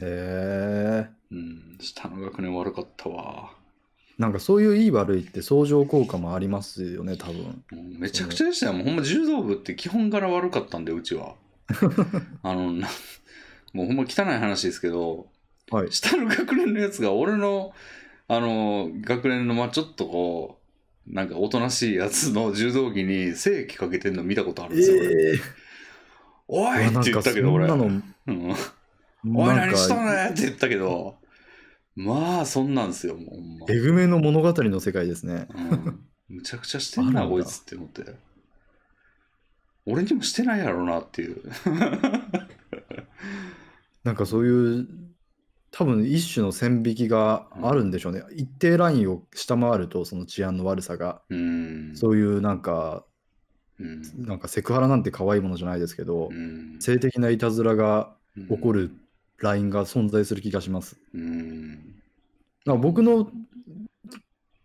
へえ。うん下の学年悪かったわなんかそういういい悪いって相乗効果もありますよね、多分。もうめちゃくちゃでしたよ、もうほんま柔道部って基本から悪かったんで、うち *laughs* は。あのなもうほんま汚い話ですけど、はい。下の学年のやつが俺のあの学年のまあちょっとこう、なんかおとなしいやつの柔道着に精液かけてんの見たことあるんですよ、俺えおいなっんて言かったそけど、ん俺。なうの、んおい、なん何しとんか、ねんって言ったけど、まあ、そんなんですよ、もうほんま。えぐめの物語の世界ですね。うんむちゃくちゃしてんあな、るんだこいつって思って。俺にもしてないやろなっていう。なんかそういう、多分一種の線引きがあるんでしょうね。一定ラインを下回ると、その治安の悪さが、うん。そういうなんか、うん。なんかセクハラなんて可愛いものじゃないですけど、うん。性的ないたずらが起こる。るラインが存在する気がします。うん。なんか僕の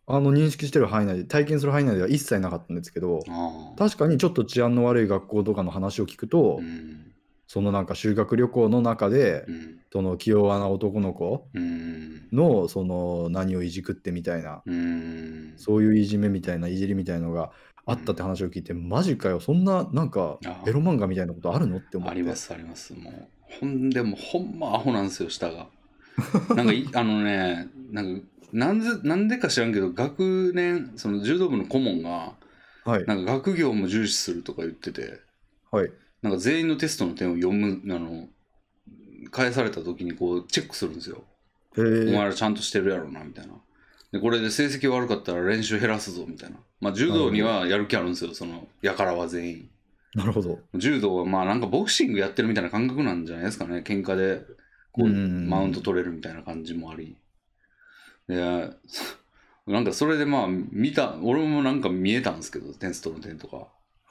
あの認識してる範囲内で、体験する範囲内では一切なかったんですけど、ああ。確かにちょっと治安の悪い学校とかの話を聞くと、うん。そのなんか修学旅行の中で、うん。その器用な男の子うん。のその何をいじくってみたいな、うん。そういういじめみたいな、いじりみたいのがあったって話を聞いて、マジかよ、そんななんかあエロ漫画みたいなことあるのって思って。あります、あります。もう。ほんでも、ほんまアホなんですよ、下が。 *laughs* なんかい、あのね、なんか、なんでなんでか知らんけど、学年、その柔道部の顧問が、はい。なんか学業も重視するとか言ってて、はい。なんか全員のテストの点を読む、あの、返された時にこうチェックするんですよ。へおえ前らちゃんとしてるやろなみたいなでこれで成績悪かったら練習減らすぞみたいなまあ柔道にはやる気あるんですよそのやからは全員なるほど。柔道はまあなんかボクシングやってるみたいな感覚なんじゃないですかね喧嘩でこううんマウント取れるみたいな感じもありいや *laughs* なんかそれでまあ見た俺もなんか見えたんですけどテンストの点とか、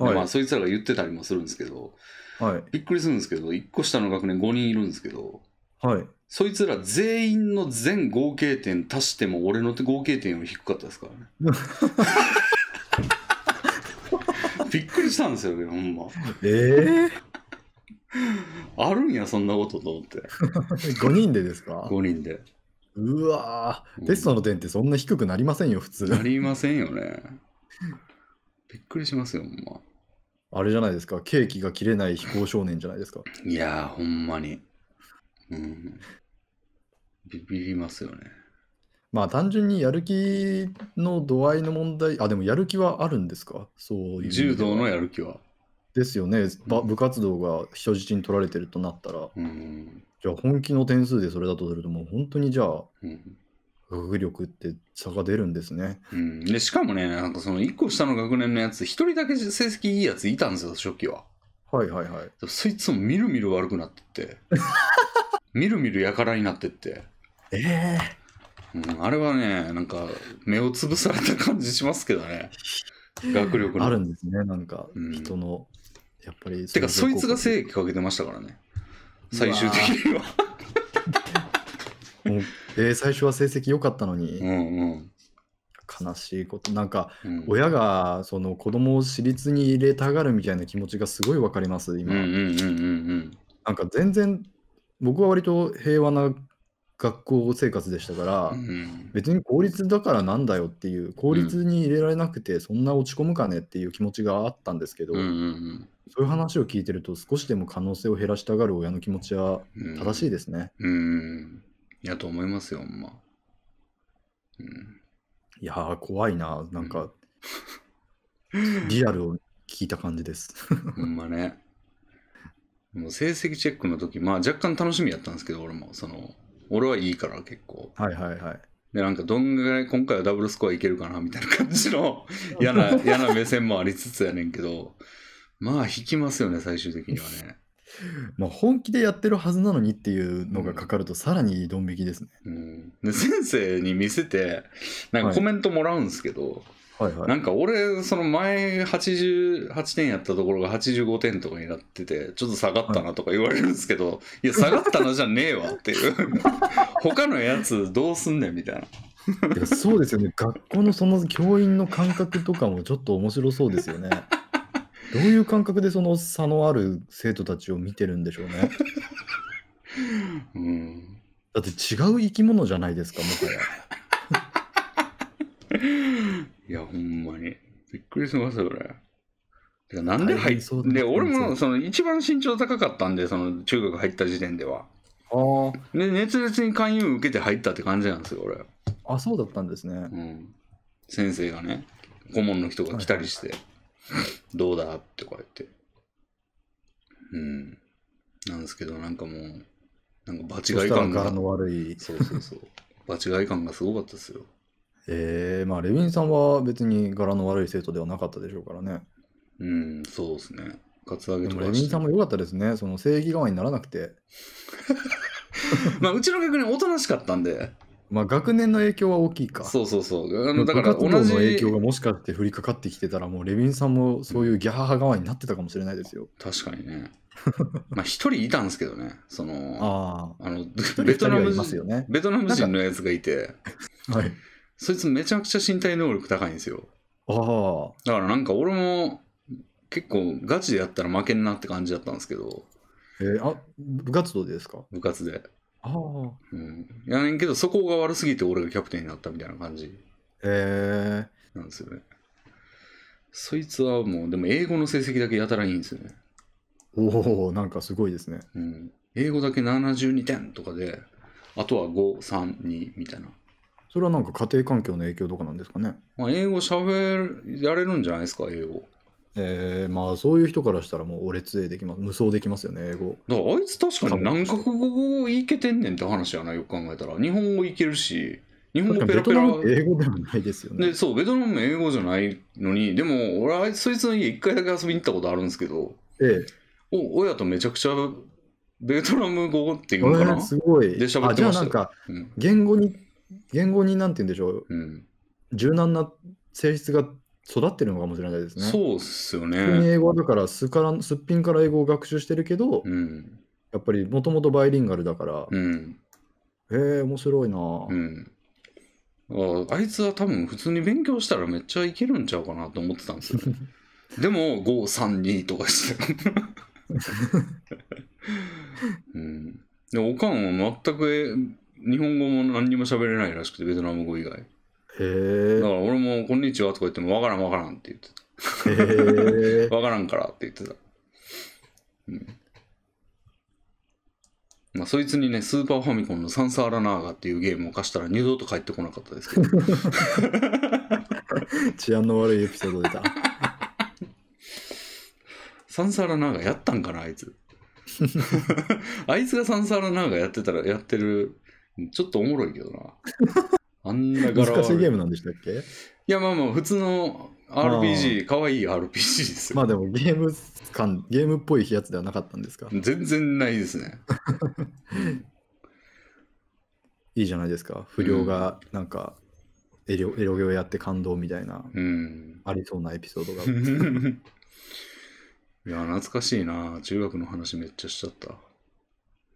でまはあそいつらが言ってたりもするんですけどい。はい。びっくりするんですけど1個下の学年5人いるんですけどはい。そいつら全員の全合計点足しても俺の合計点より低かったですからねびっくりしたんですよねほんまええあるんやそんなことと思って五 ?5 人でですか5人でうわーテストの点ってそんな低くなりませんよ、普通。なりませんよねびっくりしますよほんまあれじゃないですか。ケーキが切れない非行少年じゃないですか。いやーほんまにうんビビりますよねまあ単純にやる気の度合いの問題、あ、でもやる気はあるんですかそういう意味では。柔道のやる気はですよね。ば部活動が人質に取られてるとなったら、うんじゃあ本気の点数でそれだとすると、もう本当にじゃあうん学力って差が出るんですね。うん、でしかもね、なんかその1個下の学年のやつ、1人だけ成績いいやついたんですよ、初期は。はいはいはい。でもそいつもみるみる悪くなってっ *laughs* て、みるみるやからになってって、ええうん、あれはね、なんか目をつぶされた感じしますけどね、学力の。あるんですね、なんかうん人の、やっぱり。てか、そいつがい正義かけてましたからね、最終的には。 *laughs* もうえー最初は成績良かったのに、うんうん悲しいこと、なんかうん親がその子供を私立に入れたがるみたいな気持ちがすごいわかります、うん今。うんうんうんなんか全然、僕は割と平和な学校生活でしたから、うんうん。別に公立だからなんだよっていう、公立に入れられなくて、そんな落ち込むかねっていう気持ちがあったんですけど、うんうんそういう話を聞いてると、少しでも可能性を減らしたがる親の気持ちはうん、正しいですね。うん。やと思いますよ、ほんま。うんいやー、怖いな、なんか、 *laughs* リアルを聞いた感じです。 *laughs* ほんまね。もう成績チェックの時、まあ若干楽しみやったんですけど、俺も、その、俺はいいから結構。はいはいはい。で、なんかどんぐらい今回はダブルスコアいけるかなみたいな感じの *laughs* 嫌な、嫌な目線もありつつやねんけど、まあ引きますよね、最終的にはね。 *laughs* まあ、本気でやってるはずなのにっていうのがかかると、さらにドン引きですね。うん、で先生に見せてなんかコメントもらうんですけど、はいは。ないんか俺その前88点やったところが85点とかになっててちょっと下がったなとか言われるんですけど、い、や下がったなじゃねえわっていう *laughs* 他のやつどうすんねんみたいなてかそうですよね、学校のその教員の感覚とかもちょっと面白そうです *laughs* よね。どういう感覚でその差のある生徒たちを見てるんでしょうね。うんだって違う生き物じゃないですか、もはや。いやほんまにびっくりしますよねてかなんで大入っ変そうだでね俺先も生その一番身長高かったんでその中学入った時点では *laughs* あで熱烈に勧誘受けて入ったって感じなんですよ俺、あ、あ、そうだったんですね。うん、先生がね顧問の人が来たりして「どうだ?」とか言ってうんなんですけどなんかもうなんか場違い感そしたらが柄の悪い。そうそうそう場違い感がすごかったですよえー、まあ、レヴィンさんは別に柄の悪い生徒ではなかったでしょうからね。うんそうですねカツアゲでともかレしヴてィンさんも良かったですね。その正義側にならなくて。 *laughs* まあうちの学年おとなしかったんでまあ学年の影響は大きいか。そうそうそうあまあのだから部活同動のじ影響がもしかして降りかかってきてたら、もうレヴィンさんもそういうギャハハ側になってたかもしれないですよ。確かにねまあ一人いたんですけどねそのああ。あの一人ベトナ二人はムいます人よね。ベトナム人のやつがいてはい。そいつめちゃくちゃ身体能力高いんですよ。ああ。だからなんか俺も結構ガチでやったら負けんなって感じだったんですけど、えー、あ、部活動でですか部活で。ああ。うん。やねんけど、そこが悪すぎて俺がキャプテンになったみたいな感じえー、なんですよね。そいつはもう、でも英語の成績だけやたらいいんですよね。おお、なんかすごいですね。うん。英語だけ72点とかで、あとは5、3、2みたいな。それはなんか家庭環境の影響とかなんですかね。まあ、英語喋れられるんじゃないですか、英語。えー、まあそういう人からしたらもう俺杖できます無双できますよね英語だからあいつ確かに何カ国語をいけてんねんって話やなよく考えたら日本語いけるし日本確語かペラにベトペナラムって英語でもないですよねでそうベトナムも英語じゃないのにでも俺はそいつの家一回だけ遊びに行ったことあるんですけどえお親とめちゃくちゃベトナム語っていえうのかえーな、すごいで喋あってじゃまあしたなんよかうん言語に言語になんて言うんでしょううん柔軟な性質が育ってるのかもしれないですねそうっすよ普通にね、英語はだからすからすっぴんから英語を学習してるけど、うんやっぱりもともとバイリンガルだから、うんへえ面白いな、うんああいつは多分普通に勉強したらめっちゃいけるんちゃうかなと思ってたんですよでも532とかしてうんでおかんは全くえ日本語も何にも喋れないらしくてベトナム語以外だかへら俺も「こんにちは」とか言っても「わからんわからん」って言ってえへえた「わからんから」って言ってた、うんまあ、そいつにねスーパーファミコンの「サンサーラナーガ」っていうゲームを貸したら二度と帰ってこなかったですけど治安の悪いエピソード出たサンサーラナーガやったんかなあいつ *laughs* あいつがサンサーラナーガやってたらやってるちょっとおもろいけどなあんな柄難悪しいいゲーいムなんでしたっけやまあまあ普通の RPG 可愛い RPG ですよまあでもゲーム感ゲームっぽいやつではなかったんですか全然ないですねいいじゃないですか不良がなんかエロエロゲをやって感動みたいなうん *laughs* ありそうなエピソードがいや、懐かしいな。中学の話めっちゃしちゃった。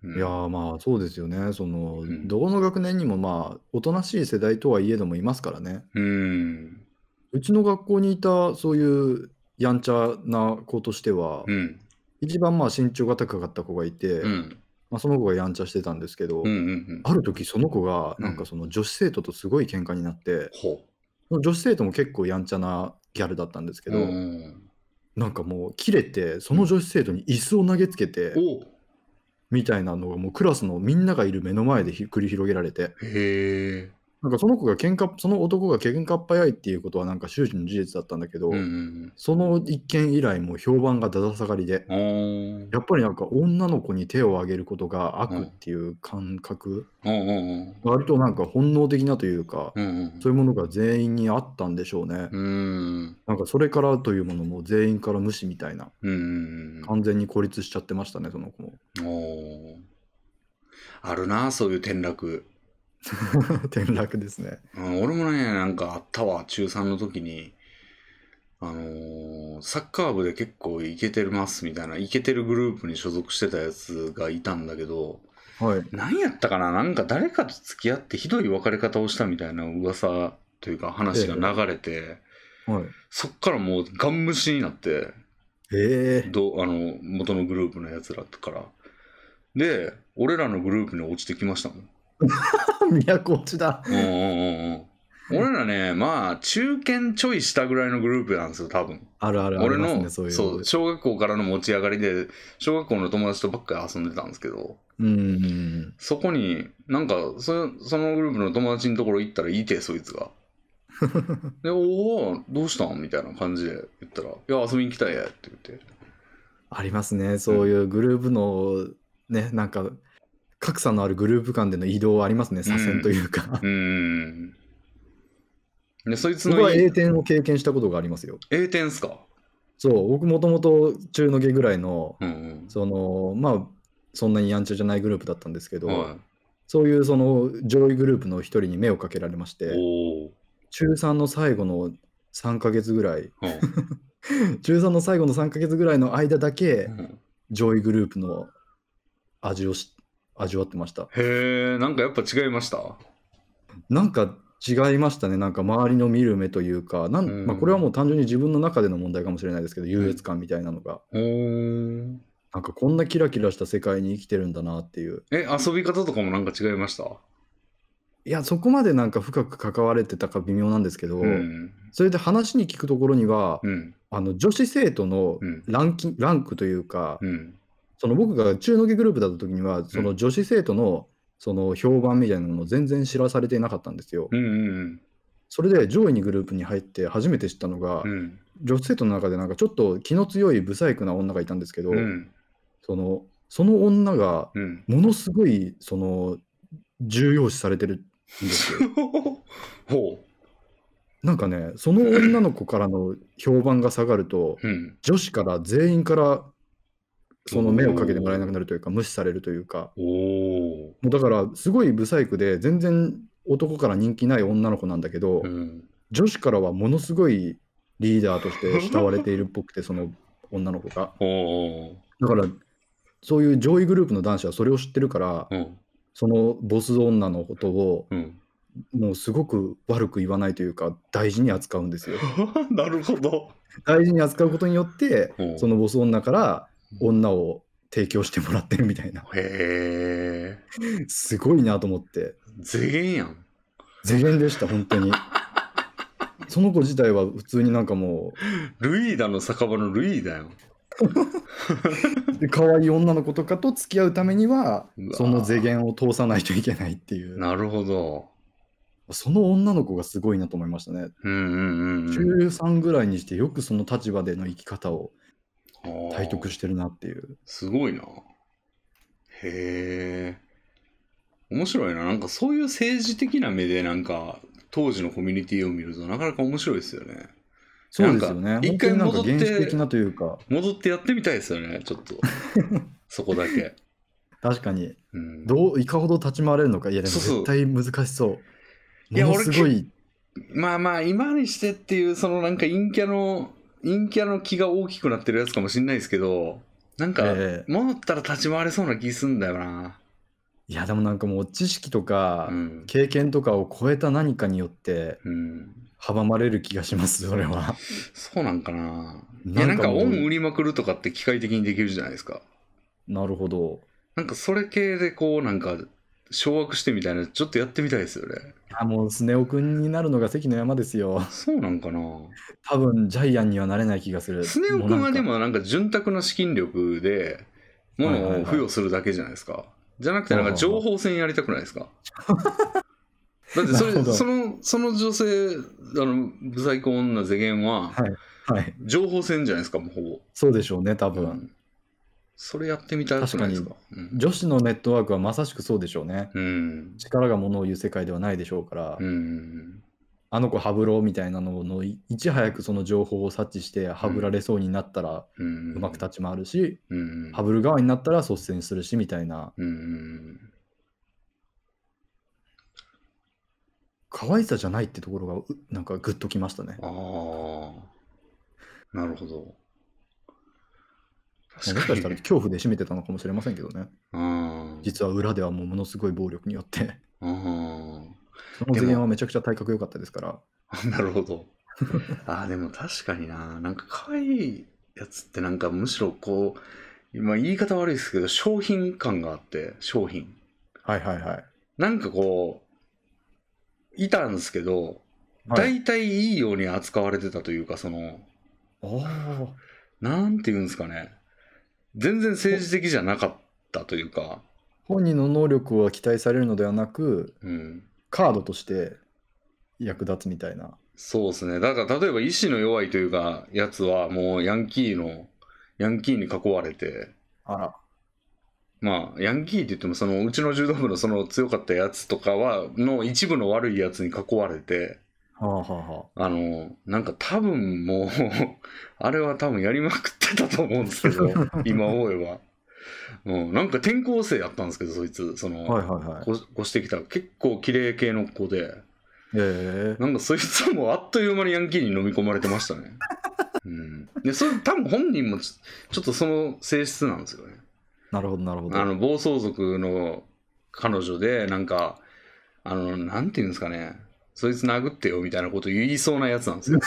うんいやーまあそうですよねその、んどこの学年にもまあおとなしい世代とはいえどもいますからねうん。うちの学校にいたそういうやんちゃな子としては、うん。一番まあ身長が高かった子がいて、うん。まあ、その子がやんちゃしてたんですけど、うん。うん。ある時その子がうんなんかその女子生徒とすごい喧嘩になって、ほその女子生徒も結構やんちゃなギャルだったんですけう。ど、うんなんかもう切れてその女子生徒に椅子を投げつけて、おみたいなのがもうクラスのみんながいる目の前でひ繰り広げられてへえ。なんかその子が喧嘩その男が喧嘩っ早いっていうことはなんか周知の事実だったんだけど、うんうんその一件以来もう評判がだだ下がりで。うん。やっぱりなんか女の子に手を挙げることが悪っていう感覚、あーうんうん割となんか本能的なというか、うん。うんそういうものが全員にあったんでしょうね、うん。なんかそれからというものも全員から無視みたいなうん。うん。完全に孤立しちゃってましたねその子もおーあるな、そういう転落。 *laughs* 転落ですねうん俺もね、なんかあったわ、中3の時に、あのーサッカー部で結構イケてますみたいな、イケてるグループに所属してたやつがいたんだけど、はい何やったかななんか誰かと付き合ってひどい別れ方をしたみたいな噂というか話が流れて、はいそっからもうガン無視になって、ええどうあの元のグループのやつらから。で、俺らのグループに落ちてきましたもん。都落ちだうんうんうんうん *laughs* 俺らね、まあ、中堅ちょい下ぐらいのグループなんですよ、多分。あるあるあり俺ますねの、そそう、いうう小学校からの持ち上がりで、小学校の友達とばっかり遊んでたんですけど、うんそこに、なんか、そそのグループの友達のところ行ったらいいて、そいつ *laughs* が。で、おお、どうしたんみたいな感じで言ったら、いや、遊びに来たんや、って言って。ありますねそういうグループのねなんか格差のあるグループ間での移動はありますね左遷というか、うーん。で、そいつ僕のは A い点を経験したことがありますよ。 A 点っすかそう、僕もともと中の下ぐらいの、うんその、まあ、そんなにやんちゃじゃないグループだったんですけうど、ん。はそういうその上位グループの一人に目をかけられましい。て、おお。中3の最後の3ヶ月ぐらい、うん中3の最後の3ヶ月ぐらいの間だけう、ん上位グループの味をし味わってました。へえ、なんかやっぱ違いました。なんか違いましたね、なんか周りの見る目というか、なんうんまあ、これはもう単純に自分の中での問題かもしれないですけど、優越感みたいなのが。おーなんかこんなキラキラした世界に生きてるんだなっていう。え、遊び方とかもなんか違いましたいや、そこまでなんか深く関われてたか微妙なんですけど、うん。それで話に聞くところには、うん。あの女子生徒のうん。ランキンランクというか、うん。その僕が中の下グループだった時には、その女子生徒のその評判みたいなのも全然知らされていなかったんですよ。うん。うん。それで上位にグループに入って初めて知ったのが、うん。女子生徒の中でなんかちょっと気の強い不細工な女がいたんですけど、うん。そのその女がうん。ものすごいその重要視されてるんですよほなんかねその女の子からの評判が下がるとう。うん。女子から全員からその目をかけてもらえなくなるというか無視されるというかおお。もうだからすごい不細工で全然男から人気ない女の子なんだけど、うん。女子からはものすごいリーダーと *laughs* して慕われているっぽくてその女の子がおお。だからそういう上位グループの男子はそれを知ってるからうん。そのボス女のことをうん。もうすごく悪く言わないというか大事に扱う *laughs* んですよなるほど。大事に扱うことによってうんそのボス女から女を提供してもらってるみたいなへえ。すごいなと思って世言やん。世間でした本当にその子自体は普通になんかもルイーダの酒場のルイーダやん。うで可愛い女の子とかと付き合うためにはうわその世間を通さないといけないっていうなるほど。その女の子がすごいなと思いましたね、うんうんうん13ぐらいにしてよくその立場での生き方をうん。体得ししてるなっていうすごいな。へえ。面白いな。なんかそういう政治的な目で、なんか当時のコミュニティを見るとなかなか面白いですよね。そうですよねなんか一回本戻当ってになんか原始的なというか戻ってやってみたいですよね、ちょ *laughs* っと。そこだけ。確かにうん、どういかほど立ち回れるのかいやでもそうそう絶対難しそういやものすごいまあまあ、今にしてっていう、そのなんか陰キャの、陰キャの気が大きくなってるやつかもしれないですけど、なんか、ええ戻ったら立ち回れそうな気すんだよな。いやでもなんかもう知識とうかん。経験とかを超えた何かによってうん、阻まれる気がします *laughs* それはそうなんかな。いや、ななんんかかもう恩売りまくるとかって機械的にできるじゃないですか。なるほどなんかそれ系でこう、なんか、掌握してみたいな、ちょっとやってみたいですよね。いやもうスネ夫くんになるのが関の山ですよそうなんかな。多分ジャイアンにはなれない気がするスネ夫君はでうなんかもなんか潤沢な資金力で物を付与するだけじゃないですか、じゃなくてなんか情報戦やりたくないですかだってそなるれほどそのその女性あのブサイク女世間ははいはい情報戦じゃないですかもうほそうでしょうね多ぼ、分、うんそれやってみたくないですかうん女子のネットワークはまさしくそうでしょうねうん力が物を言う世界ではないでしょうから、うんあの子ハブろうみたいなののいいち早くその情報を察知してハブられそうになったらうんうまく立ち回るし、うんハブる側になったら率先するしみたいなうん可愛さじゃないってところがうなんかグッときましたねあ。あなるほどもしかしたら恐怖で締めてたのかもしれませんけどね。うん実は裏ではもうものすごい暴力によって、うんその前言はめちゃくちゃ体格良かったですから。 *laughs* なるほど。ああ、でも確かにな。なんか可愛いやつってなんかむしろこう、今言い方悪いですけど、商品感があって、商品。はいはいはい。なんかこう、いたんですけど、はい、大体いいように扱われてたというか、その、あなんて言うんですかね。全然政治的じゃなかったというか、本人の能力を期待されるのではなく、うん。カードとして役立つみたいな。そうですね。だから例えば意志の弱いというか、やつはもうヤンキーの、ヤンキーに囲われて、あら。まあ、ヤンキーって言っても、そのうちの柔道部のその強かったやつとかは、の一部の悪いやつに囲われて、はあはあはあの、なんか多分もう、 *laughs* あれは多分やりまくってたと思うんですけ *laughs* ど、今思えば。うん、なんか転校生やったんですけど、そいつ、その、あ。はいはいはい。こ越してきた、結構綺麗系の子で、ええなんかそいつはもうあっという間にヤンキーに飲み込まれてました *laughs* ね。うん、でそれ多分本人もちちょっとその性質なんですよね。なるほどなるほど。あの暴走族の彼女でなんかあのなんていうんですかねそいつ殴ってよみたいなこと言いそうなやつなん *laughs* ですよ、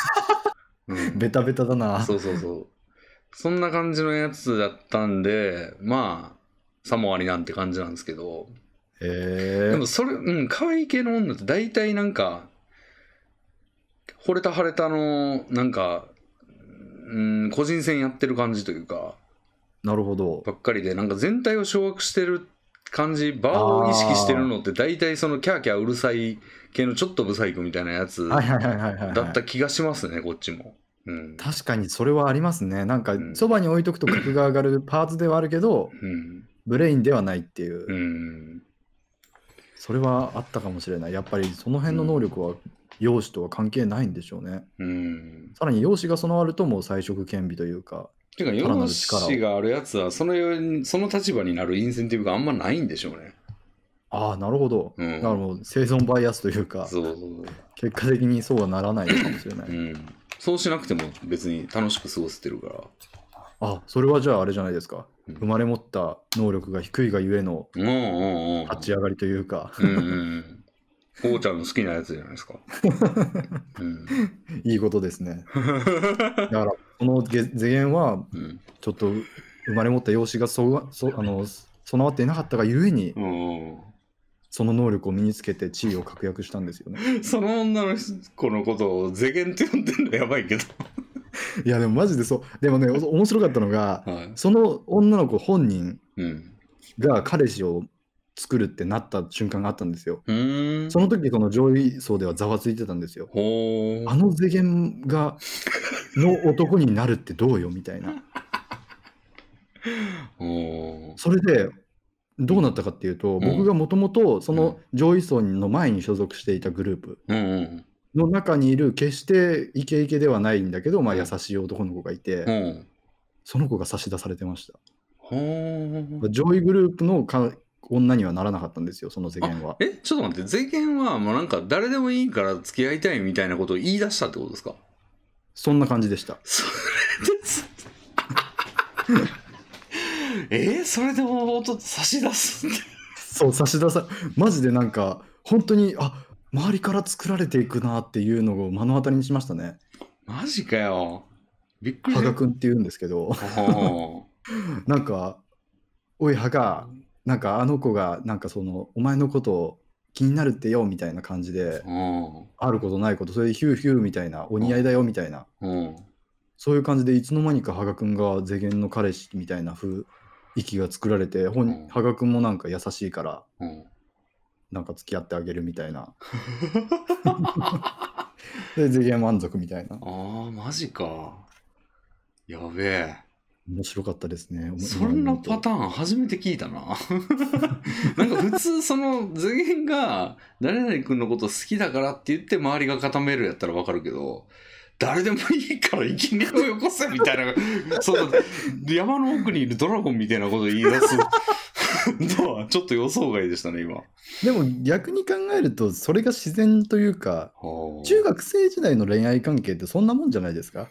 うんベタベタだな。そうそうそうそんな感じのやつだったんでまあさもありなんて感じなんですけどええでもそれうん可愛い系の女って大体なんか惚れた腫れたのなんかうん個人戦やってる感じというかなるほど。ばっかりでなんか全体を掌握してる感じ場を意識してるのって大体そのキャーキャーうるさい系のちょっとブサイクみたいなやつはいはいはいはいはい、はい。だった気がしますねこっちも、うん確かにそれはありますね。なんかうん、そばに置いとくと格が上がるパーツではあるけど、うんブレインではないっていう、うん、それはあったかもしれない。やっぱりその辺の能力は容姿とは関係ないんでしょうね。うん、さらに容姿が備わるともう才色兼備というか、てからなる力を容姿があるやつはそのようにその立場になるインセンティブがあんまないんでしょうねああ、なるほど。うんだからもう生存バイアスというか、そうそうそう結果的にそうはならないかもしれない。うん、そうしなくても別に楽しく過ごせてるからあそれはじゃああれじゃないですか。うん生まれ持った能力が低いがゆえのうんうんうん立ち上がりというか、うんうんうんこうちゃんの好きなやつじゃないですか、うんいいことで *laughs* すね。だから、このげ世言は、うんちょっと生まれ持った容姿がそわ *laughs* そあの備わっていなかったがゆえに、うんその能力を身につけて地位を確約したんですよね。うん、その女の子のことを「世間」って呼んでるのやばいけど、いや、でもマジでそう。でもね、お面白かったのが、はいその女の子本人うん、が彼氏を作るってなった瞬間があったんですよ。うーんその時、この上位層ではざわついてたんですよ。ほあの世間が、の男になるってどうよみたいな。ーほそれでどうなったかっていうと、ん僕がもともとそうの上位層の前に所属していたグループーうんうんの中にいる決してイケイケではないんだけど、まあ、うん優しい男の子がいて、うんその子が差し出されてましたほー上位グループのか女にはならなかったんですよその世間はえちょっと待って世間はもうなんか誰でもいいから付き合いたいみたいなことを言い出したってことですかそんな感じでしたそれです。 *laughs* えー、それでもと差し出すって。そう差し出さマジでなんか本当にあ周りから作られていくなっていうのを目の当たりにしましたねマジかよ。びっくり羽賀君っていうんですけどほなんか、おい、はが、なんかあの子が、なんかその、お前のことを気になるってよみたいな感じでう、ほあることないこと、それでヒューヒューみたいな、お似合いだよみたいな、ううんそういう感じで、いつの間にかはがくんが、世間の彼氏みたいな風息が作られて、ほうんんはがくんもなんか優しいから、うんなんか付き合ってあげるみた *laughs* いな。で、世間満足みたいな。ああ、マジか。やべえ。面白かったですね。そんなパターン初めて聞いたな。 *laughs* なんか普通その図言が誰々君のこと好きだからって言って周りが固めるやったらわかるけど、誰でもいいから生き根をよこせみたいな、 *laughs* その山の奥にいるドラゴンみたいなこと言い出す *laughs* のはちょっと予想外でしたね、今。でも逆に考えると、それが自然というか、中学生時代の恋愛関係ってそんなもんじゃないですか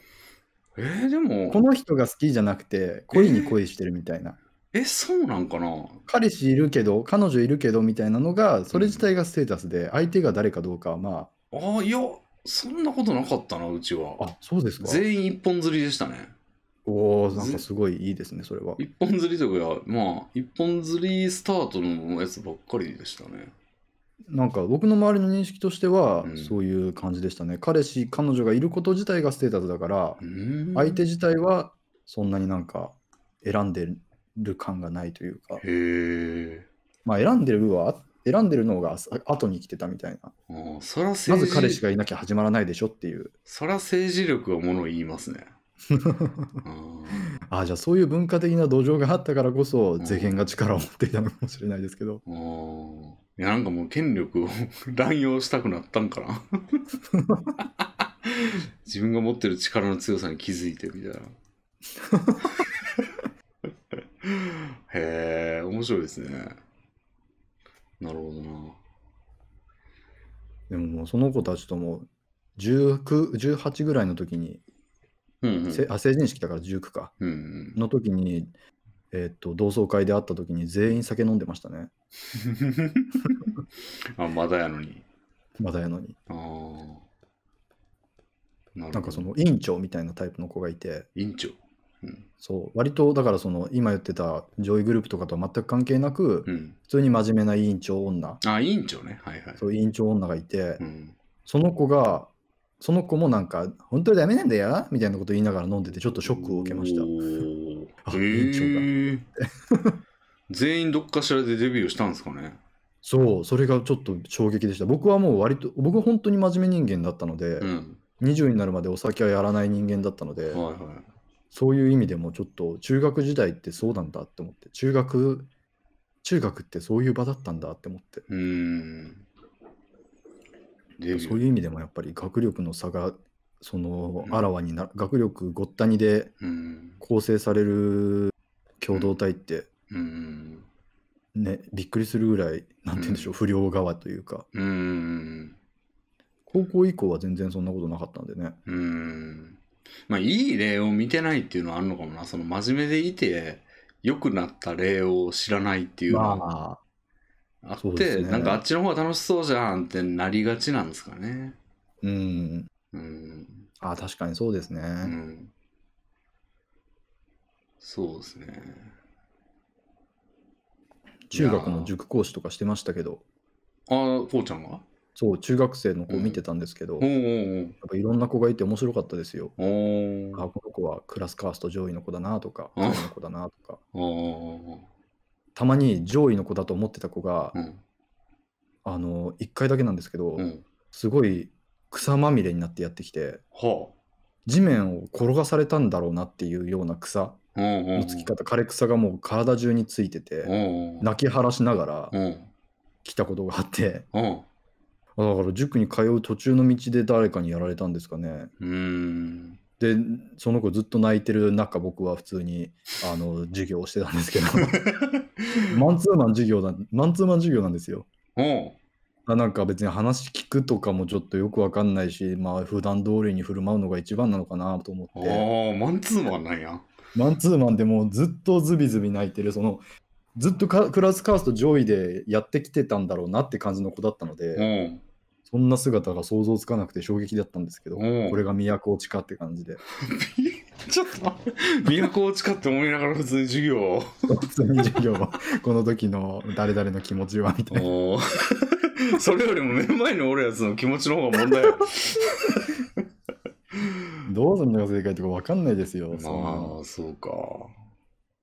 えー、でこも、の人が好きじゃなくて恋に恋してるみたいな、え、そうなんかな彼氏いるけど彼女いるけどみたいなのがそれ自体がステータスで相手が誰かどうかはまああ、いや、そんなことなかったな、うちあは。あそうですか全員一本釣りでしたね。おーなんかすごいいいですねそれは一本釣りとかがまあ一本釣りスタートのやつばっかりでしたねなんか僕の周りの認識としてはうんそういう感じでしたね、彼氏彼女がいること自体がステータスだからうーん相手自体はそんなになんか選んでる感がないというかへえまあ選んでるは選んでるのが後に来てたみたいなああそらま政ず治彼氏がいなきゃ始まらないでしょっていう。そら政治力がものを言います *laughs* ねうんああ、じゃあそういう文化的な土壌があったからこそ、ん世間が力を持っていたのかもしれないですけど。うんいやなんかもう権力を *laughs* 乱用したくなったんか *laughs* な自分が持ってる力の強さに気づいてみたい *laughs* なへえ面白いですねなるほどなでももうその子たちとも19、18ぐらいの時に、うんうんせあ成人式だから19か、うんうんの時に、えーっと、同窓会で会った時に全員酒飲んでましたね。あまだやのにまだやのに。ああなるほどなんかその委員長みたいなタイプの子がいて、院長うんそう、割とだからその今言ってた上位グループとかとは全く関係なく、うん普通に真面目な委員長女、あ院長ねはいはいそう委員長女がいて、うんその子が、その子もなんか、本当にダメなんだよみたいな *laughs* こと言いながら飲んでて、ちょっとショックを受けましたお。*laughs* ーあへえ *laughs* 全員どっかしらでデビューしたんですかね。そう、それがちょっと衝撃でした。僕はもう割と、僕は本当に真面目人間だったので、うん。 20になるまでお酒はやらない人間だったので、はいはそういう意味でもちょっと中学時代ってそうなんだって思って、中学、中学ってそういう場だったんだって思って、い。うーん。デビュそうー。いう意味でもやっぱり学力の差が、そのうんあらわにな、学力ごったにでうん。構成される共同体って、うん。ね、びっくりするぐらい、なんて言うんでしょう、不良側というか、うん。高校以降は全然そんなことなかったんでね。うん。まあ、いい例を見てないっていうのはあるのかもな。その真面目でいて、良くなった例を知らないっていうのはまああ、って、そうですねなんかあっちの方が楽しそうじゃんってなりがちなんですかね。うん。うん。あ確かにそうですね。うん。そうですね。中学の塾講師とかしてましたけど、ああ、こうちゃんがそう、中学生の子をうん見てたんですけど、おやっうぱいろんな子がいて面白かったですよ。おうおうあ、この子はクラスカースト上位の子だなとか、うん上位の子だなとか、おおたまに上位の子だと思ってた子がう、んあの、1回だけなんですけどう、んすごい草まみれになってやってきて、は地面を転がされたんだろうなっていうような草あうんうんのつき方、枯れ草がもう体中についてうて、んうん泣き晴らしながらうん来たことがあって、うんあだから塾に通う途中の道で誰かにやられたんですかね。うーんで、その子ずっと泣いてる中、僕は普通にあの授業をしてたんです *laughs* けど、マンツーマン授業だ、マンツーマン授業なんですよ。うんあなんか別に話聞くとかもちょっとよくわかんないし、まあ普段通りに振る舞うのが一番なのかなと思って、ああマンツーマンなんやマンツーマンでもうずっとズビズビ泣いてる、そのずっとかクラスカースト上位でやってきてたんだろうなって感じの子だったので、うんそんな姿が想像つかなくて衝撃だったんですけど、うんこれが都落ちかって感じで、ちょっと都落ちかって思いながら普通に授業を普通に授業はこの時の誰々の気持ちはみたいな。おー *laughs* それよりも目の前におるやつの気持ちの方が問 *laughs* 題やどうするのが正解とかわかんないですよ。そんなまのあそうか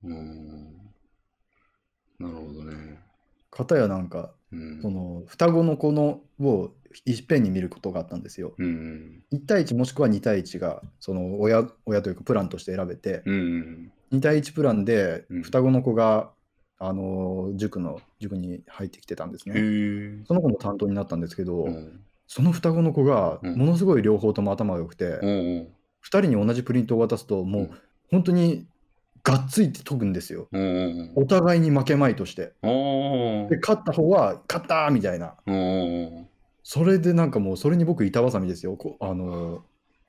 うーんなるほどね片やなんか、うんその双子の子のをいっぺんに見ることがあったんですよ。うん1対1もしくは2対1がその親親というかプランとして選べて、うん2対1プランでうん双子の子が、あの塾の塾に入ってきてたんですへね。えその子の担当になったんですけど、うんその双子の子がうんものすごい両方とも頭が良くて、うんうん2人に同じプリントを渡すともう本当にがっついて解くんですよ。うんうんお互いに負けまいとして。うんあで勝った方は勝ったーみたいな。あうんそれでなんかもうそれに僕板挟みですよ。こあのー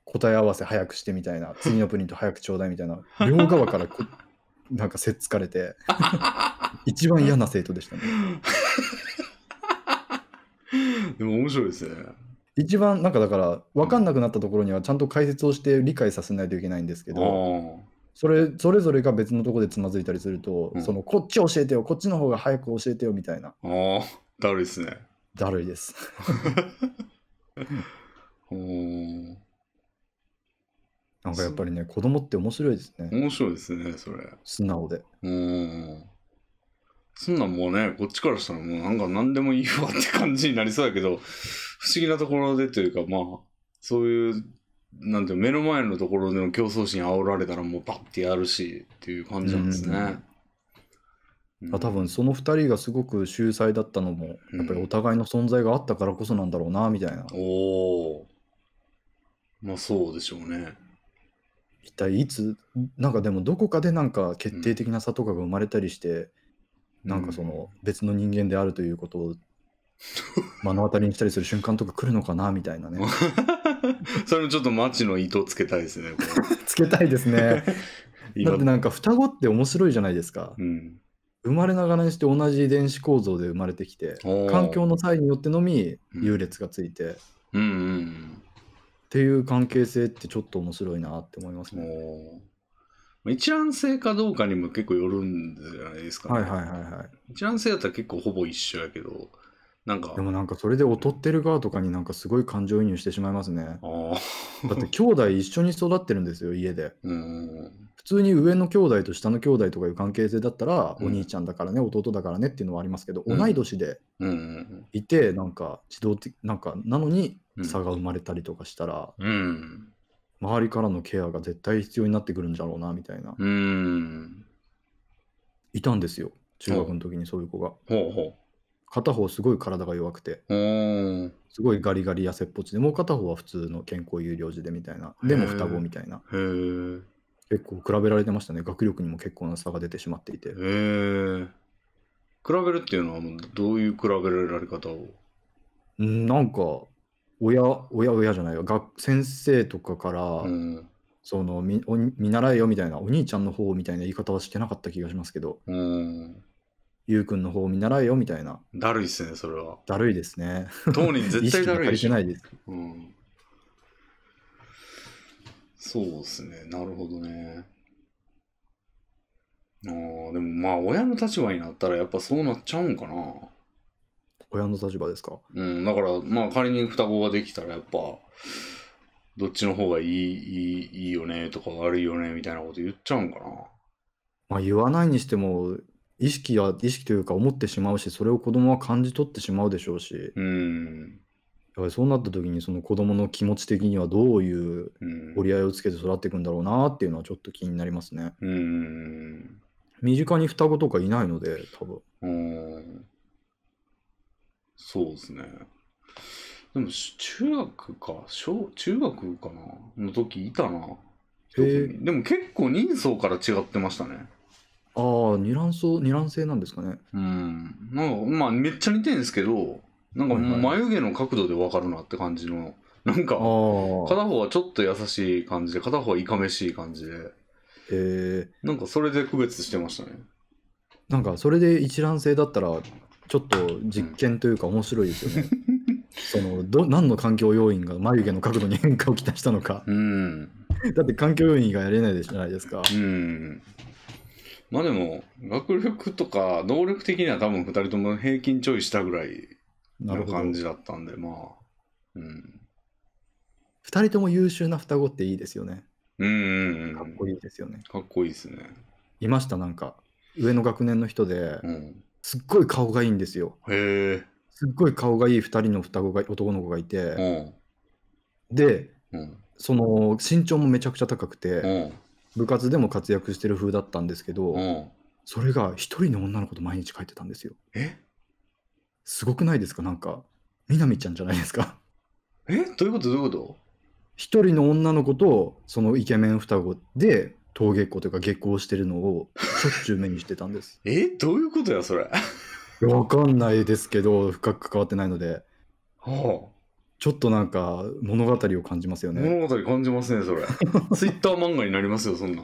答え合わせ早くしてみたいな。次のプリント早くちょうだいみたいな。両側からこ *laughs* なんかせっつかれて。一番嫌な生徒でしたね。でも面白いですね一番なんかだから分かんなくなったところにはちゃんと解説をして理解させないといけないんですけあど。ーそれそれぞれが別のところでつまずいたりすると、うんそのこっち教えてよこっちの方が早く教えてよみたいなあーだるいですねだるいです *laughs* うんなんかやっぱりね子供って面白いですね、面白いですねそれ素直でうんそんなんもうねこっちからしたらもうなんか何でもいいわって感じになりそうやけど不思議なところでというかまあそういうなんていうの目の前のところでの競争心煽られたらもうパッてやるしっていう感じなんですね。うんあ多分その2人がすごく秀才だったのもうんやっぱりお互いの存在があったからこそなんだろうなみたいな、おおまあそうでしょうね。一体いつなんかでもどこかでなんか決定的な差とかが生まれたりして、なんかその別の人間であるということ *laughs* を目の当たりにしたりする瞬間とか来るのかなみたい *laughs* なねそれもちょっとマチの糸つけたいですね。これつけたいですねだ今 *laughs* ってなんか双子って面白いじゃないですかうん、生まれながらにして同じ遺伝子構造で生まれてきておー環境の際によってのみうん優劣がついて、っうんうんていう関係性ってちょっと面白いなって思いますうんね。おーまあ一覧性かどうかにも結構よるんじゃないですかね。はいはいはいはい。一覧性だったら結構ほぼ一緒やけどなんかでもなんかそれで劣ってる側とかになんかすごい感情移入してしまいま *laughs* すね。ああだって兄弟一緒に育ってるんですよ、家で。うん普通に上の兄弟と下の兄弟とかいう関係性だったら、うんお兄ちゃんだからね、弟だからねっていうのはありますけど、うん同い年でうんいて、なんか自動的、なんかなのにうん差が生まれたりとかしたら、うん周りからのケアが絶対必要になってくるんだろうなみたいな。うんいたんですよ、中学の時にそういう子が。ほうほ片方すごい体が弱くて、ううんすごいガリガリ痩せっぽちで、もう片方は普通の健康有料児でみたいな、でも双子みたいな。へえ結構比べられてましたね。学力にも結構な差が出てしまっていて。へえ比べるっていうのはもうどういう比べられ方をうんなんか、親、親、親じゃないよ。学先生とかから、うんそのみお、見習えよみたいな、お兄ちゃんの方みたいな言い方はしてなかった気がしますけど、うんゆうくんの方見習えよみたいな、だるいっすねそれはだるいですね。当人意絶対識だがる足いりしてないです。うんそうですね、なるほどね。あーでもまあ、親の立場になったらやっぱそうなっちゃうんかな。親の立場ですか。うん、だからまあ仮に双子ができたらやっぱ、どっちの方がいいいいいいよねとか悪いよねみたいなこと言っちゃうんかな。まあ言わないにしても、意識は、意識というか思ってしまうし、それを子供は感じ取ってしまうでしょうし、やっうん、ぱりそうなった時にその子供の気持ち的にはどういううん。折り合いをつけて育っていくんだろうなっていうのはちょっと気になりますね。うん。身近に双子とかいないので、多分。うん。そうですね。でもし、中学か、小、中学かなの時いたな。へえ一組でも結構人相から違ってましたね。ああ、二卵巣、二卵性なんですかね。うん。なんか、まあ、めっちゃ似てるんですけど、なんかもうはい眉毛の角度でわかるなって感じの、なんかあ、あ、片方はちょっと優しい感じで、片方はいかめしい感じで、えー、なんかそれで区別してましたね。なんかそれで一卵性だったら、ちょっと実験というか面白いで *laughs* すよね。そのど何の環境要因が眉毛の角度に変化をきたしたのか。うん。だって環境要因以外やれないじゃないですか。うん。まあでも、学力とか能力的には多分2人とも平均ちょい下ぐらいなるのほど。感二じだったんで、まあ。うん。人とも優秀な双子っていいですよね。うんうんうん。かっこいいですよね。かっこいいですね。いました、なんか。上の学年の人でうん。すっごい顔がいいんですよ。へすっごい顔がいい2人の双子が男の子がいえ。て、うで、ん。うん。その身長もめちゃくちゃ高くて、うん。部活でも活躍してる風だったんですけど、うん。それが一人の女の子と毎日帰ってたんですよ。えすごくないですかなんか、みなみちゃんじゃないですか。 *laughs* えどういうことどういうこと一人の女の子とそのイケメン双子で登下校というか下校してるのをしょっちゅう目にしてたんです。えどういうことや、それ。いやわかんないですけど、深く関わってないので、はあ。ちょっとなんか物語を感じますよね。物語感じますね、そ *laughs* れ。ツイッター漫画になりますよ、そんな。い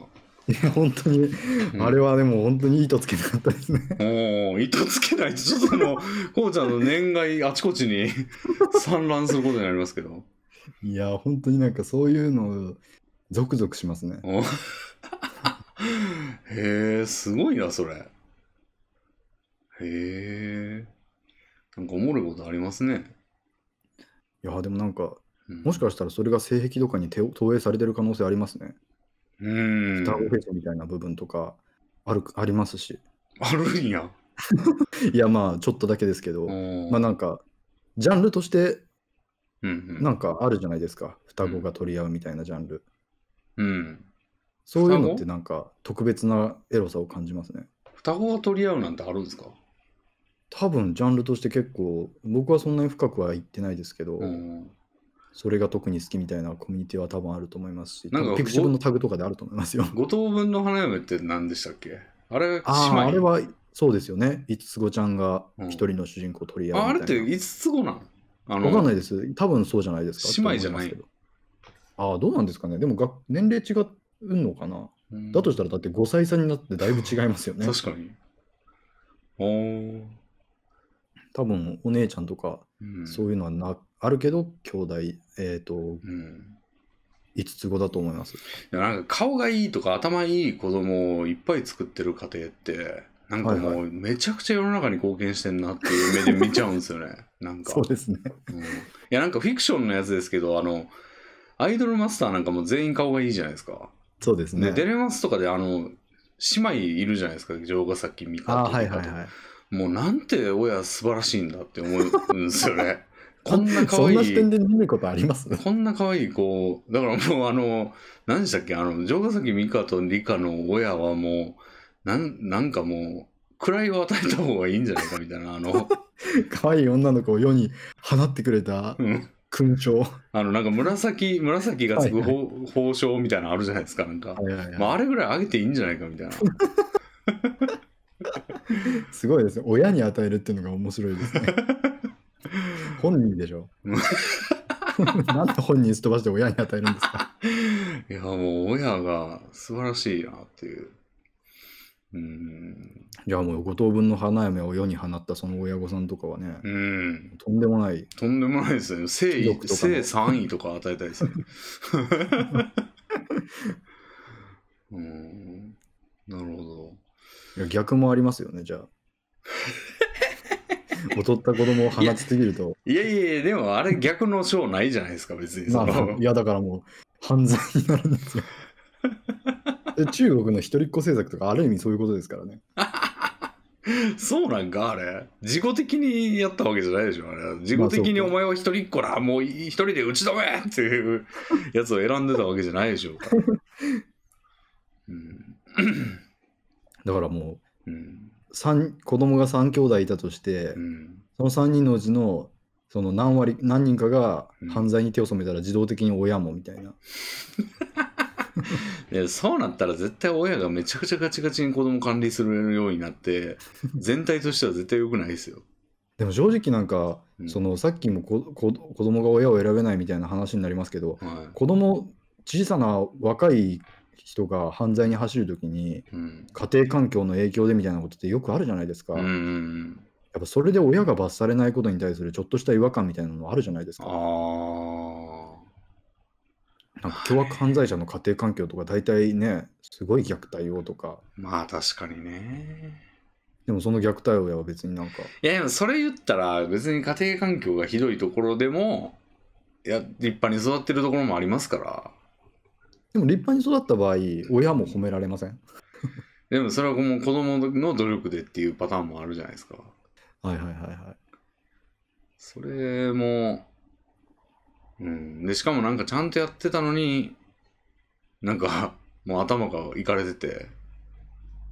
や、本当に、あれはでも本当にいいとつけなかったですね。おお、糸つけないと、ちょっともう、こうちゃんの年外あちこちに *laughs* 散乱することになりますけど。いや、本当になんかそういうの、ゾクゾクしますね。お *laughs* へえ、すごいな、それ。へえ。なんかおもろいことありますね。いや、でもなんか、うんもしかしたらそれが性癖とかに手を投影されてる可能性ありますね。うん。双子フェチみたいな部分とかあるありますし。あるんや。いや、まあ、ちょっとだけですけど、おーまあなんか、ジャンルとしてうんうん。なんかあるじゃないですか。双子が取り合うみたいなジャンル。うん。そういうのってなんか特別なエロさを感じますね。双子が取り合うなんてあるんですか多分ジャンルとして結構僕はそんなに深くは言ってないですけど、うん。それが特に好きみたいなコミュニティは多分あると思いますしなんか多分ピクシブのタグとかであると思いますよ五等分の花嫁って何でしたっけあれ、姉妹あああれはそうですよね五つ子ちゃんが一人の主人公を取り合ああうみれたっいてな、 5つ子なんあわかんないです。多分そうじゃないですか。姉妹じゃないと思ますけどああ、どうなんですかね。でもが年齢違うのかな。うんだとしたら、だって5歳差になってだいぶ違いますよね。確かに。おー多分お姉ちゃんとか、うん、そういうのはな、あるけど、兄弟、えっ、と、うん。 5つ子だと思います。いやなんか顔がいいとか頭いい子供をいっぱい作ってる家庭って、なんかもうめちゃくちゃ世の中に貢献してんなっていう目で見ちゃうんですよねなんかそうですね。うんいやなんかフィクションのやつですけどあのアイドルマスターなんかも全員顔がいいじゃないですか、そうですね。でデレマスとかであの姉妹いるじゃないですか城ヶ崎美香あとーかはいはいはい。もうなんて親素晴らしいんだって思うんですよ *laughs* ねこんな可そ愛んいな視点で見ることあります *laughs* こんな可愛い子、だからもうあの、何でしたっけ、あの、城ヶ崎美香と理香の親はもう、なんなんかもう、位を与えた方がいいんじゃないかみたいな、あ *laughs* の、可愛い女の子を世に放ってくれたうん勲章。はあの、なんか紫、紫がつく報報奨みたいなのあるじゃないですか、なんか。いはいはいまあ、あれぐらいあげていいんじゃないかみたいな。 *laughs* すごいですね。親に与えるっていうのが面白いです *laughs* ね。本人でしょ。 *laughs* うなんで本人すっ飛ばして親に与えるんです *laughs* か。いや、もう親が素晴らしいなっていう。うん。じゃあもう五等分の花嫁を世に放ったその親御さんとかはね、うん。とんでもない。とんでもないですね。誠貴意、族とか誠の3位とか与えたいですね。うーん。なるほど。いや逆もありますよね、じゃ *laughs* あ。劣った子供を放ちすぎると。いやいやいや、でもあれ逆の賞ないじゃないですか、別に。まそあ、のいやだからもう犯罪になるん *laughs* ですよ。で中国の一人っ子政策とかある意味そういうことですからね。そうなんか、あれ。自己的にやったわけじゃないでしょ、あれ。自己的にまあそうかお前は一人っ子だ、もう一人で打ち止めっていうやつを選んでたわけじゃないでしょうか。うん。だからもうん。う三子供が3兄弟いたとしてう、ん。その3人のうちのその何割何人かがうん犯罪に手を染めたら自動的に親もみたいな。いやそうなったら絶対親がめちゃくちゃガチガチに子供管理するようになって全体としては絶対良くないですよ。でも正直なんか、うんそのさっきもここ子供が親を選べないみたいな話になりますけどは子供小さな若い人が犯罪に走るときにい。うん。家庭環境の影響でみたいなことってよくあるじゃないですか。うんうんうやん。っぱそれで親が罰されないことに対するちょっとした違和感みたいなのもあるじゃないですあか。あ。なんか凶悪犯罪者の家庭環境とか大体ねすごい虐待をとかまあ確かにね。でもその虐待親は別になんかいやでもそれ言ったら別に家庭環境がひどいところでもいや立派に育ってるところもありますから。でも立派に育った場合、親も褒められません。でもそれはもう子供の努力でっていうパターンもあるじゃないですか。はいはいはいはそれも、うん。で、しかもなんかちゃんとやってたのに、なんか、もう頭がいかれてて、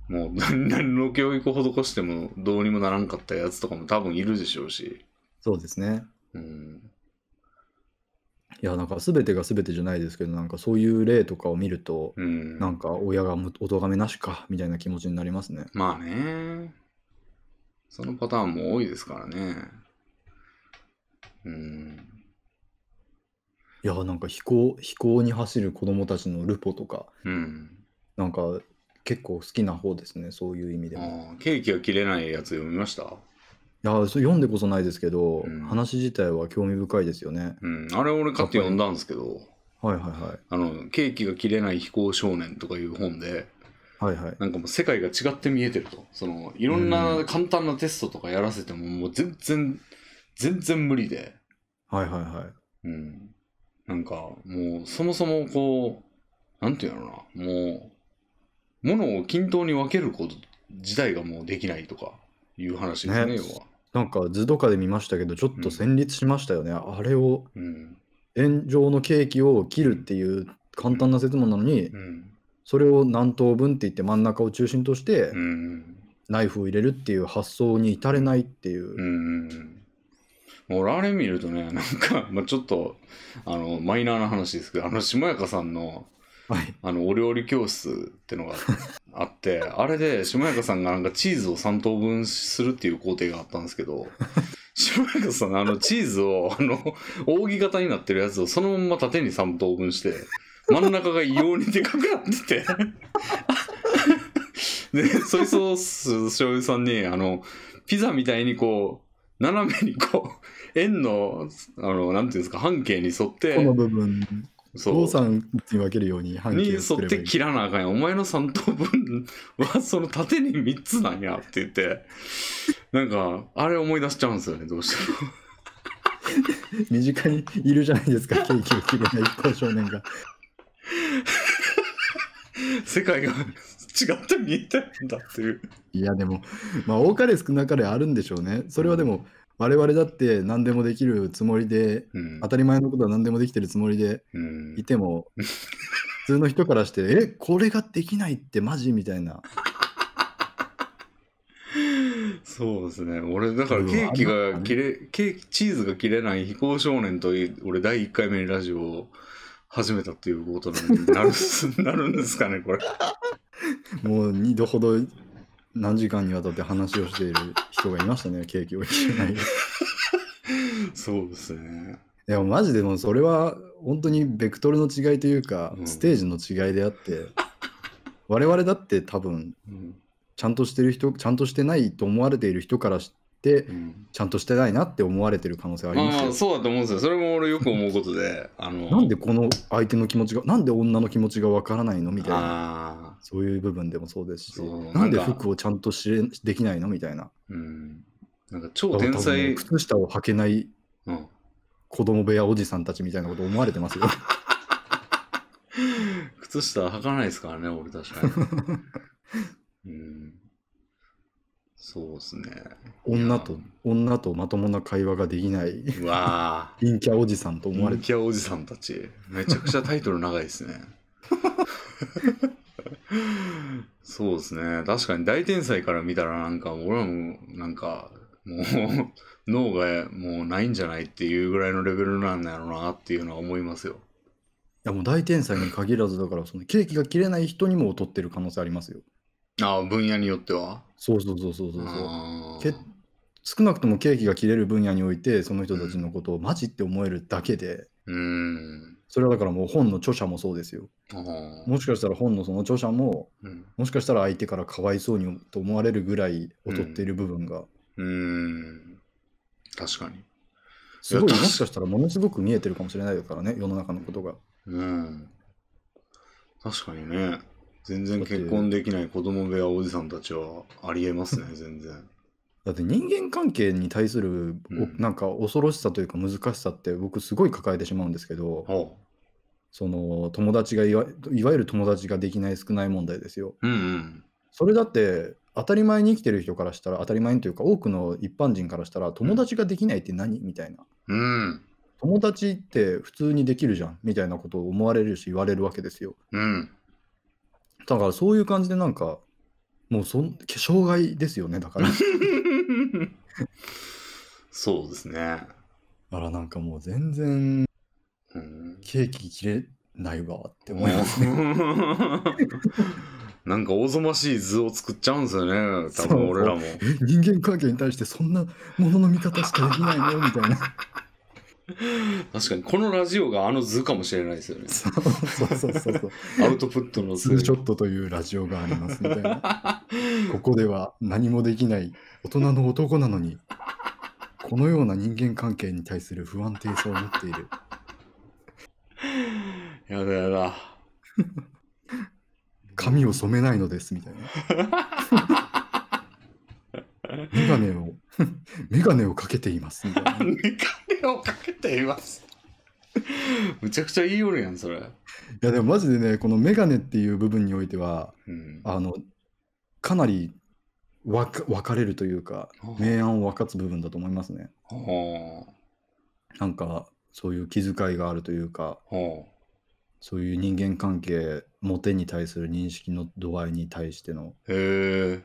もう何々の教育を施してもどうにもならんかったやつとかも多分いるでしょうし、そうですね。うん。いや、なんか全てが全てじゃないですけど、なんかそういう例とかを見ると、うん。なんか親がむお咎めなしかみたいな気持ちになりますね。まあね。そのパターンも多いですからね。うん。いや、なんか飛行、飛行に走る子供たちのルポとか、うん。なんか結構好きな方ですね、そういう意味であも。ーケーキが切れないやつ読みましたいや、そ読んでこそないですけど、うん話自体は興味深いですよね。うん。あれ俺買って読んだんですけど。はいはいはい。あの、ケーキが切れない飛行少年とかいう本で、はいはい。なんかもう世界が違って見えてると。その、いろんな簡単なテストとかやらせても、もう全然、全然無理で。はいはいはい。うん。なんか、もう、そもそもこう、なんていうのな、もう、ものを均等に分けること自体がもうできないとか、いう話ですね、要ねは。なんか図とかで見ましたけど、ちょっと戦慄しましたよね。あれをうん。円状のケーキを切るっていう簡単な説問なのに、うん。それを何等分って言って真ん中を中心としてうん。ナイフを入れるっていう発想に至れないっていう、うんうんうん。俺あれ見るとね、なんか、まあ、ちょっと、あの、マイナーな話ですけど、あの、しもやかさんの、はいあの、お料理教室ってのがあって、 *laughs* あれで、しもやかさんがなんかチーズを3等分するっていう工程があったんですけど、 *laughs* しもやかさんがあの、チーズを、あの、扇形になってるやつをそのまんま縦に3等分して、真ん中が異様にでかくなってて、 *laughs* で、ソイソース醤油さんに、あの、ピザみたいにこう、斜めにこう、円の、あの、なんていうんですか、半径に沿って、この部分そ5、う。 3に分けるように半に径沿を作っればいてい。切らなあかんやんお前の3等分はその縦に3つなんやって言ってなんかあれ思い出しちゃうんですよねどうしても *laughs* 身近にいるじゃないで *laughs* すか、ケーキを切れない一行少年が。世界が *laughs* 違って見えてるんだっていういや、でも、まあ、多かれ少なかれあるんでしょうね。それはでも、我々だって何でもできるつもりで、うん当たり前のことは何でもできてるつもりでうんいても、普通の人からして、え、これができないってマジみたいな。そうですね俺だからうんケーキありがます切れ、ケーキチーズが切れない非行少年という俺第1回目にラジオを始めたっていうことなのになる *laughs* なるんですかねこれもう二度ほど何時間にわたって話をしている人がいましたね、ケーキを切れない。そうですねでもマジでもうそれは本当にベクトルの違いというか、うんステージの違いであって *laughs* 我々だって多分うん、ちゃんとしてる人ちゃんとしてないと思われている人からしてうんちゃんとしてないなって思われてる可能性ありますまあよ。そうだと思うんですよそれも俺よく思うことであのなんでこの相手の気持ちがなんで女の気持ちがわからないのみたいなああそういう部分でもそうですしそうななんんでか服をちゃんと知れできないのみたいなうんなんか超天才多分靴下を履けないうん子供部屋おじさんたちみたいなこと思われてま *laughs* すよ。靴下履かないですからね、俺確か *laughs* に。うん。そうですね。女と女とまともな会話ができないうわぁ。陰キャおじさんと *laughs* 思われ陰てキャおじさんたち。めちゃくちゃタイトル長いですね。 *laughs* そうですね。確かに大天才から見たらなんか、俺はもう、なんか、もう、脳がもうないんじゃないっていうぐらいのレベルなんだろうなっていうのは思いますよ。いやもう大天才に限らずだからそのケーキが切れない人にも劣ってる可能性ありますよああ、分野によっては。そうそうそうそうそうそうあーけ少なくともケーキが切れる分野においてその人たちのことをマジって思えるだけでうん。それはだからもう本の著者もそうですよあーもしかしたら本のその著者もうんもしかしたら相手からかわいそうにと思われるぐらい劣っている部分が、うーん。確かに。すごいいもやしかしたらものすごく見えてるかもしれないからね世の中のことがうん。確かにね。全然結婚できない子供部屋おじさんたちはありえ *laughs* ますね、全然。だって人間関係に対する、おうんなんか恐ろしさというか難しさって僕すごい抱えてしまうんですけど、ほその友達がいわいわゆる友達ができない少ない問題ですよ。う。うんそれだって当たり前に生きてる人からしたら当たり前にというか多くの一般人からしたら友達ができないって何みたいなうん。うん。友達って普通にできるじゃんみたいなことを思われるし言われるわけですようん。だからそういう感じでなんかもうそん障害ですよねだか *laughs* らだそうですね。からなんかもう全然うん。ケーキ切れないわって思います *laughs* なんかおぞましい図を作っちゃうんですよね、多分俺らも。え人間関係に対してそんなものの見方しかできないのみたいな *laughs* 確かに、このラジオがあの図かもしれないですよね。そうそうそうそうそうアウトプットのツ図ー。ショットというラジオがありますみたいなここでは何もできない大人の男なのにこのような人間関係に対する不安定さを持っているやだやだ。髪を染めないのですみたいな眼鏡を *laughs* 眼鏡をかけていますみたいなメカネをかけています。むちゃくちゃいい夜やん、それ。いやでもマジでねこの眼鏡っていう部分においてはうん。あのかなり分か分かれるというかあー明暗を分かつ部分だと思いますねほなんかそういう気遣いがあるというかうほそういう人間関係モテに対する認識の度合いに対してのう。へえ。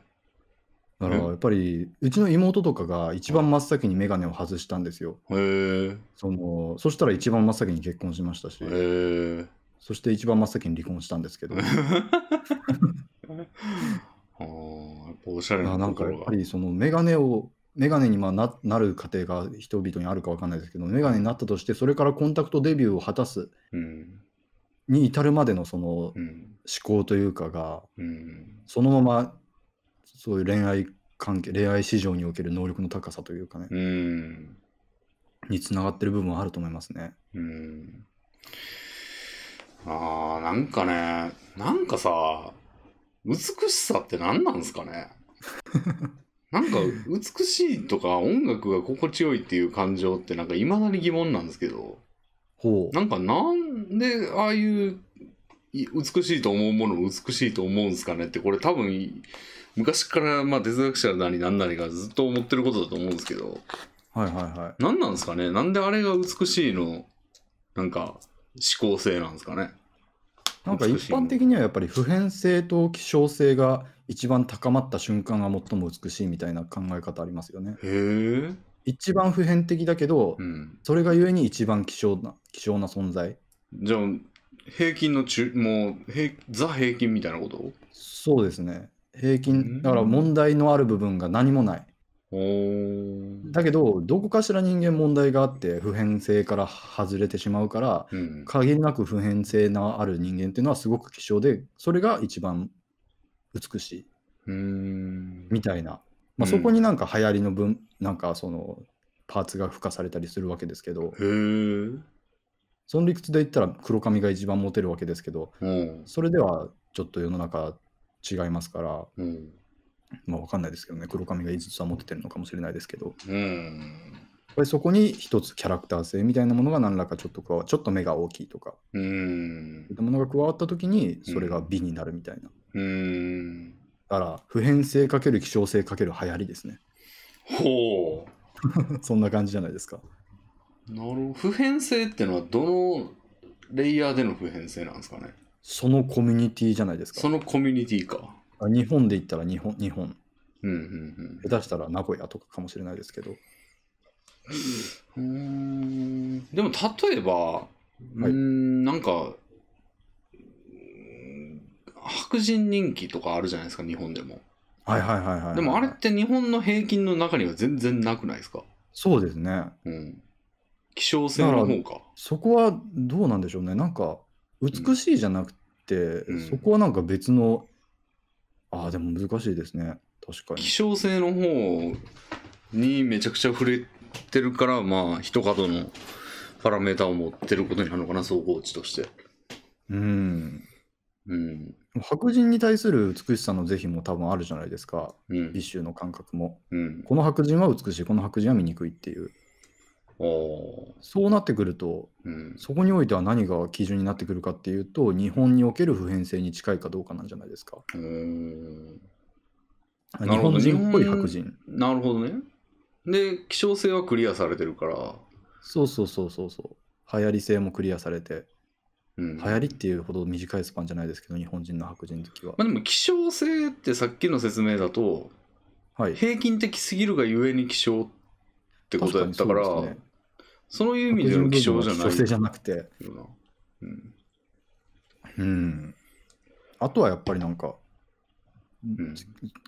だからうんやっぱりうちの妹とかが一番真っ先に眼鏡を外したんですよへえ。そのそしたら一番真っ先に結婚しましたしへ *laughs* え。そして一番真っ先に離婚したんですけどあーやっぱおしゃれなあなんとこかやろっがぱ。りその眼鏡を眼鏡にまあななる過程が人々にあるかわかんないですけど眼鏡になったとしてそれからコンタクトデビューを果たすうん。に至るまでのその思うん。考というかがうん。そのままそういう恋愛関係恋愛市場における能力の高さというかね、うん。につながってる部分はあると思いますね。うん。ああ、なんかね、なんかさ、美しさって何なんですかね。なんか美しいとか音楽が心地よいっていう感情ってなんかいまだに疑問なんですけど、ほう。なんかなんでああいうい美しいと思うものを美しいと思うんですかねってこれ多分昔からまあ哲学者なり何なりがずっと思ってることだと思うんですけど、はいはいはい。何なんですかねなんであれが美しいのなんか思考性なんですかねなんか一般的にはやっぱり普遍性と希少性が一番高まった瞬間が最も美しいみたいな考え方ありますよね。へえ。一番普遍的だけど、うん。それがゆえに一番希少な希少な存在。じゃあ、平均の中、もう、平ザ平均みたいなことそうですね。平うん均、だから問題のある部分が何もない。おー。だけど、どこかしら人間問題があって、普遍性から外れてしまうから、うん。限りなく普遍性のある人間っていうのはすごく希少で、それが一番美しいうん。みたいな。まうんあ、そこになんか流行りの分、なんかそのパーツが付加されたりするわけですけど、へえ。うん。その理屈で言ったら黒髪が一番モテるわけですけど、それではちょっと世の中違いますから、うん。まあわかんないですけどね、黒髪が一はモテてるのかもしれないですけど、うん。やっぱりそこに一つキャラクター性みたいなものが何らかちょっと加わちょっと目が大きいとか、うんそうい。ったものが加わった時に、それが美になるみたいな。うん。だから、普遍性かける希少性かける流行りですね。 *laughs* ほう。そんな感じじゃないですか。なるほど。普遍性ってのは、どのレイヤーでの普遍性なんですかねそのコミュニティじゃないですかそ。のコミュニティか。日本で言ったら日本、日本。うんうん下手したら名古屋とかかもしれないですけど。うん。うーん。でも、例えば、うーんなんか、うーん白人人気とかあるじゃないですか、日本でも。はいはいはいはい。でもあれって日本の平均の中には全然なくないですか。そうですね。うん。希少性の方か。そこはどうなんでしょうね。なんか、美しいじゃなくて、うんそこはなんか別の、ああ、でも難しいですね。確かに希。少性の方にめちゃくちゃ触れてるから、まあ、一角のパラメータを持ってることになるのかな、総合値として。うん。うん。白人に対する美しさの是非も多分あるじゃないですか。うん美。醜の感覚も。うん。この白人は美しい、この白人は醜いっていう。あーそうなってくると、うん。そこにおいては何が基準になってくるかっていうと、日本における普遍性に近いかどうかなんじゃないですか。うーん日るほど本人っぽい日本白人。なるほどね。で、希少性はクリアされてるから。そうそうそうそうそう。流行り性もクリアされて、うん、流行りっていうほど短いスパンじゃないですけど、日本人の白人好きはま。あ、でも希少性ってさっきの説明だとはい。平均的すぎるがゆえに希少ってことやったから確そにそうですねのいう意味での希少じゃない白人部分は希少性じゃなくて。よな、うんうん。あとはやっぱりなんか、うん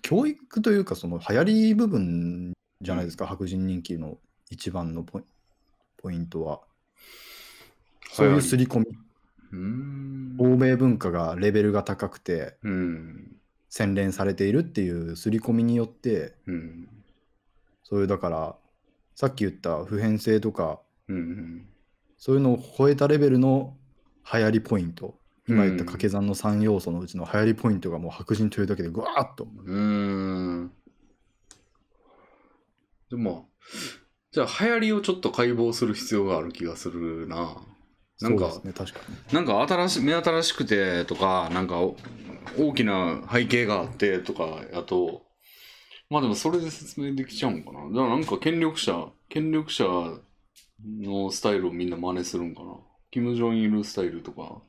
教育というか、その流行り部分じゃないですか、白人人気の一番のポイポイントは。そういう刷り込み。うーん欧米文化がレベルが高くて、うん洗練されているっていう刷り込みによって、うんそういうだから、さっき言った普遍性とか、うんそういうのを超えたレベルの流行りポイント。今言った掛け算の3要素のうちの流行りポイントがもう白人というだけでぐわーっと。うーんでもじゃあ流行りをちょっと解剖する必要がある気がするななんかそうですね、確かに。なんか新し目新しくてとかなんかお大きな背景があってとかやとまあでもそれで説明できちゃうんかなだからなんか権力者権力者のスタイルをみんな真似するんかなキム・ジョンイルスタイルとか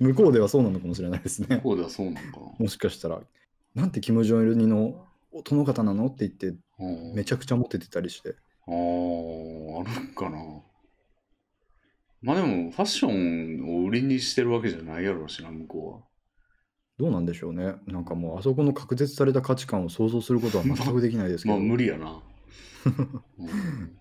向こうではそうなのかもしれないですね。こうではそうなのかもしかしたら、なんてキム・ジョンイル2の殿方なのって言って、なうんめちゃくちゃモテてたりして。あーあるんかなまあでもファッションを売りにしてるわけじゃないやろうしな向こどうなんでしょうね。なんかもう、あそこの確絶された価値観を想像することは全くできないですうけはまあど。無理や *laughs* な、うん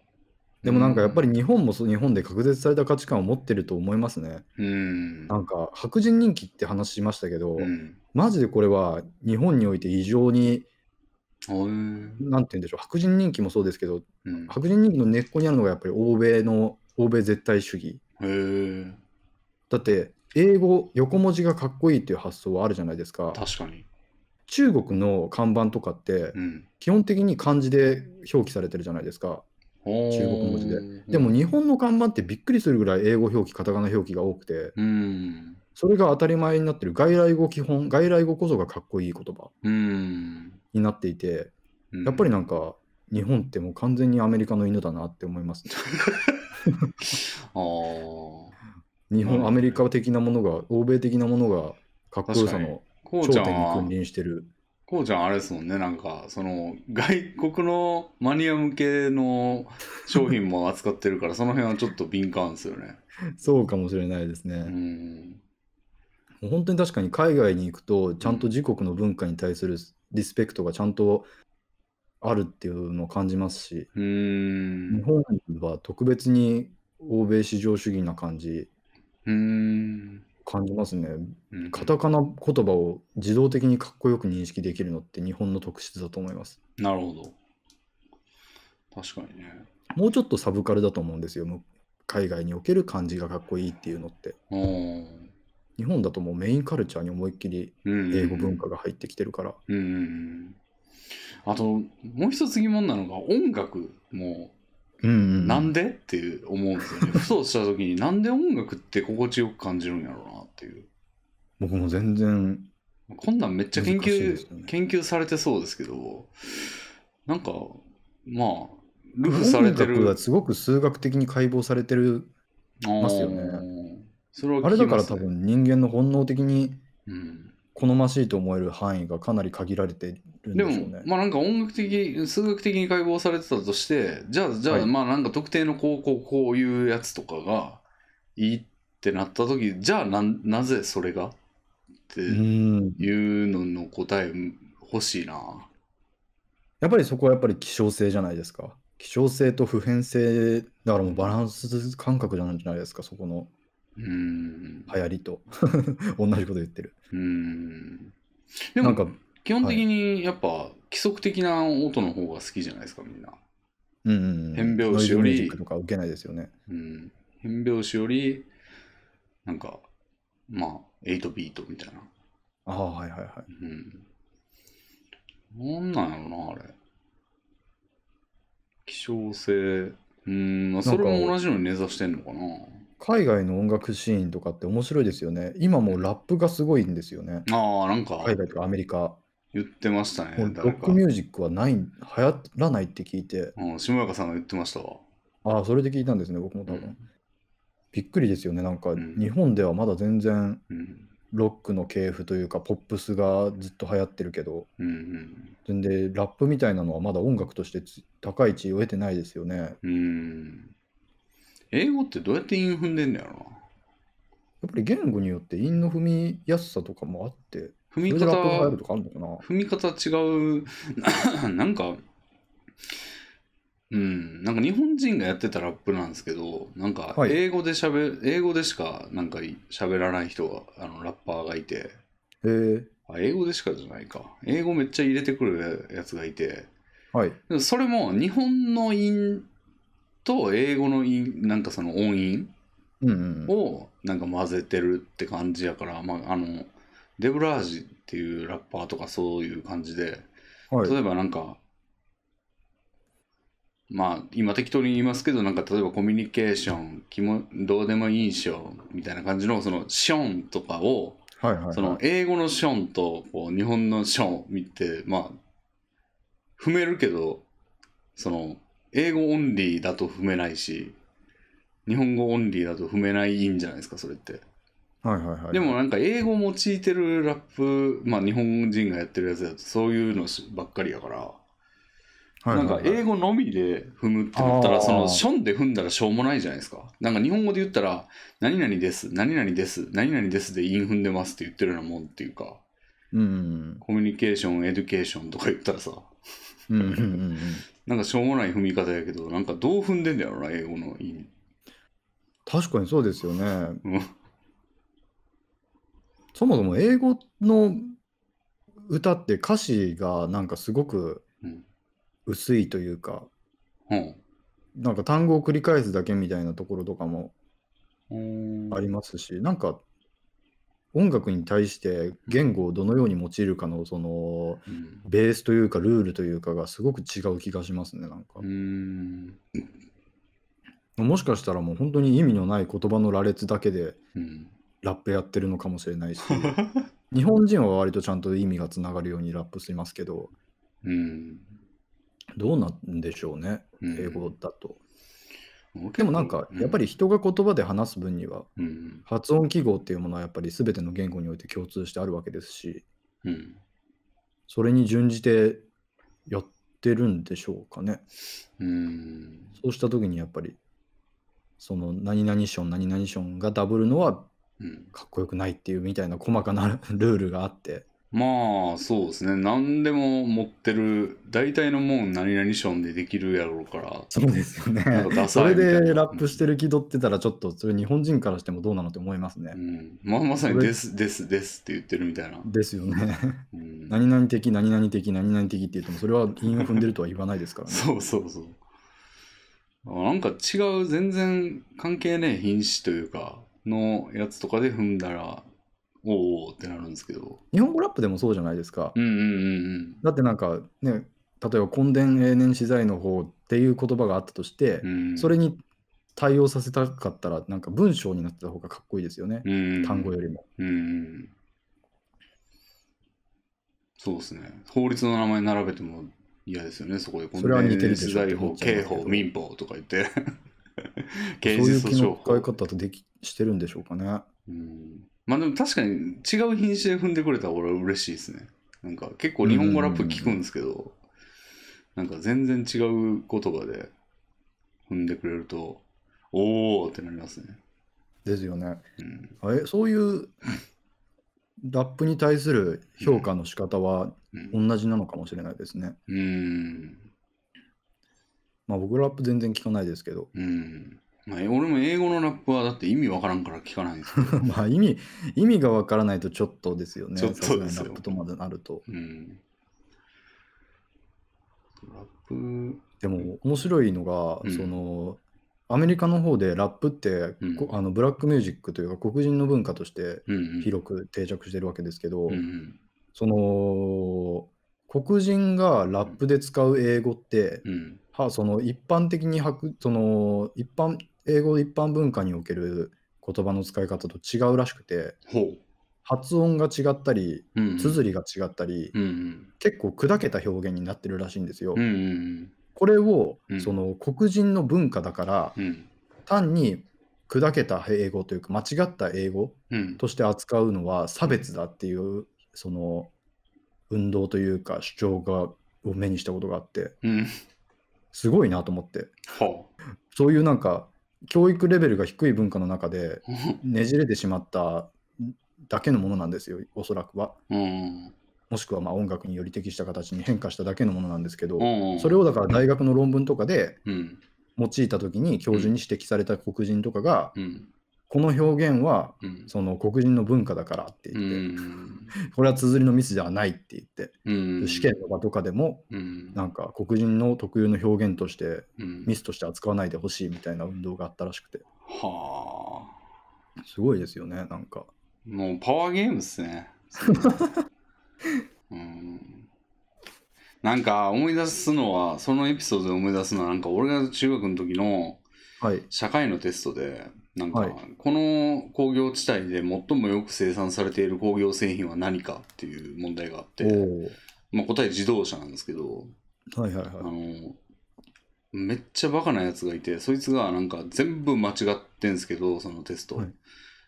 でもなんかやっぱり日本もそう日本で確絶された価値観を持ってると思いますね。うんなんか白人人気って話しましたけど、うんマジでこれは日本において異常に、あーなんて言うんでしょう、白人人気もそうですけど、うん白人人気の根っこにあるのがやっぱり欧米の、欧米絶対主義。へえ。だって、英語横文字がかっこいいっていう発想はあるじゃないですか確かに。中国の看板とかってうん。基本的に漢字で表記されてるじゃないですか中中国文字で。でも、日本の看板ってびっくりするぐらい英語表記カタカナ表記が多くてうん。それが当たり前になってる外来語基本外来語こそがかっこいい言葉うん。になっていてうんやっぱりなんか日本ってもう完全にアメリカの犬だなって思いますね、あー日うん本アメリカ的なものが欧米的なものがかっこよさのこう頂ちゃん点には君臨してるこうちゃんあれですもんねなんかその外国のマニア向けの商品も扱ってるからその辺はちょっと敏感ですよねそうかもしれないですうね、んもう本当に確かに海外に行くとちゃんと自国の文化に対するリスペクトがちゃんとあるっていうのを感じますしう日ん本は特別に欧米至上主義な感じうん感じますねうんカタカナ言葉を自動的にかっこよく認識できるのって日本の特質だと思いますなるほど確かにねもうちょっとサブカルだと思うんですよむ海外における漢字がかっこいいっていうのってうん日本だともうメインカルチャーに思いっきりうん英語文化が入ってきてるから、うんうんうんあともう一つ疑問なのが音楽もうんうんなんでっていう思うんです *laughs* よねふとした時になんで音楽って心地よく感じるんやろうなっていう僕も全然こんなんめっちゃ研難しい究、ですよね研究されてそうですけど、なんか、まあ、ルフされて音楽る。はすごく数学的に解剖されてるますよねあー。それは聞あれきだかまらす多ね、分人間の本能的にうん。好ましいと思える範囲がかなり限られてるんででしょうもね、。まあなんか音楽的、数学的に解剖されてたとして、じゃあ、じゃあ、はいまあなんか特定のこう、こう、こういうやつとかがいいってなった時、じゃあなんなぜそれがってういんうのの答え欲しいな。やっぱりそこはやっぱり希少性じゃないですか。希少性と普遍性、だからもうバランス感覚なんじゃないですか、そこのうん。流行りと。 *laughs* 同じこと言ってる。うん。でなもん、か、基本的にやっぱ規則的な音の方が好きじゃないですかみんな。うんうんうん、変拍ノイ子ズよりミュージックとか受けないですよね。うん。変拍子よりなんかまあ8ビートみたいな。ああ、はいはいはい。うん。なんなんやろなあれ。希少性。うん、まあ、それも同じのに根ざしてんのかな。海外の音楽シーンとかって面白いですよね。今もうラップがすごいんですよね。ああ、なんか海外とかアメリカ。言ってましたねも。うロ誰ッかク。ミュージックはない、流行らないって聞いて、うん、下中さんが言ってましたわ。ああ、それで聞いたんですね、僕も多分。びっくりですよね。なんか、うん日本ではまだ全然うん。ロックの系譜というかポップスがずっと流行ってるけどうんうん。全然ラップみたいなのはまだ音楽としてつ高い地位を得てないですよねうん。英語ってどうやって韻踏んでんだやろな。やっぱり言語によって韻の踏みやすさとかもあって踏そみれで方ラップが入るとかあるのかな踏み方違う *laughs* なんかうんなんか日本人がやってたラップなんですけどなんかはい英語でしゃべ、英語でしかなんかい喋らない人があのラッパーがいてへえあ英語でしかじゃないか英語めっちゃ入れてくるやつがいてはいでもそれも日本の音と英語の音なんかその音韻うんうんうんをなんか混ぜてるって感じやから、まあ、あのデブラージっていうラッパーとかそういう感じではい例えばなんか、まあ今適当に言いますけど、なんか例えばコミュニケーション、気もどうでもいいしょみたいな感じの、そのションとかを、はいはいそはの英語のションとこう日本のションを見て、まあ、踏めるけど、その英語オンリーだと踏めないし、日本語オンリーだと踏めないんじゃないですか、それって。いはいはいはいでもなんか英語を用いてるラップ、まあ日本人がやってるやつだとそういうのばっかりやから、はないはいんかはい英語のみで踏むってなったら、あーそのションで踏んだらしょうもないじゃないですか。なんか日本語で言ったら、何々です、何々です、何々ですで韻踏んでますって言ってるようなもんっていうか、うんうんコミュニケーション、エデュケーションとか言ったらさ、うんうんうんうんうんなんかしょうもない踏み方やけど、なんかどう踏んでんだろうな、英語の韻。確かにそうですよねうんそもそも英語の歌って歌詞がなんかすごくうん薄いというか、うんなんか単語を繰り返すだけみたいなところとかもうーんありますし、なんか音楽に対して言語をどのように用いるかのそのうんベースというかルールというかがすごく違う気がしますねなんかうー、んもしかしたらもう本当に意味のない言葉の羅列だけでうんラップやってるのかもしれないし日本人は割とちゃんと意味がつながるようにラップしますけどうんどうなんでしょうねうん英語だと、結構でもなんかやっぱり人が言葉で話す分にはうん発音記号っていうものはやっぱり全ての言語において共通してあるわけですしうんそれに準じてやってるんでしょうかね。うんそうした時にやっぱりその何々ション何々ションがダブるのはうんかっこよくないっていうみたいな細かなルールがあってまあそうですね何でも持ってる大体のもん何々ションでできるやろうからそうですよなんかダそサいれみたいなでラップしてる気取ってたらちょっとそれ日本人からしてもどうなのって思いますねう。んまあまさに「ですですです」って言ってるみたいな、ですよね。 *laughs* うん、何々的何々的何々的って言ってもそれは韻を踏んでるとは言わないですからね。そうそうそうあなんか違う全然関係ねえ品詞というかのやつとかで踏んだらおおってなるんですけど日本語ラップでもそうじゃないですか。うんうんうんだってなんかね例えば「根伝永年資材の方」っていう言葉があったとして、うんうんそれに対応させたかったらなんか文章になってた方がかっこいいですよね、うん単語よりも。うんうんそうですね法律の名前並べても嫌ですよねそこでそれは似てるでしょこんな連立罪法刑法民法とか言って *laughs* 刑そうい事訴う気訟の法使い方できしてるんでしょうかね。うんまあでも確かに違う品種で踏んでくれたら俺は嬉しいですね。なんか結構日本語ラップ聞くんですけど、なんか全然違う言葉で踏んでくれると、おーってなりますね。ですよね。うん。あえそういうラップに対する評価の仕方はうん。同じなのかもしれないですね。うん。まあ僕ラップ全然聞かないですけど *laughs* うんまあ、俺も英語のラップはだって意味わからんから聞かないんですけ *laughs* ど。まあ意味意味がわからないとちょっとですよね。ちょっとさすがでにすラよップとまでなると。うん。ラップ、でも面白いのが、うんそのアメリカの方でラップって、うんこあのブラックミュージックというか黒人の文化としてうん、うん。広く定着してるわけですけど、うんうん。その黒人がラップで使う英語って、うん。はその一般的に白その一般英語一般文化における言葉の使い方と違うらしくてほ発音が違ったりう。うん、うん。綴りが違ったり、うんうん。結構砕けた表現になってるらしいんですよ。うんうんこれを、うんその黒人の文化だからうん。うん。単に砕けた英語というか間違った英語うん。として扱うのは差別だっていうその運動というか主張がを目にしたことがあってうん。すごいなと思ってほそういうなんか教育レベルが低い文化の中でう。 *laughs* ねじれてしまっただけのものなんですよおそらくはうんもしくはまあ音楽により適した形に変化しただけのものなんですけどうん。それをだから大学の論文とかでうん。用いた時に教授に指摘された黒人とかがうん。この表現はうん。その黒人の文化だからってう言って、ん。これは綴りのミスではないって言って、うん。試験の場とかでもうん。なんか黒人の特有の表現としてうん。ミスとして扱わないでほしいみたいな運動があったらしくてはあ。すごいですよねなんかもうパワーゲームっすね。 *laughs* うん。なんか思い出すのは、そのエピソードで思い出すのは、なんか俺が中学の時のはい社会のテストで、なんか、はいこの工業地帯で最もよく生産されている工業製品は何かっていう問題があっおて、ーまあ、答え自動車なんですけど、はいはいあはのめっちゃバカなやつがいてそいつがなんか全部間違ってんすけどそのテスト、はい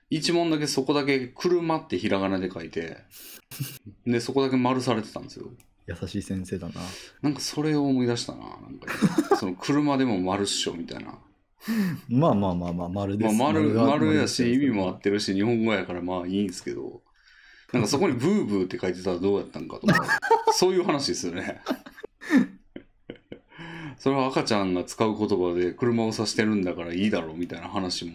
一問だけそこだけ「車」ってひらがなで書いてでそこだけ丸されてたんですよい優しい先生だななんかそれを思い出したななんかその車でも丸っしょみたいな、まあまあまあまあ丸で、ますあ、丸が丸やし意味も合っ丸てるし日本語やからまあいいんすけ *laughs* どなんかそこに「ブーブー」って書いてたらどうやったんか *laughs* とかそういう話ですよね *laughs* それは赤ちゃんが使う言葉で車を指してるんだからいいだろうみたいな話 *laughs* も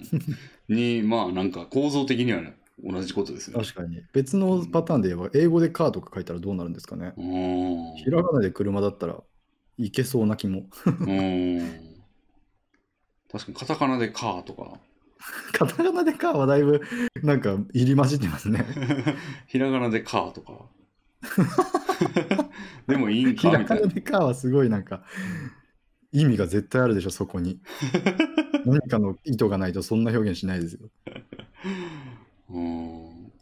にまあなんか構造的にはね同じことですよねです確かに別のパターンで言えば英語でカーとか書いたらどうなるんですかねうーんひらがなで車だったらいけそうな気も *laughs* *laughs* うーん確かにカタカナで「カー」とかカタカナでかはだいぶなんか入り混じってますね。ひらがなでかとか。 *laughs* でもいいんひからみたいがなな。でかはすごいなんか意味が絶対あるでしょそ *laughs* こに。何かの意図がないとそんな表現しないですよ。うん。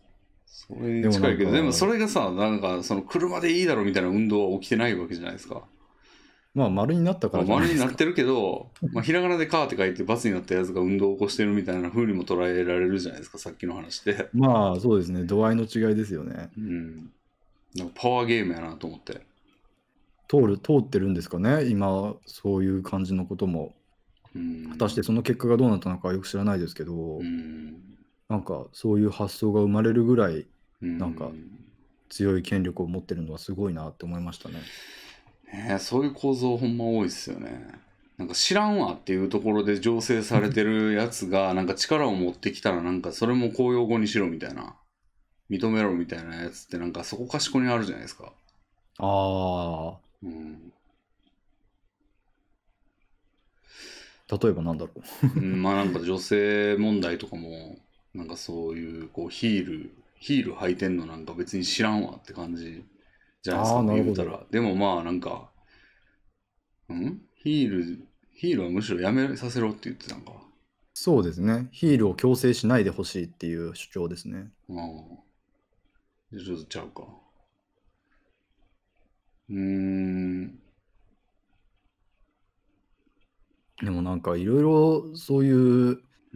それに近いけど、でもなんかでもそれがさ、なんかその車でいいだろみたいな運動は起きてないわけじゃないですか。まあ丸になったかまあ、ら丸じゃないでにすなかっ。てるけど、まあ、ひらがなでかって書いて罰になったやつが運動を起こしてるみたいな風にも捉えられるじゃないですか、さっきの話で。まあそうですね度合いの違いですよね。うん。なんかパワーゲームやなと思って。通る通ってるんですかね今そういう感じのこともうん。果たしてその結果がどうなったのかはよく知らないですけど、うん。なんかそういう発想が生まれるぐらいななんか強い権力を持ってるのはすごいなって思いましたね。ねえそういう構造ほんま多いっすよねなんか知らんわっていうところで醸成されてるやつ *laughs* がなんか力を持ってきたらなんかそれも公用語にしろみたいな認めろみたいなやつってなんかそこかしこにあるじゃないですかあうん、あ例えばなんだろう。うんまあなんか女性問題とかもなんかそういうこうヒールヒール履いてんのなんか別に知らんわって感じじゃないですあかーなる言ほうどたらでもまあなんかうんヒールヒールはむしろやめさせろって言ってたんかそうですね。ヒールを強制しないでほしいっていう主張ですね。ああ。じゃあちょっとちゃうか。うーん。でもなんかいろいろそういうう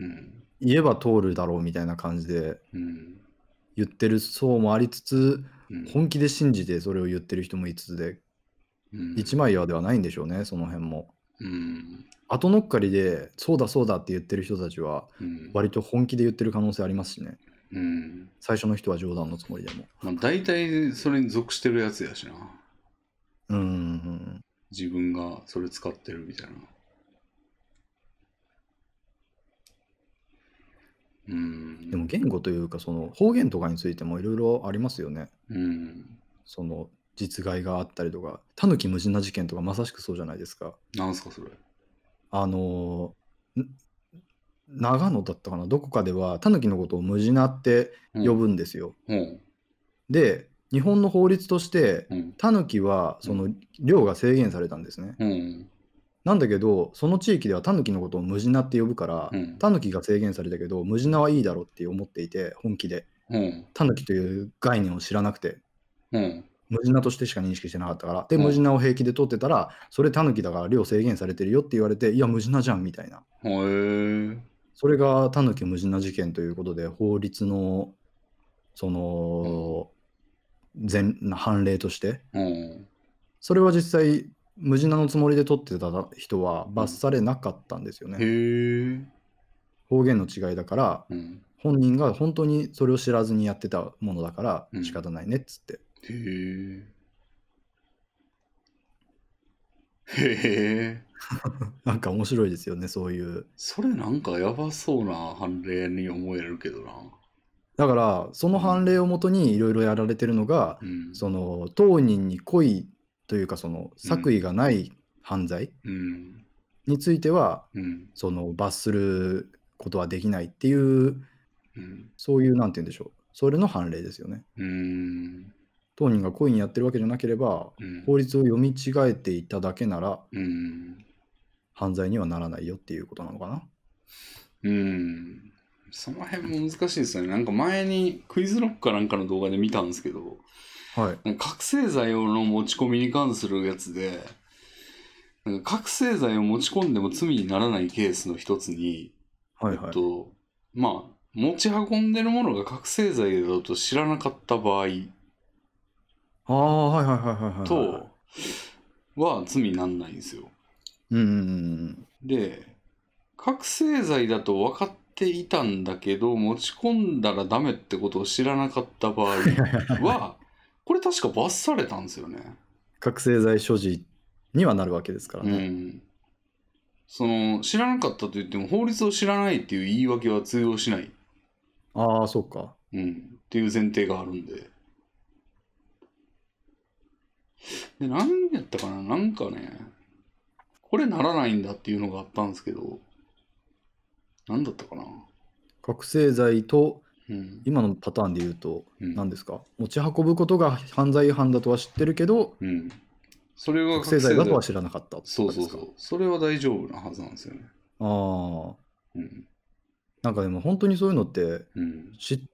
ん。言えば通るだろうみたいな感じでうん。言ってる層もありつつうん本気で信じてそれを言ってる人もいつつでうん一枚岩ではないんでしょうねその辺も。うん。後乗っかりでそうだそうだって言ってる人たちはうん。割と本気で言ってる可能性ありますしね。うん。最初の人は冗談のつもりでも。まあ大体それに属してるやつやしな。うーん。自分がそれ使ってるみたいな。うん。でも言語というかその方言とかについてもいろいろありますよね。うん。その実害があったりとか、タヌキ無人な事件とかまさしくそうじゃないですか。なんすかそれ。あのーん長野だったかな、どこかではタヌキのことを無人なってうん呼ぶんですよ。うん。で、日本の法律としてうん。タヌキはその量が制限されたんですね。うん。なんだけど、その地域ではタヌキのことを無人なって呼ぶから、うんタヌキが制限されたけど、無人なはいいだろうって思っていて、本気で。うん。タヌキという概念を知らなくて、うん。無人なとしてしか認識してなかったから、で、うん無人なを平気で取ってたら、それタヌキだから量制限されてるよって言われて、いや、無人なじゃんみたいな。へえ。それがタヌキ無人な事件ということで、法律の、その、前判例として、うん。それは実際、無人なのつもりで取ってた人は罰されなかったんですよね。へえ。方言の違いだから、うん。本人が本当にそれを知らずにやってたものだかうらん仕方ないねっつって、へえ。へえ。なんか面白いですよねそういうそれなんかやばそうな判例に思えるけどな。だからその判例をもとにいろいろやられてるのがう、ん。その当人に故意というかその作為がない犯罪うん。については、うん。その罰することはできないっていううん。そういうなんて言うんでしょうそれの判例ですよねうん。当人が故意にやってるわけじゃなければうん。法律を読み違えていただけならうん。犯罪にはならないよっていうことなのかなうん。その辺も難しいですよね。なんか前にクイズロックかなんかの動画で見たんですけど、はいなんか覚醒剤の持ち込みに関するやつで、なんか覚醒剤を持ち込んでも罪にならないケースの一つに、はいはい、えっと、まあ、持ち運んでるものが覚醒剤だと知らなかった場合ああ、はいはいはいはいはい。と、は罪になんないんですよ。うんうんうんで、覚醒剤だと分かっていたんだけど、持ち込んだらダメってことを知らなかった場合は、これ確か罰されたんですよね。覚醒剤所持にはなるわけですからうね。ん。その、知らなかったと言っても、法律を知らないっていう言い訳は通用しない。ああ、そうか。うん、っていう前提があるんで。で、何やったかななんかね、これならないんだっていうのがあったんですけど、何だったかな覚醒剤とうん今のパターンで言うとうん何ですか、持ち運ぶことが犯罪違反だとは知ってるけどうん、それは覚醒剤だとは知らなかったとかですそかうそうそうそれは大丈夫なはずなんですよねああうんなんかでも本当にそういうのってうんし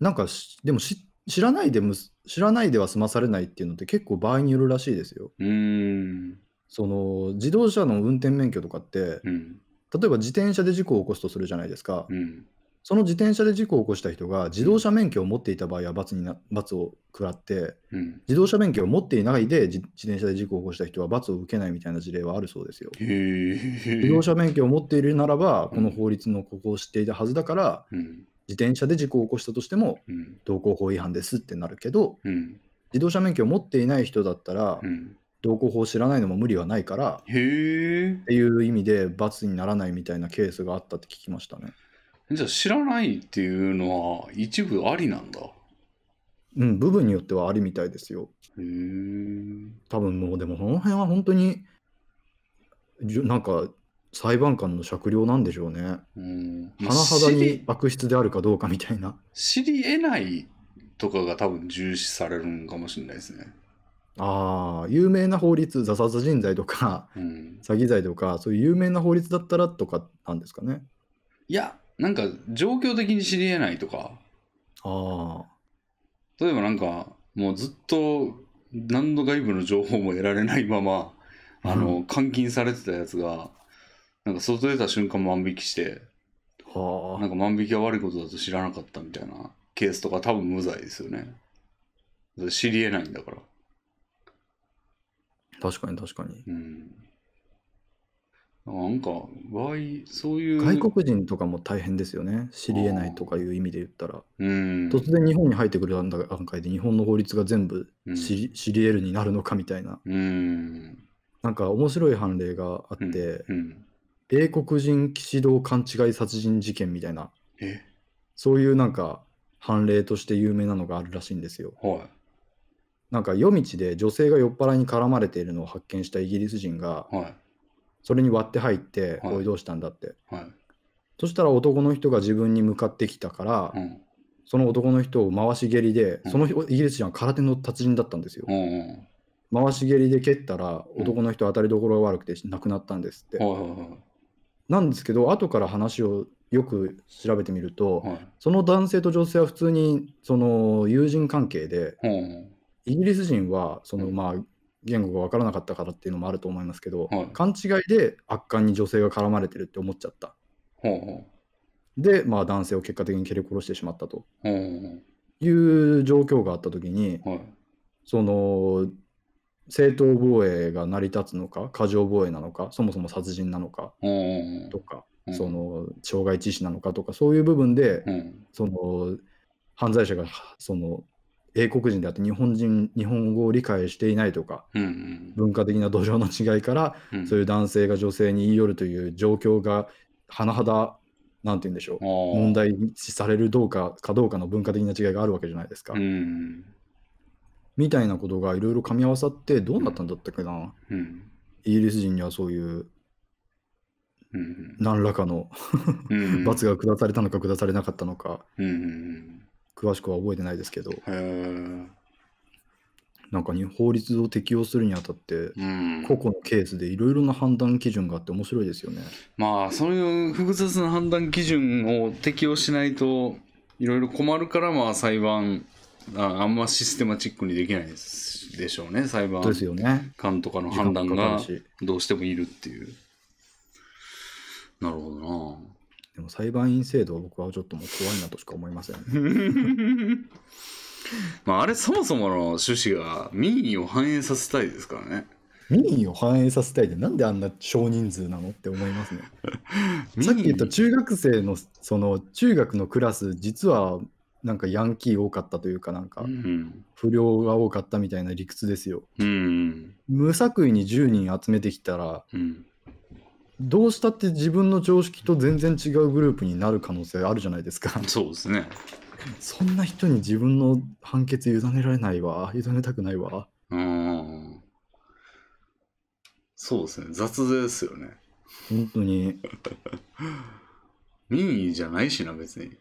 なんかしでもし知らないでむす知らないでは済まされないっていうのって結構場合によるらしいですようーんその自動車の運転免許とかってうん例えば自転車で事故を起こすとするじゃないですか、うんその自転車で事故を起こした人が自動車免許を持っていた場合は罰にな罰を食らってうん自動車免許を持っていないで自自転車で事故を起こした人は罰を受けないみたいな事例はあるそうですよ。へえ自動車免許を持っているならば、この法律のここを知っていたはずだから、うん自転車で事故を起こしたとしても、うん道交法違反ですってなるけど、うん自動車免許を持っていない人だったらう、ん道交法を知らないのも無理はないからへえっていう意味で、罰にならないみたいなケースがあったって聞きましたね。じゃあ知らないっていうのは一部ありなんだへうん、部分によってはありみたいですよ。えうん多分もうでもこの辺は本当にじゅなんか裁判官の酌量なんでしょうね。まあ甚だ知にり悪質であるかどうかみたいな。知り得ないとかが多分重視されるんかもしれないですねああ、有名な法律、ザ殺人罪とか、 *laughs* うん詐欺罪とか、そういう有名な法律だったらとかなんですかね。いやなんか状況的に知り得ないとかああ、例えばなんかもうずっと何の外部の情報も得られないままあの監禁されてたやつがなんか外出た瞬間万引きしてなはんか万引きが悪いことだと知らなかったみたいなケースとか多分無罪ですよねだって知り得ないんだからあ、確かに確かに。うんなんか場合そういう外国人とかも大変ですよね。知り得ないとかいう意味で言ったら。うん突然日本に入ってくる段階で日本の法律が全部うん知り知り得るになるのかみたいな。うんなんか面白い判例があって、うん英国人騎士道勘違い殺人事件みたいな、えそういうなんか判例として有名なのがあるらしいんですよ。はなんか夜道で女性が酔っ払いに絡まれているのを発見したイギリス人が、いはそれに割って入って、はいおいどうしたんだって。いはいそしたら男の人が自分に向かってきたから、うんその男の人を回し蹴りで、うんその人イギリス人は空手の達人だったんですよ。うんうん回し蹴りで蹴ったら、うん男の人当たりどころが悪くて亡くなったんですって。はいはいはいなんですけど、後から話をよく調べてみると、はい。その男性と女性は普通にその友人関係で、うん。イギリス人はその、うんまあ言語が分からなかったからっていうのもあると思いますけど、はい勘違いで悪漢に女性が絡まれてるって思っちゃった。ほで、まあ、男性を結果的に蹴り殺してしまったとうほう。うん。いう状況があったときに、はい。その正当防衛が成り立つのか、過剰防衛なのか、そもそも殺人なのかうんと。か、うんそ。の傷害致死なのかとか、そういう部分で、うん。その犯罪者がその英国人であって日本人日本語を理解していないとかうん。文化的な土壌の違いからうん。。そういうう男性が女性に言い寄るという状況が甚だなんて言うんでしょう問問。題視されるどうかかどうかの文化的な違いがあるわけじゃないですか、うん。みたいなことがいろいろ噛み合わさってどうなったんだったっけなうん。イギリス人にはそういううん。何らかのうん。罰。が下されたのか下されなかったのかうん。詳しくは覚えてないですけどへえ。なんかに法律を適用するにあたってうん。個々のケースでいろいろな判断基準があって面白いですよね。まあ、そういう複雑な判断基準を適用しないと。いろいろ困るから、まあ、裁判。ああんまシステマチックにできないですでしょうね、裁判ですよね。官とかの時間判も断かかがるし。どうしてもいるっていう。なるほどな。でも裁判員制度は僕はちょっともう怖いなとしか思いません、ね。まあ、あれそもそもの趣旨が民意を反映させたいですからね。民意を反映させたいでなんであんな少人数なのって思いますね。さっき言った民意中学生のその中学のクラス実はなんかヤンキー多かったというかなんかうん。不良が多かったみたいな理屈ですよ。うん。無作為に10人集めてきたらうん。どうしたって自分の常識と全然違うグループになる可能性あるじゃないですか。そうですね。そんな人に自分の判決委ねられないわ、委ねたくないわ。うん。そうですね。雑ですよね。本当に。任意じゃないしな、別に。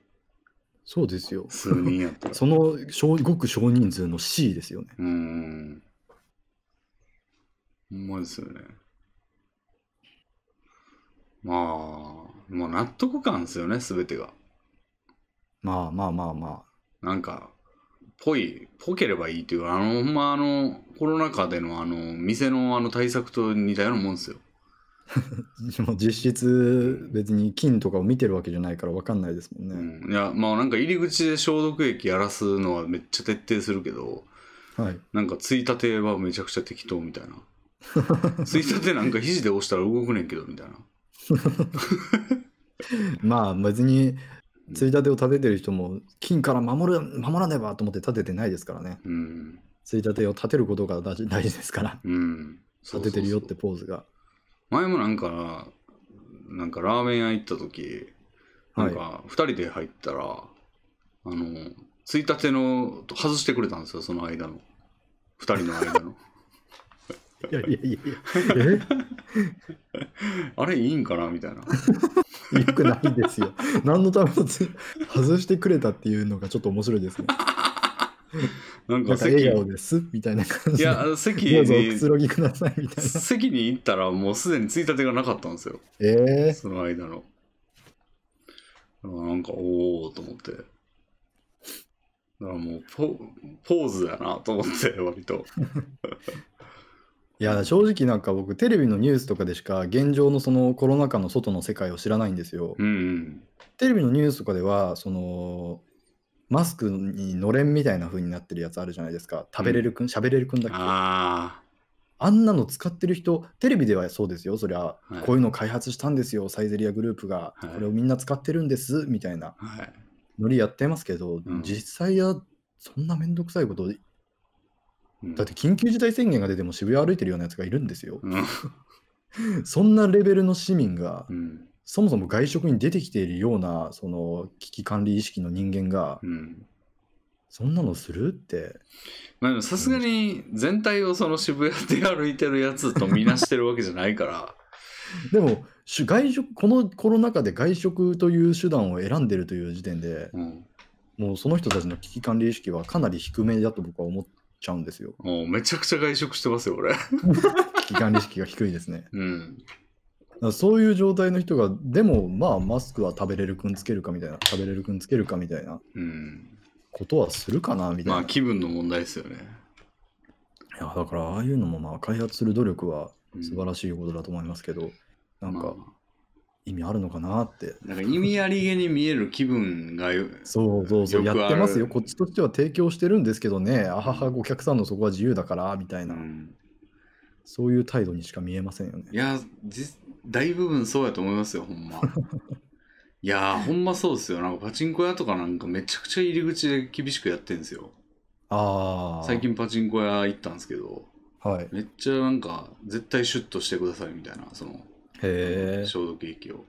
そうですよ。数人や *laughs* ったら。その少ごく少人数の C ですよね。うーん。ほんまですよね。まあ、もう納得感ですよね、すべてが。まあまあまあまなんか、ぽい、ぽければいいという、あの、ほんまあの、コロナ禍でのあの、店のあの対策と似たようなもんですよ。あ。もう実質別に金とかを見てるわけじゃないから分かんないですもんね。うん、いや、まあなんか入り口で消毒液やらすのはめっちゃ徹底するけど、はい。なんかついたてはめちゃくちゃ適当みたいな。ついたてなんか肘で押したら動くねんけどみたいな。まあ別に、ついたてを立ててる人も金から守る守らねばと思って立ててないですからね。うん。ついたてを立てることが大事大事ですから。うん。そうそ立うそうててるよってポーズが。前もなんか、なんかラーメン屋行った時、なんはか2人で入ったら、あの、ついたての外してくれたんですよ、その間の。2人の間 *laughs* の。い。いやいやい *laughs* やいや。あれいいんかなみたいな。えよくないですよ。何のためのつ外してくれたっていうのがちょっと面白いです *laughs* ね。なんなかんか席、笑顔いですみたいな感じで。 *laughs* や、席どうぞおにくつろぎくださいみたいな。席に行ったらもうすでについたてがなかったんですよえその間のだからなんかおおと思ってだからもうポポーズやなと思って割とえいや、正直なんか僕、テレビのニュースとかでしか現状のそのコロナ禍の外の世界を知らないんですよ。うんテレビのニュースとかでは、その、マスクにのれんみたいな風になってるやつあるじゃないですか。食べれるくん、喋、れるくんうだんっけああんなの使ってる人、テレビではそうですよ、そりゃ、いこういうの開発したんですよ、サイゼリアグループが、はいこれをみんな使ってるんです、みたいなあはいノリやってますけど、うん実際はそんなめんどくさいこと、うんだって緊急事態宣言が出ても渋谷歩いてるようなやつがいるんですよ。うんそんなレベルの市民が、うんそもそも外食に出てきているような、その危機管理意識の人間が、うんそんなのするって、まあでもさすがに全体をその渋谷で歩いてるやつとみなしてるわけじゃないからでも、し外食、このコロナ禍で外食という手段を選んでるという時点で、うんもうその人たちの危機管理意識はかなり低めだと僕は思っちゃうんですよ。もうめちゃくちゃ外食してますよ俺危機管理意識が低いですね。うんだからそういう状態の人が、でもまあマスクは食べれるくんつけるかみたいな、食べれるくんつけるかみたいなうんことはするかなみたいな。まあ気分の問題ですよねいやだからああいうのもまあ開発する努力はうん素晴らしいことだと思いますけど、なんまかあ意味あるのかなって。なんか意味ありげに見える気分がよそうそうそう、よやくあるってますよ。こっちとしては提供してるんですけどね、あはは、お客さんのそこは自由だから、みたいな、うんそういう態度にしか見えませんよねい。やじ大部分そうやと思いますよほん *laughs* まいやーほんまそうですよなんかパチンコ屋とかなんかめちゃくちゃ入り口で厳しくやってんですよああ、最近パチンコ屋行ったんですけどはい。へめっちゃなんか絶対シュッとしてくださいみたいなそのえ。消毒液を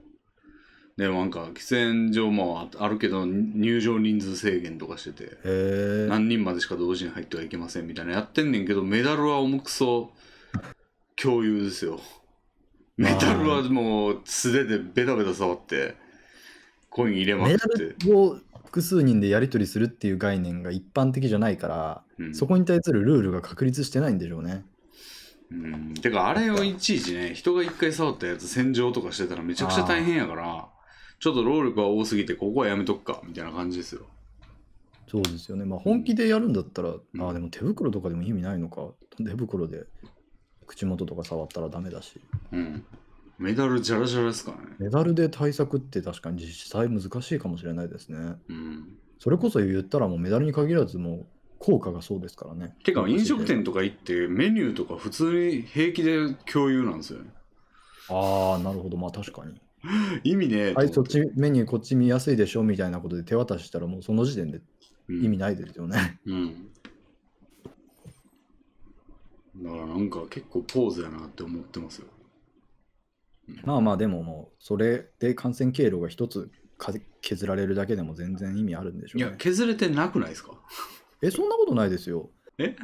でもなんか喫煙所もああるけど入場人数制限とかしててへえ。何人までしか同時に入ってはいけませんみたいなやってんねんけどメダルは重くそ共有ですよメダルはもう素手でベタベタ触ってコイン入れまメダくってル、を複数人でやり取りするっていう概念が一般的じゃないから、うん、そこに対するルールが確立してないんでしょうね。うんてかあれをいちいちね人が一回触ったやつ洗浄とかしてたらめちゃくちゃ大変やからちょっと労力は多すぎてここはやめとくかみたいな感じですよそうですよね。まあ、本気でやるんだったら、んああ、でも手袋とかでも意味ないのか。手袋で口元とか触ったらダメだし。うんメダルジャラジャラですからねメダルで対策って確かに実際難しいかもしれないですね。うんそれこそ言ったらもうメダルに限らずもう効果がそうですからね。てか飲食店とか行ってメニューとか普通に平気で共有なんですよねああ、なるほど。まあ確かに。意味ねえとはい、そ思ってちメニューこっち見やすいでしょみたいなことで手渡ししたらもうその時点でうん意味ないですよね。うんだからなんか結構ポーズやなって思ってますよまあまあでももうそれで感染経路が一つか削られるだけでも全然意味あるんでしょ、いうやね。削れてなくないですかえ、そんなことないですよ。え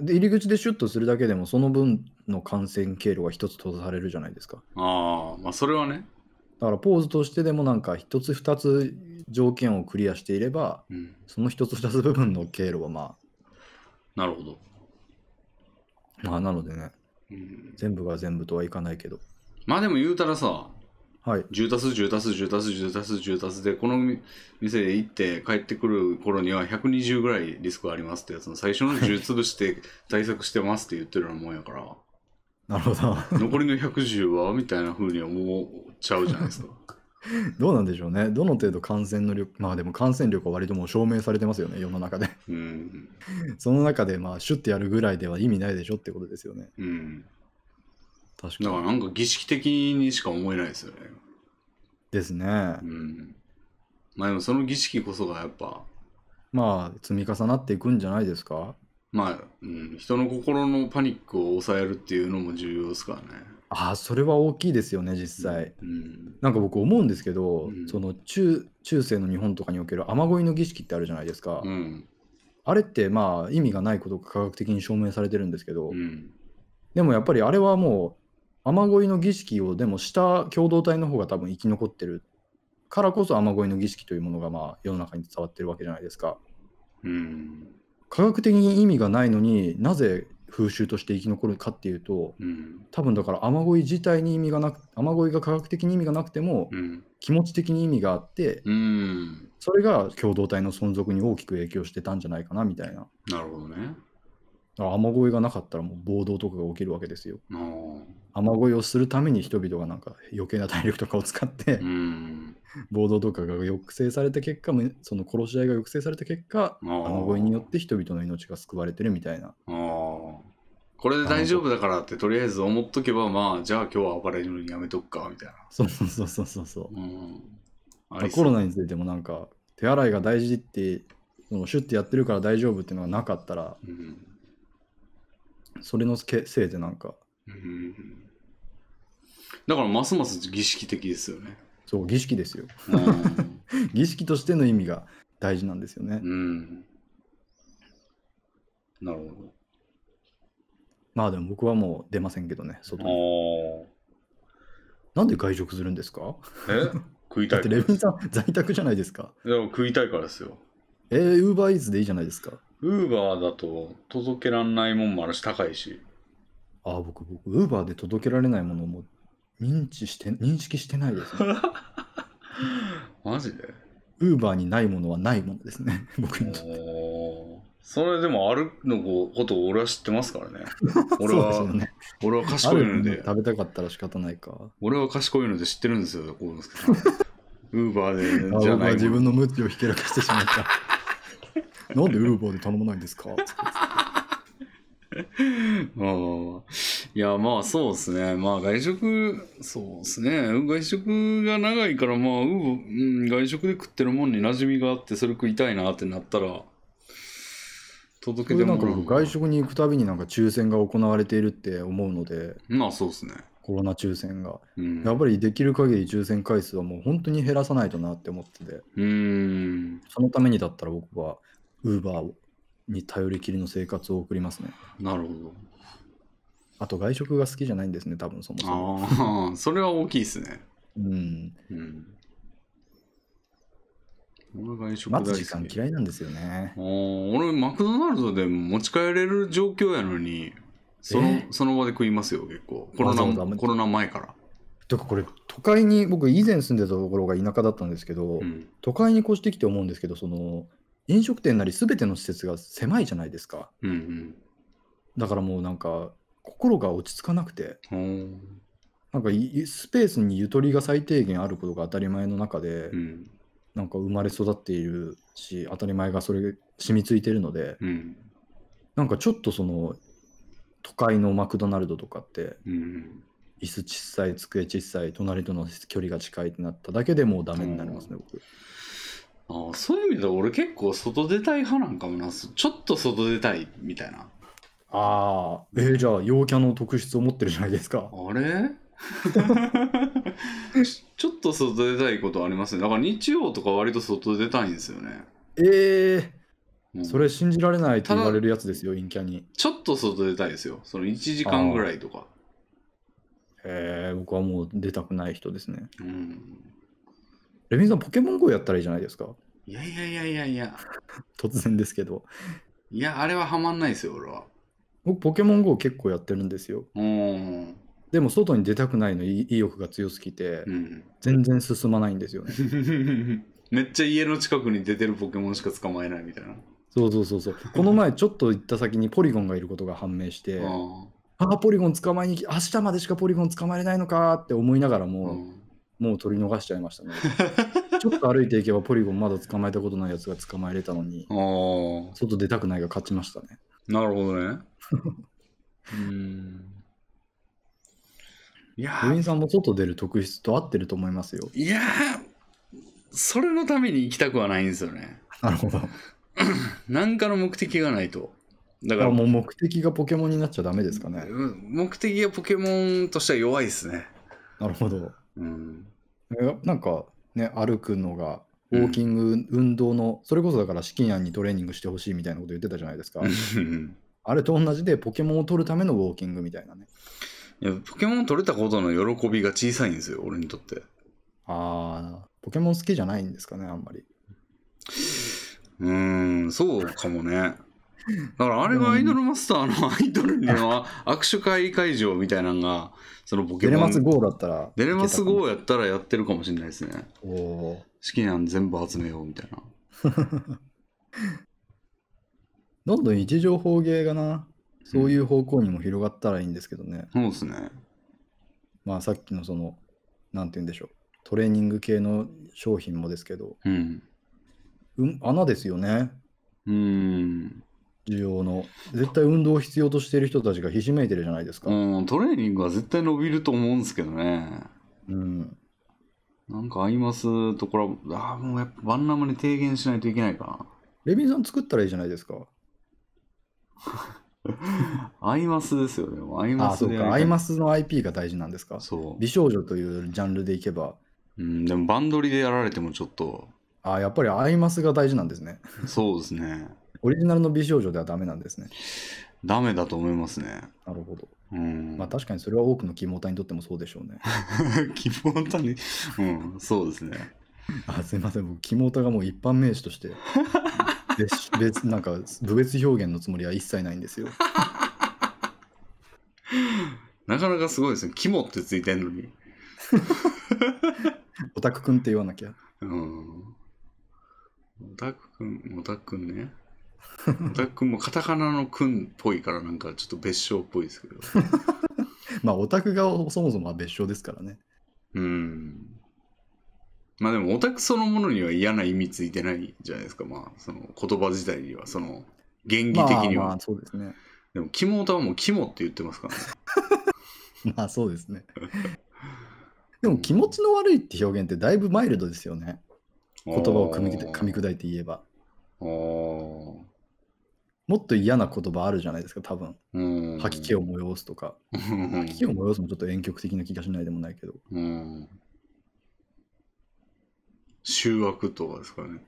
で入り口でシュッとするだけでもその分の感染経路が一つ閉ざされるじゃないですか。ああまあそれはねだからポーズとしてでもなんか一つ二つ条件をクリアしていれば、うん、その一つ二つ部分の経路はまなるほど、あ、まあなのでね、うん、全部が全部とはいかないけど。まあでも言うたらさはい。 10足す10足す10足す10足す10足すでこのみ店で行って帰ってくる頃には120ぐらいリスクありますってやつの最初の10潰して対策してますって言ってるようなもんやからなるほど。 *laughs* 残りの110はみたいな風に思っちゃうじゃないですか *laughs* どうなんでしょうね。どの程度感染の力、まあでも感染力は割ともう証明されてますよね、世の中で。うんその中でまあシュッてやるぐらいでは意味ないでしょってことですよね。うん確だかからに。なんか儀式的にしか思えないですよねですねう。んまあでもその儀式こそがやっぱまあ積み重なっていくんじゃないですかまあ、うん、人の心のパニックを抑えるっていうのも重要ですからねああ、それは大きいですよね、実際。うんなんか僕思うんですけど、うんその中中世の日本とかにおける雨乞いの儀式ってあるじゃないですか、うんあれってまあ意味がないことが科学的に証明されてるんですけど、うんでもやっぱりあれはもう雨乞いの儀式をでもした共同体の方が多分生き残ってるからこそ雨乞いの儀式というものがまあ世の中に伝わってるわけじゃないですかうん科学的に意味がないのになぜ風習として生き残るかっていうとうん多分だから雨乞い自体に意味がなく雨乞いが科学的に意味がなくてもうん気持ち的に意味があってうんそれが共同体の存続に大きく影響してたんじゃないかなみたいな。なるほどねだから雨乞いがなかったらもう暴動とかが起きるわけですよ。あー雨乞いをするために人々がなんか余計な体力とかを使ってうん暴動とかが抑制された結果、むその殺し合いが抑制された結果、あ雨ー乞いによって人々の命が救われてるみたいな。あーこれで大丈夫だからってとりあえず思っとけばまあじゃあ今日は暴れるのにやめとくかみたいそうそうそうそうそうそう。なうんだあからりコそうロナについてもなんか手洗いが大事って、そのシュッてやってるから大丈夫っていうのがなかったら、うんそれのけせいでなんか、うんだからますます儀式的ですよねそう、儀式ですよ。うん儀式としての意味が大事なんですよね。うん。なるまあでも僕はもう出ませんけどね、ほ外に。ど。なんで外食するんですかああ。え食いだたっいてかレら。ビンさん *laughs* 在宅じゃないですか。でも食いたいからですよ。えー、ウーバーイーツでいいじゃないですか。ウーバーだと届けらんないもんもあるし、高いし。ああ、僕、僕、ウーバーで届けられないものをもう認知して、認識してないです *laughs* ね。マジでウーバーにないものはないものですね。僕にとって。おーそれでもあるのことを俺は知ってますから *laughs* ね。俺そは、うですよね。俺はあ賢いるものので、食べたかったら仕方ないか。俺は賢いので知ってるんですよ、こうです *laughs* けど。ウーバーあでじゃ僕なはい自も分ん。の無知をひけらかしてしまった。 *laughs* なんでウーバーで頼まないんですかああいやまあそうですねまあ外食そうですね外食が長いからまあう、うん、外食で食ってるもんに馴染みがあってそれ食いたいなってなったら届けて僕なんもからう僕外食に行くたびになんか抽選が行われているって思うので、まあそうですねコロナ抽選が。うんやっぱりできる限り抽選回数はもう本当に減らさないとなって思ってて、うーんそのためにだったら僕は Uber に頼りきりの生活を送りますね。なるほどあと外食が好きじゃないんですね、多分そもそも。ああそれは大きいですねうん。うん俺外食大待好つき時間嫌いなんですよねあ。ー俺マクドナルドで持ち帰れる状況やのにそのえその場で食いますよ結構コロわナざわざコロナ前から、とかこれ、都会に、僕以前住んでたところが田舎だったんですけうど、ん、都会に越してきて思うんですけど、その、飲食店なり全ての施設が狭いじゃないですか。うんだからもうなんか、心が落ち着かなくて、うんうんなんかいスペースにゆとりが最低限あることが当たり前の中で、うんなんか生まれ育っているし当たり前がそれが染みついてるのでうんなんかちょっとその都会のマクドナルドとかってうん椅子小さい机小さい隣との距離が近いってなっただけでもうダメになりますね、僕あーそういう意味では俺結構外出たい派なんかもなすちょっと外出たいみたいなああえー、じゃあ陽キャの特質を持ってるじゃないですかあ *laughs* れちょっと外出たいことありますねだから日曜とか割と外出たいんですよね、えー、うんそれ信じられないと言われるやつですよ陰キャにちょっと外出たいですよその1時間ぐらいとかええー、僕はもう出たくない人ですね。うん。レミさん、ポケモン GO やったらいいじゃないですか。いやいやいやいやいや、突然ですけど。いや、あれはハマんないですよ、俺は。僕、ポケモン GO 結構やってるんですよ。うん。でも、外に出たくないの意意欲が強すぎてう、ん。 *laughs* 全然進まないんですよね。めっちゃ家の近くに出てるポケモンしか捕まえないみたいな。そうそうそうそう。この前、ちょっと行った先にポリゴンがいることが判明して、ああーあ、ポリゴン捕まえに来明日までしかポリゴン捕まえれないのかって思いながらうも、んもう取り逃しちゃいましたね。ちょっと歩いていけばポリゴンまだ捕まえたことないやつが捕まえれたのに、あー、外出たくないが勝ちましたね。なるほどね。うん。いやー部員さんも外出る特質と合ってると思いますよ。いやーそれのために行きたくはないんですよね。 *laughs* なるほど。何かの目的がないと。だだかかららもう目的がポケモンになっちゃダメですかね。うん目的がポケモンとしては弱いですね。なるほど。うん。えなんかね、歩くのが、ウォーキング、運動の、それこそだから資金案にトレーニングしてほしいみたいなこと言ってたじゃないですか。あれと同じで、ポケモンを取るためのウォーキングみたいなね。いやポケモン取れたことの喜びが小さいんですよ、俺にとって。ああ、ポケモン好きじゃないんですかね、あんまり。うーん、そうかもね。だからあれがアイドルマスターのアイドルの握手会会場みたいなのが、そのポケデレモマスン。号だったら。デレマスー GO やったらやってるかもしれないですね。おー好きなん全部集めようみたいな。どんどん位置情報ゲーがな、そういう方向にも広がったらいいんですけどね。そうですね。まあさっきのその、なんて言うんでしょう。トレーニング系の商品もですけど、うん。うん、穴ですよね。うーん。需要の。絶対運動を必要としている人たちがひしめいてるじゃないですか。うん、トレーニングは絶対伸びると思うんですけどね。うん。なんかアイマスとコラボ、ああ、もうやっぱバンナムに提言しないといけないかレビンさん作ったらいいじゃないですか。な。 *laughs* アイマスですよね。もうアイマあ、そスうでやりか。たアいイマスの IP が大事なんですか。そ美少女というジャンルでいけば、う。うん、でもバンドリでやられてもちょっと、あ、やっぱりアイマスが大事なんですね。そうですね。 *laughs* オリジナルの美少女ではダメなんですね。ダメだと思いますね。なるほど。うん。まあ確かにそれは多くのキモタにとってもそうでしょうね。 *laughs* 希望たに、うん、そうですね。あすいません、僕、キモタがもう一般名詞として、 *laughs* 別別なんか、部別表現のつもりは一切ないんですよ。なかなかすごいですね。肝ってついてんのに。オタクくんって言わなきゃ。うん。オタクくん、オタクくんね。オタクくんもカタカナのくんっぽいからなんかちょっと別称っぽいですけど。まあ、オタクがそもそもは別称ですからね。うん。まあでもオタクそのものには嫌な意味ついてないじゃないですか。まあその言葉自体には、その原義まあ、的には。まあ、そうですね。でも肝オタはもう肝って言ってますからね。まあ、そうですね。でも、気持ちの悪いって表現ってだいぶマイルドですよね。 *laughs* 言葉を噛あみー噛み砕いて言えば。あーもっと嫌な言葉あるじゃないですか、多分。うん。吐き気を催すとか。うん。吐き気を催すもちょっと遠曲的な気がしないでもないけど。うん。醜悪とかですかね。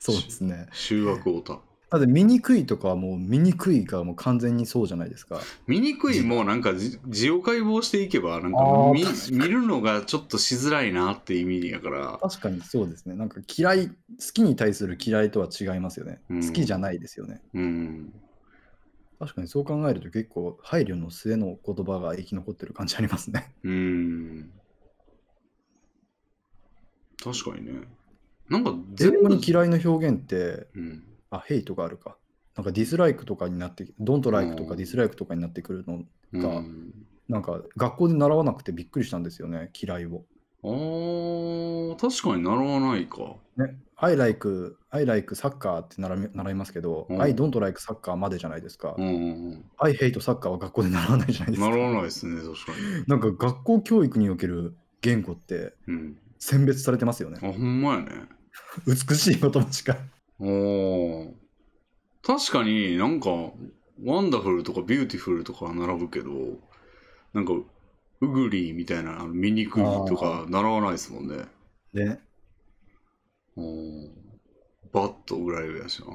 そうですね。醜悪オタ。だって醜いとかはもう醜いがもう完全にそうじゃないですか。醜いもうなんかじ字を解剖していけばなんかあー見見るのがちょっとしづらいなって意味やから確かにそうですね。なんか嫌い、好きに対する嫌いとは違いますよね。うん好きじゃないですよね。うん確かにそう考えると結構配慮の末の言葉が生き残ってる感じあります *laughs* ね。うん確かにねなんか英全語部に嫌いの表現って、うんあ、ヘイとかあるか。なんかディスライクとかになって、ドントライクとうかんディスライクとかになってくるの、うんがなんか学校で習わなくてびっくりしたんですよね、嫌いを。あー確かに習わないかね、I like, I like サッカーって習み習いますけど、うん I don't like サッカーまでじゃないですか。うんうんアイヘイトサッカーは学校で習わないじゃないうんですか。習わないですね確かになんか学校教育における言語ってうん選別されてますよねあ。ほんまやね美しい言葉しか。 *laughs* おー確かになんかワンダフルとかビューティフルとかは並ぶけどなんかウグリーみたいなあの醜いとか習わないですもんねで、おーバットぐらいやしな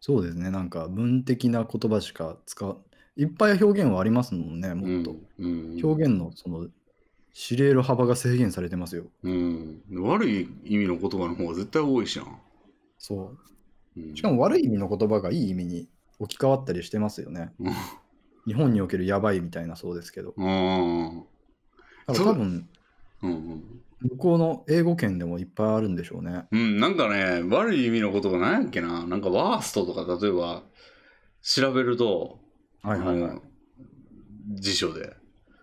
そうですね。なんか文的な言葉しか使わいっぱい表現はありますもんね、もっと。うんうん表現のその知れる幅が制限されてますよ。うん、悪い意味の言葉の方が絶対多いしな、そうう。んしかも悪い意味の言葉がいい意味に置き換わったりしてますよね。うん日本におけるやばいみたいなそうですけど。うんだかそうら多分、うん向こうの英語圏でもいっぱいあるんでしょうね。うん、なんかね悪い意味の言葉なんやっけななんかワーストとか例えば調べると、はいはいはい。あの辞書で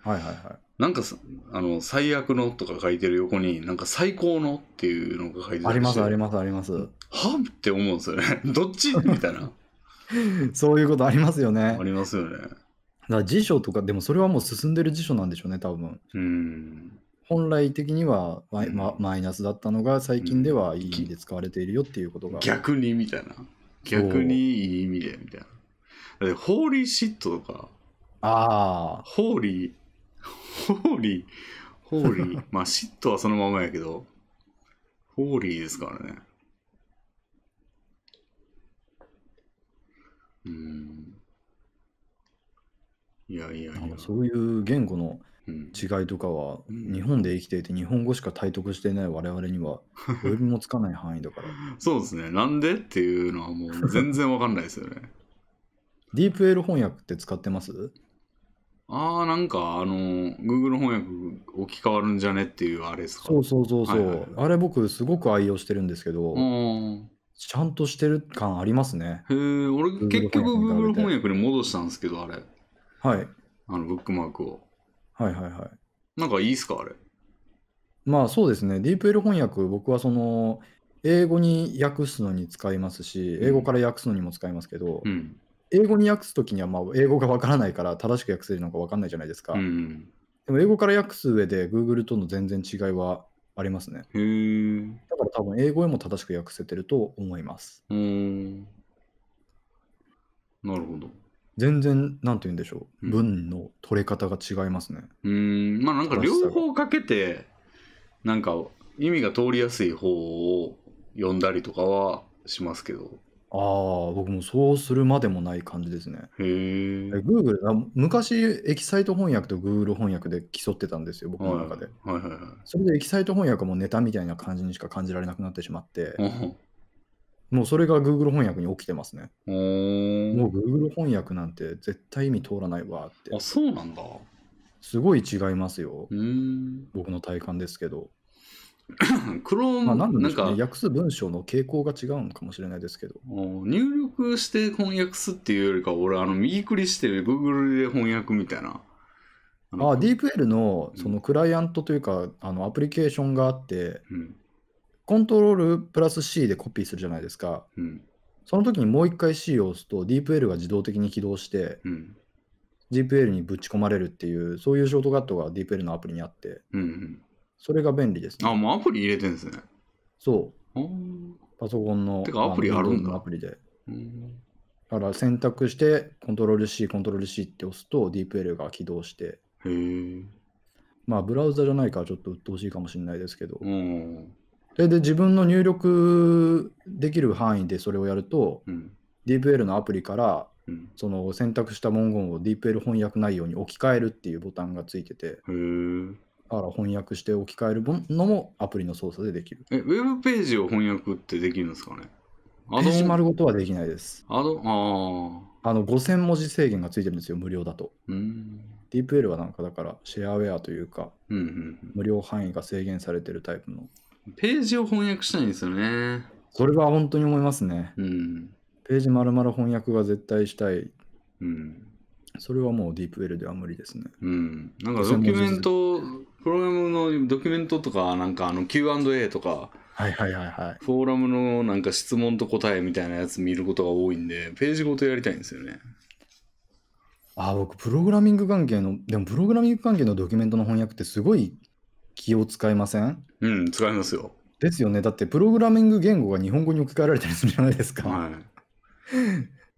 はいはいはなんかさあの最悪のとか書いてる横になんか最高のっていうのが書いてい。ありますありまますあります。すはって思うんですよね *laughs* どっちみたいなそういうことありますよね。だあかりますよねら辞書とか、でもそれはもう進んでる辞書なんでしょうね、多分。うん本来的にはマイ,、うんママイナスだったのが最近ではいい意味で使われているよっていうことが。逆にみたいな逆にいい意味でみたいなだってホーリーシットとかあホーリー、ホーリー、ホー *laughs* リー。まあ、シットはそのままやけど、ホーリーですからね。うーん。いやいやいあや。そういう言語のうん、違いとかは、うん日本で生きていて日本語しか体得していない我々に *laughs* は及びもつかない範囲だから。そうですね。なんでっていうのはもう全然わかんないですよ *laughs* ね。ディープエール翻訳って使ってますああ、なんか、あの、Google 翻訳置き換わるんじゃねっていうあれですか。そうそうそうそう、はいはいあれ僕すごく愛用してるんですけど、うんちゃんとしてる感ありますね。へえ、俺 Google 結局翻訳 Google に比べて翻訳に戻したんですけど、あれ。はい。あの、ブックマークを。はいはいはい。なんかいいっすか、あれ。まあそうですね、ディープ L 翻訳、僕はその英語に訳すのに使いますし、うん英語から訳すのにも使いますけど、うん。英語に訳すときにはまあ英語がわからないから正しく訳せるのかわかんないじゃないですか。うん。でも英語から訳す上で Google との全然違いはありますね。へえ。だから多分英語へも正しく訳せてると思います。うーん。なるほど。全然、なんて言うんでしょう、うん文の取れ方が違いますね。うーん。まあなんか両方かけて、なんか意味が通りやすい方を読んだりとかはしますけど。ああ、僕もそうするまでもない感じですね。へえ。え Google、あ昔、エキサイト翻訳と Google 翻訳で競ってたんですよ、僕のはい中で。はいはいはいそれでエキサイト翻訳はもうネタみたいな感じにしか感じられなくなってしまって、おほ。もうそれが Google 翻訳に起きてますね。おもーう Google 翻訳なんて絶対意味通らないわってあ、、そうなんだ。すごい違いますよう。ーん。僕の体感ですけど。クローまム、あ、なんでなでんしょかう、ね、訳す文章の傾向が違うのかもしれないですけど。お入力して翻訳すっていうよりか、俺、あの、右クリして Google で翻訳みたいな。ああ、DeepL のうんそのクライアントというか、あのアプリケーションがあって、うん。コントロールプラス C でコピーするじゃないですか。うん。その時にもう一回 C を押すと DeepL が自動的に起動してうん。 DeepL にぶち込まれるっていう、そういうショートカットが DeepL のアプリにあって、うんうん。それが便利ですあ、ね。もうアプリ入れてんですね。そあーう、パソコンの。てかアプリあるんだ Windows のアプリで。うん。だから選択して、コントロール C、コントロール C って押すと DeepL が起動して、へえ。まあ、ブラウザじゃないからちょっと鬱陶しいかもしれないですけどう、ん。それで自分の入力できる範囲でそれをやると、うん。 DeepL のアプリから、うん。その選択した文言を DeepL 翻訳内容に置き換えるっていうボタンがついてて、へだから翻訳して置き換えるのもアプリの操作でできる。え。え、ウェブページを翻訳ってできるんですかねペアドージン、丸ごとはできないです。アドン、ああ。あの5000文字制限がついてるんですよ、無料だと。うん。 DeepL はなんかだから、シェアウェアというか、うんうん無料範囲が制限されてるタイプの。うん。ページを翻訳したいんですよね。それは本当に思いますね。うん。ページ丸々翻訳が絶対したいうん。それはもうディープウェルでは無理ですね。うん、なんかドキュメント、プログラムのドキュメントとか、なんかあの Q&A とか、はいはいはいはい。フォーラムのなんか質問と答えみたいなやつ見ることが多いんで、ページごとやりたいんですよね。あ、僕、プログラミング関係の、でもプログラミング関係のドキュメントの翻訳ってすごい気を使いませんうん、使いますよ。ですよね。だってプログラミング言語が日本語に置き換えられたりするじゃないですか。はい。な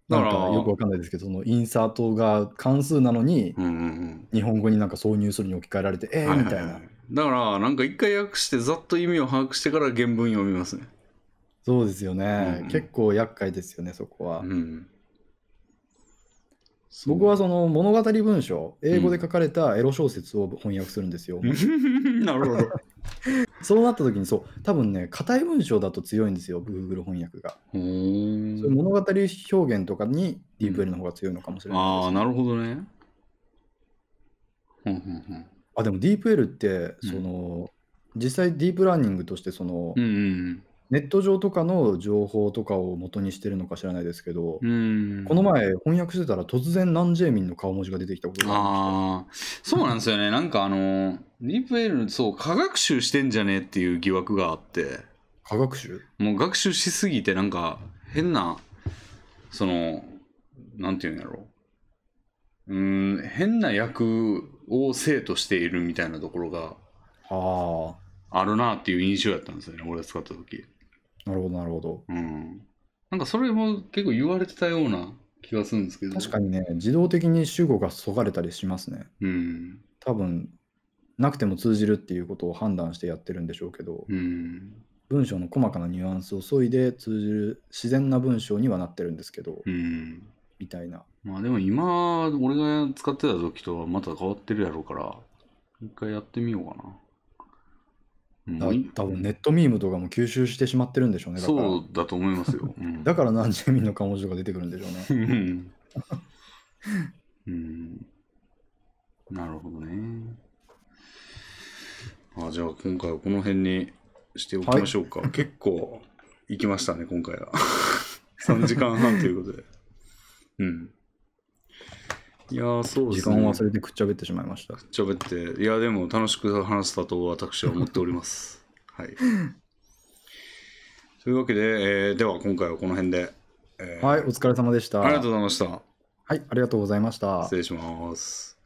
だんからかよくわかんないですけど、そのインサートが関数なのに、うんうんうん。日本語になんか挿入するに置き換えられて、えーみたいはなは。だから、なんか一回訳して、ざっと意味を把握してから原文読みますね。そうですよねう。ん結構厄介ですよね、そこはう。ん。僕はそその物語文章、英語で書かれたエロ小説を翻訳するんですよ。う *laughs* なるほど *laughs* そうなった時にそう、多分ね、硬い文章だと強いんですよ、Google 翻訳が。ほそういうー物語表現とかに DeepL の方が強いのかもしれないあであす。なるほどねふんふんふんあでも DeepL って、うんその、実際ディープラーニングとしてその、うんうんネット上とかの情報とかを元にしてるのか知らないですけど、うんうんこの前翻訳してたら突然ナンジェーミンの顔文字が出てきたことがあああそうなんですよね *laughs* なんかあのディープエールそう科学習してんじゃねえっていう疑惑があってりました。科学種もう学習しすぎてなんか変なそのなんていうんやろううーん変な役を生としているみたいなところがああるなっていう印象やったんですよね俺が使った時あ、なるほど、なるほど。うんなんかそれも結構言われてたような気がするんですけど確かにね、自動的に主語がそがれたりしますね。うん多分、なくても通じるっていうことを判断してやってるんでしょうけど、うん文章の細かなニュアンスを削いで通じる自然な文章にはなってるんですけど、うんみたいな。まあでも今、俺が使ってた時とはまた変わってるやろうから、一回やってみようかな。だうん多分ネットミームとかも吸収してしまってるんでしょうね。だからそうだと思います *laughs* よ。うんだからナンジェーミンの顔文字が出てくるんでしょうね。 *laughs* うんうん。なるほどね。あじゃあ今回はこの辺にしておきましょうか。結構行きましたね、今回 *laughs* は。3時間半ということで。うん。いやー、そうで時すね。間を忘れてくっちゃべってしまいました。喋って、いや、でも楽しく話したと私は思っており *laughs* ます。はい。というわけで、えーでは今回はこの辺で、えーはい、お疲れ様でした。ありがとうございました。はい、ありがとうございました失。礼します。